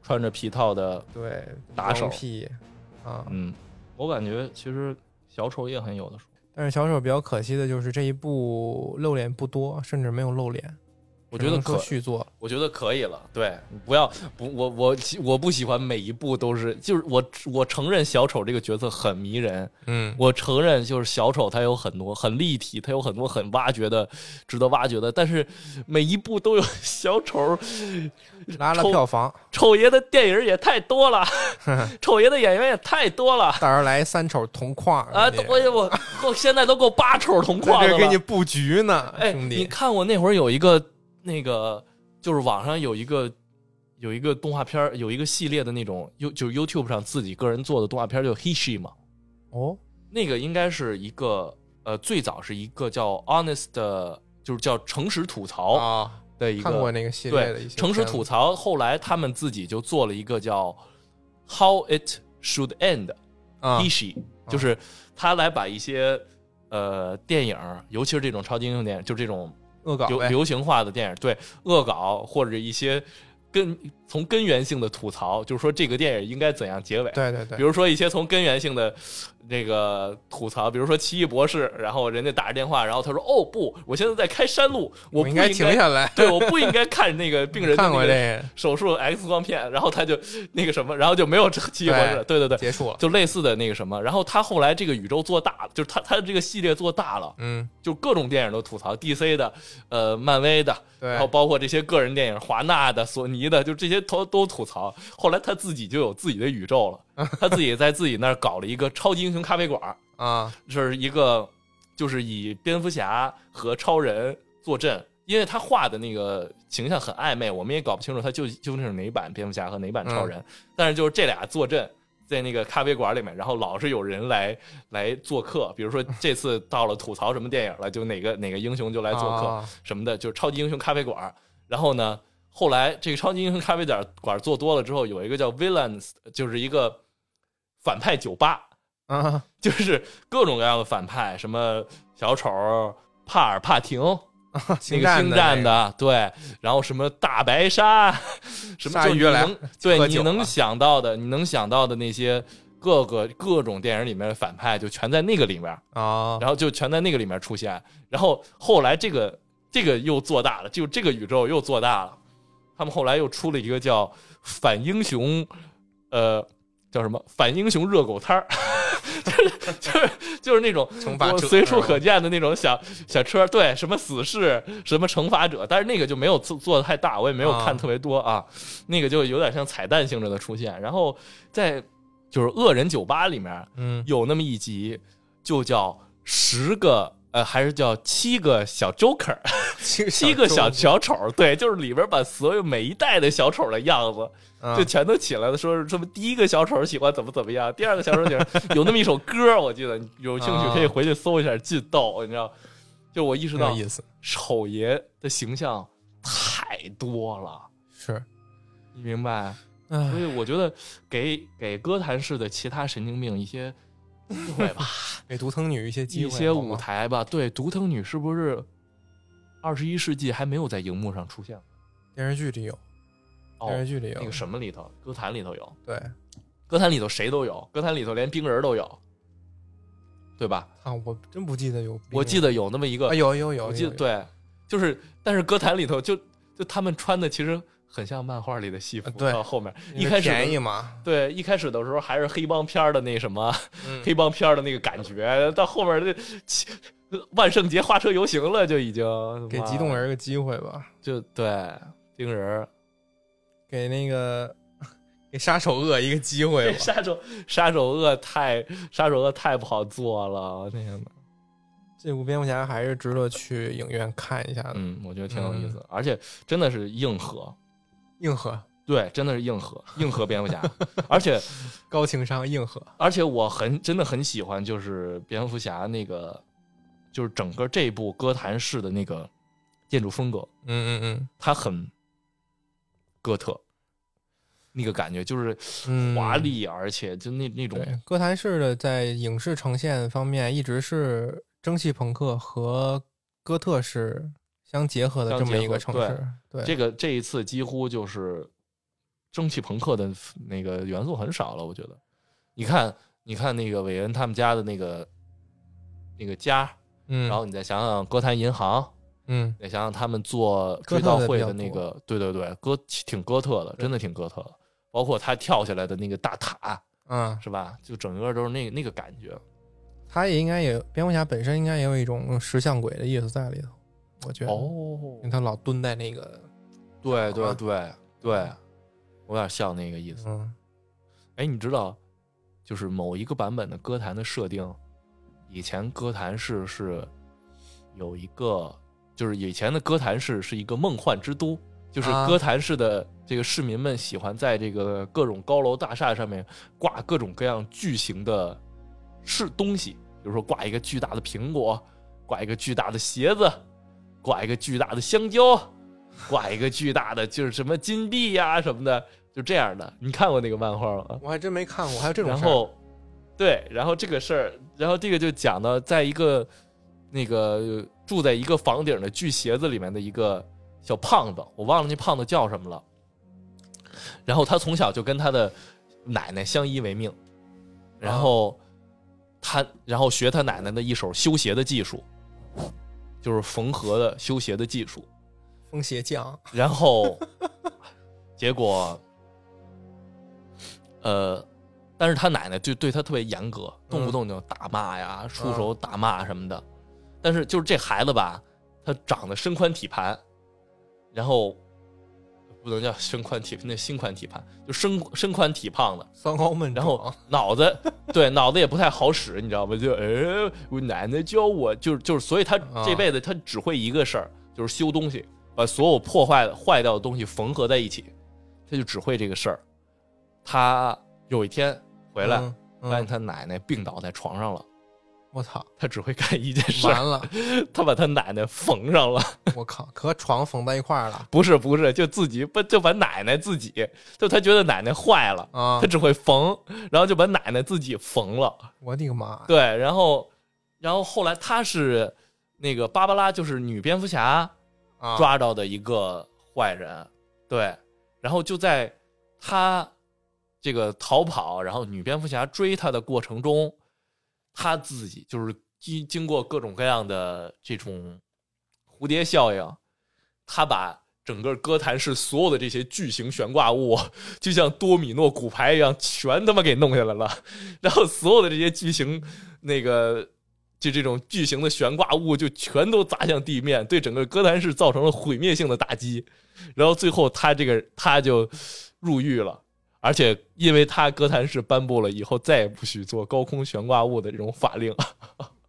[SPEAKER 3] 穿着皮套的，
[SPEAKER 1] 对
[SPEAKER 3] 打手
[SPEAKER 1] 装屁啊。
[SPEAKER 3] 嗯，我感觉其实小丑也很有的说。
[SPEAKER 1] 但是小丑比较可惜的就是这一部露脸不多，甚至没有露脸，
[SPEAKER 3] 我觉得
[SPEAKER 1] 只能说
[SPEAKER 3] 可，
[SPEAKER 1] 续作
[SPEAKER 3] 我觉得可以了。对，你不要不，我我我不喜欢每一部都是，就是我我承认小丑这个角色很迷人，
[SPEAKER 1] 嗯
[SPEAKER 3] 我承认就是小丑他有很多很立体，他有很多很挖掘的，值得挖掘的，但是每一部都有小丑，
[SPEAKER 1] 拉拉
[SPEAKER 3] 抽
[SPEAKER 1] 票房，
[SPEAKER 3] 丑爷的电影也太 多了，丑爷的演员也太多了。
[SPEAKER 1] 到时候来三丑同框
[SPEAKER 3] 啊！
[SPEAKER 1] 兄弟
[SPEAKER 3] 我我够现在都够八丑同框
[SPEAKER 1] 在
[SPEAKER 3] 的
[SPEAKER 1] 这
[SPEAKER 3] 了。
[SPEAKER 1] 儿给你布局呢，
[SPEAKER 3] 哎，
[SPEAKER 1] 啊兄
[SPEAKER 3] 你
[SPEAKER 1] 弟。
[SPEAKER 3] 看我那会儿有一个那个，就是网上有一个有一个动画片儿，有一个系列的那种，就就 YouTube 上自己个人做的动画片儿，就 Hishi 嘛。
[SPEAKER 1] 哦，
[SPEAKER 3] 那个应该是一个呃，最早是一个叫 Honest，的就是叫诚实吐槽
[SPEAKER 1] 啊，
[SPEAKER 3] 的一个，
[SPEAKER 1] 看过那个系列的一
[SPEAKER 3] 对，
[SPEAKER 1] 些
[SPEAKER 3] 哦诚实
[SPEAKER 1] 片
[SPEAKER 3] 吐
[SPEAKER 1] 子
[SPEAKER 3] 槽。后来他们自己就做了一个叫 How It Should End，
[SPEAKER 1] 啊
[SPEAKER 3] Ishi，就是他来把一些呃电影儿，尤其是这种超级英雄电影，就这种
[SPEAKER 1] 恶搞哎
[SPEAKER 3] 流
[SPEAKER 1] 呗，
[SPEAKER 3] 流行化的电影，对恶搞或者一些根从根源性的吐槽，就是说这个电影应该怎样结尾。
[SPEAKER 1] 对对对
[SPEAKER 3] 比，如说一些从根源性的那个吐槽，比如说《奇异博士》，然后人家打着电话，然后他说：“哦不，我现在在开山路，我不
[SPEAKER 1] 应
[SPEAKER 3] 应
[SPEAKER 1] 该停下来。
[SPEAKER 3] 对，我不应该看那个病人的
[SPEAKER 1] 看
[SPEAKER 3] 那
[SPEAKER 1] 过这
[SPEAKER 3] 个
[SPEAKER 1] 个
[SPEAKER 3] 手术 X 光片。”然后他就那个什么，然后就没有这个奇异博士。对对对，
[SPEAKER 1] 结束了，
[SPEAKER 3] 就类似的那个什么，然后他后来这个宇宙做大了，就是他他这个系列做大了，
[SPEAKER 1] 嗯，
[SPEAKER 3] 就各种电影都吐槽 DC 的，呃，漫威的，
[SPEAKER 1] 对
[SPEAKER 3] 然后，包括这些个人电影，华纳的、索尼的，就这些都都吐槽。后来他自己就有自己的宇宙了，他自己在自己那儿搞了一个超级英雄咖啡馆，
[SPEAKER 1] 啊，
[SPEAKER 3] 这是一个就是以蝙蝠侠和超人坐镇。因为他画的那个形象很暧昧，我们也搞不清楚他究究竟是哪版蝙蝠侠和哪版超人。但是就是这俩坐镇在那个咖啡馆里面，然后老是有人来来做客。比如说这次到了吐槽什么电影了，就哪个哪个英雄就来做客。
[SPEAKER 1] 啊
[SPEAKER 3] 什么的，就是超级英雄咖啡馆儿。然后呢，后来这个超级英雄咖啡馆儿馆儿做多了之后，有一个叫 Villains，就是一个反派酒吧，
[SPEAKER 1] 啊，
[SPEAKER 3] 就是各种各样的反派，什么小丑儿帕尔帕廷，那
[SPEAKER 1] 星
[SPEAKER 3] 个星战
[SPEAKER 1] 战的
[SPEAKER 3] 的，对，然后什么大白鲨， 什么
[SPEAKER 1] 鲨
[SPEAKER 3] 就
[SPEAKER 1] 鱼
[SPEAKER 3] 你
[SPEAKER 1] 来
[SPEAKER 3] 能对
[SPEAKER 1] 喝
[SPEAKER 3] 你
[SPEAKER 1] 酒啊
[SPEAKER 3] 能
[SPEAKER 1] 了
[SPEAKER 3] 想到的，你能想到的那些各个各种电影里面的反派，就全在那个里面儿。
[SPEAKER 1] 那个啊，
[SPEAKER 3] 然后就全在那个里面出现。然后后来这个这个又做大了，就这个宇宙又做大了。他们后来又出了一个叫反英雄，呃，叫什么反英雄热狗摊儿，就是就是就是那种
[SPEAKER 1] 惩罚者
[SPEAKER 3] 随处可见的那种小小车，对，什么死侍，什么惩罚者，但是那个就没有做做的太大，我也没有看
[SPEAKER 1] 啊
[SPEAKER 3] 特别多啊，那个就有点像彩蛋性质的出现。然后在就是恶人酒吧里面，
[SPEAKER 1] 嗯，
[SPEAKER 3] 有那么一集就叫十个。呃，还是叫七个小 Joker，七
[SPEAKER 1] 七
[SPEAKER 3] 个小小丑，对，就是里边把所有每一代的小丑的样子，
[SPEAKER 1] 啊
[SPEAKER 3] 就全都起来了。说是什么第一个小丑喜欢怎么怎么样，第二个小丑喜欢有那么一首歌，我记得你有兴趣可以回去搜一下，劲逗，你知道？就我意识
[SPEAKER 1] 知
[SPEAKER 3] 到
[SPEAKER 1] 道意思
[SPEAKER 3] 丑爷的形象太多了，
[SPEAKER 1] 是，
[SPEAKER 3] 你明白？所
[SPEAKER 1] 哎，
[SPEAKER 3] 以我觉得给给歌坛式的其他神经病一些机会吧。
[SPEAKER 1] 给独藤女一些机
[SPEAKER 3] 一
[SPEAKER 1] 会，
[SPEAKER 3] 些
[SPEAKER 1] 好吗
[SPEAKER 3] 舞台吧。对，独藤女是不是二十一世纪还没有在荧幕上出现？
[SPEAKER 1] 电视剧里有，
[SPEAKER 3] 哦，
[SPEAKER 1] 电视剧里有
[SPEAKER 3] 那个什么里头，歌坛里头有，
[SPEAKER 1] 对，
[SPEAKER 3] 歌坛里头谁都有，歌坛里头连冰人都有，对吧？
[SPEAKER 1] 啊，我真不记得有，
[SPEAKER 3] 我记得有那么一个，
[SPEAKER 1] 啊，有有有，
[SPEAKER 3] 我记得
[SPEAKER 1] 有，
[SPEAKER 3] 对，就是但是歌坛里头就就他们穿的其实很像漫画里的戏服，
[SPEAKER 1] 啊对
[SPEAKER 3] 到后面
[SPEAKER 1] 有
[SPEAKER 3] 一
[SPEAKER 1] 因为
[SPEAKER 3] 开始
[SPEAKER 1] 便宜
[SPEAKER 3] 的。
[SPEAKER 1] 嘛，
[SPEAKER 3] 对，一开始的时候还是黑帮片儿的那什么，
[SPEAKER 1] 嗯
[SPEAKER 3] 黑帮片儿的那个感觉，到后面这起万圣节花车游行了，就已经
[SPEAKER 1] 给
[SPEAKER 3] 妈
[SPEAKER 1] 激动人一个机会吧，
[SPEAKER 3] 就对盯人儿，
[SPEAKER 1] 给那个 给杀手恶一个机会
[SPEAKER 3] 这
[SPEAKER 1] 吧，
[SPEAKER 3] 杀手杀手恶太杀手恶太不好做了，那个
[SPEAKER 1] 这部蝙蝠侠还是值得去影院看一下的，
[SPEAKER 3] 嗯，我觉得挺有意思，而且真的是硬核，
[SPEAKER 1] 硬核，
[SPEAKER 3] 对，真的是硬核，硬核蝙蝠 侠，而且
[SPEAKER 1] 高情商硬核，
[SPEAKER 3] 而且我很真的很喜欢，就是蝙蝠侠那个，就是整个这部哥谭市的那个建筑风格，
[SPEAKER 1] 嗯嗯嗯。
[SPEAKER 3] 它很哥特，那个感觉，就是
[SPEAKER 1] 嗯
[SPEAKER 3] 华丽，而且就那那种
[SPEAKER 1] 对，哥谭市的在影视呈现方面一直是蒸汽朋克和哥特式相结合的
[SPEAKER 3] 相
[SPEAKER 1] 这么
[SPEAKER 3] 结
[SPEAKER 1] 一个
[SPEAKER 3] 合
[SPEAKER 1] 城
[SPEAKER 3] 对
[SPEAKER 1] 市。对，
[SPEAKER 3] 这个这一次几乎就是蒸汽朋克的那个元素很少了，我觉得。你看，你看那个韦恩他们家的那个那个家，
[SPEAKER 1] 嗯，
[SPEAKER 3] 然后你再想想歌坛银行，
[SPEAKER 1] 嗯，
[SPEAKER 3] 再想想他们做
[SPEAKER 1] 哥
[SPEAKER 3] 追
[SPEAKER 1] 特的
[SPEAKER 3] 悼会
[SPEAKER 1] 比较
[SPEAKER 3] 的那个，对对对，哥挺哥特的，真的挺哥特的。包括他跳下来的那个大塔，
[SPEAKER 1] 啊，
[SPEAKER 3] 是吧？就整个都是那那个感觉。
[SPEAKER 1] 他也应该也蝙蝠侠本身应该也有一种石像鬼的意思在里头，我觉得，
[SPEAKER 3] 哦
[SPEAKER 1] 因为他老蹲在那个，
[SPEAKER 3] 对
[SPEAKER 1] 好吧
[SPEAKER 3] 对对对，我有点像那个意思。
[SPEAKER 1] 嗯，
[SPEAKER 3] 哎，你知道，就是某一个版本的歌坛的设定，以前歌坛市是有一个，就是以前的歌坛市是一个梦幻之都，就是
[SPEAKER 1] 啊
[SPEAKER 3] 歌坛市的这个市民们喜欢在这个各种高楼大厦上面挂各种各样巨型的是东西，比如说挂一个巨大的苹果，挂一个巨大的鞋子，挂一个巨大的香蕉，挂一个巨大的就是什么金币呀、什么的，就这样的。你看过那个漫画吗？
[SPEAKER 1] 我还真没看过，还有这种
[SPEAKER 3] 然
[SPEAKER 1] 事儿，
[SPEAKER 3] 后，对，然后这个事儿，然后这个就讲到在一个那个住在一个房顶的巨鞋子里面的一个小胖子，我忘了那胖子叫什么了。然后他从小就跟他的奶奶相依为命，
[SPEAKER 1] 啊
[SPEAKER 3] 然后他然后学他奶奶的一手修鞋的技术，就是缝合的修鞋的技术。
[SPEAKER 1] 风邪降，
[SPEAKER 3] 然后结果，呃，但是他奶奶就对他特别严格，动不动就打骂呀、出手打骂什么的。但是就是这孩子吧，他长得身宽体盘，然后不能叫身宽体，那心宽体盘，就身身宽体胖的，
[SPEAKER 1] 三高闷
[SPEAKER 3] 然
[SPEAKER 1] 壮，
[SPEAKER 3] 后脑子对 脑子也不太好使，你知道吗？就哎，我奶奶教我，就是就是，所以他
[SPEAKER 1] 啊
[SPEAKER 3] 这辈子他只会一个事儿，就是修东西，把所有破坏坏掉的东西缝合在一起，他就只会这个事儿。他有一天回来，
[SPEAKER 1] 嗯，嗯
[SPEAKER 3] 发现他奶奶病倒在床上了，
[SPEAKER 1] 我操，
[SPEAKER 3] 他只会干一件事
[SPEAKER 1] 完
[SPEAKER 3] 儿，
[SPEAKER 1] 了，
[SPEAKER 3] 他把他奶奶缝上了。
[SPEAKER 1] 我靠，和床缝在一块儿了
[SPEAKER 3] 不是不是，就自己不就把奶奶自己，就他觉得奶奶坏了，
[SPEAKER 1] 啊
[SPEAKER 3] 他！只会缝，然后就把奶奶自己缝了。
[SPEAKER 1] 我的个妈呀！
[SPEAKER 3] 对，然后，然后后来她是那个芭芭拉，就是女蝙蝠侠
[SPEAKER 1] 啊，
[SPEAKER 3] 抓到的一个坏人，对，然后就在她这个逃跑，然后女蝙蝠侠追她的过程中，她自己就是经经过各种各样的这种蝴蝶效应，她把。整个歌坛市所有的这些巨型悬挂物，就像多米诺骨牌一样，全他妈给弄下来了。然后所有的这些巨型那个就这种巨型的悬挂物就全都砸向地面，对整个哥谭市造成了毁灭性的打击。然后最后他这个他就入狱了，而且因为他哥谭市颁布了以后再也不许做高空悬挂物的这种法令，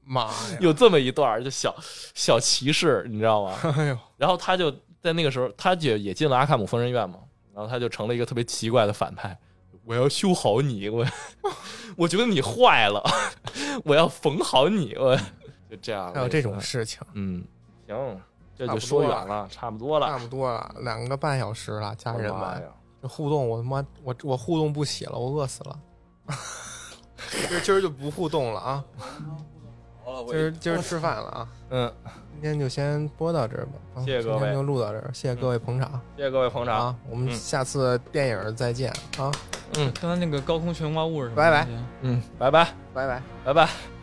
[SPEAKER 1] 妈呀！
[SPEAKER 3] 有这么一段儿就小小歧视，你知道吗？
[SPEAKER 1] 哎呦，
[SPEAKER 3] 然后他就在那个时候，他也也进了阿卡姆疯人院嘛，然后他就成了一个特别奇怪的反派。我要修好你，我 我觉得你坏了， 我要缝好你，我 就这样。
[SPEAKER 1] 还有这种，事情，
[SPEAKER 3] 嗯，行，这
[SPEAKER 1] 差
[SPEAKER 3] 就
[SPEAKER 1] 不
[SPEAKER 3] 说
[SPEAKER 1] 多
[SPEAKER 3] 远
[SPEAKER 1] 了
[SPEAKER 3] 了，差不多
[SPEAKER 1] 差
[SPEAKER 3] 了。哎
[SPEAKER 1] 不多了，两个半小时了，家
[SPEAKER 3] 我的
[SPEAKER 1] 人
[SPEAKER 3] 妈
[SPEAKER 1] 们。
[SPEAKER 3] 呀！
[SPEAKER 1] 这互动我他妈我我互动不起了，我饿死了。今儿今儿就不互动了啊，今儿今儿吃饭了啊，
[SPEAKER 3] 嗯，
[SPEAKER 1] 今天就先播到这儿吧。啊、
[SPEAKER 3] 谢谢各位
[SPEAKER 1] 今天就录到这儿，谢谢各位捧场、
[SPEAKER 3] 谢谢各位捧场，
[SPEAKER 1] 啊！我们下次电影再见啊，
[SPEAKER 4] 刚才那个高空悬挂物是什么？啊
[SPEAKER 1] 拜拜，
[SPEAKER 3] 嗯拜拜，
[SPEAKER 1] 拜拜。
[SPEAKER 3] 拜拜。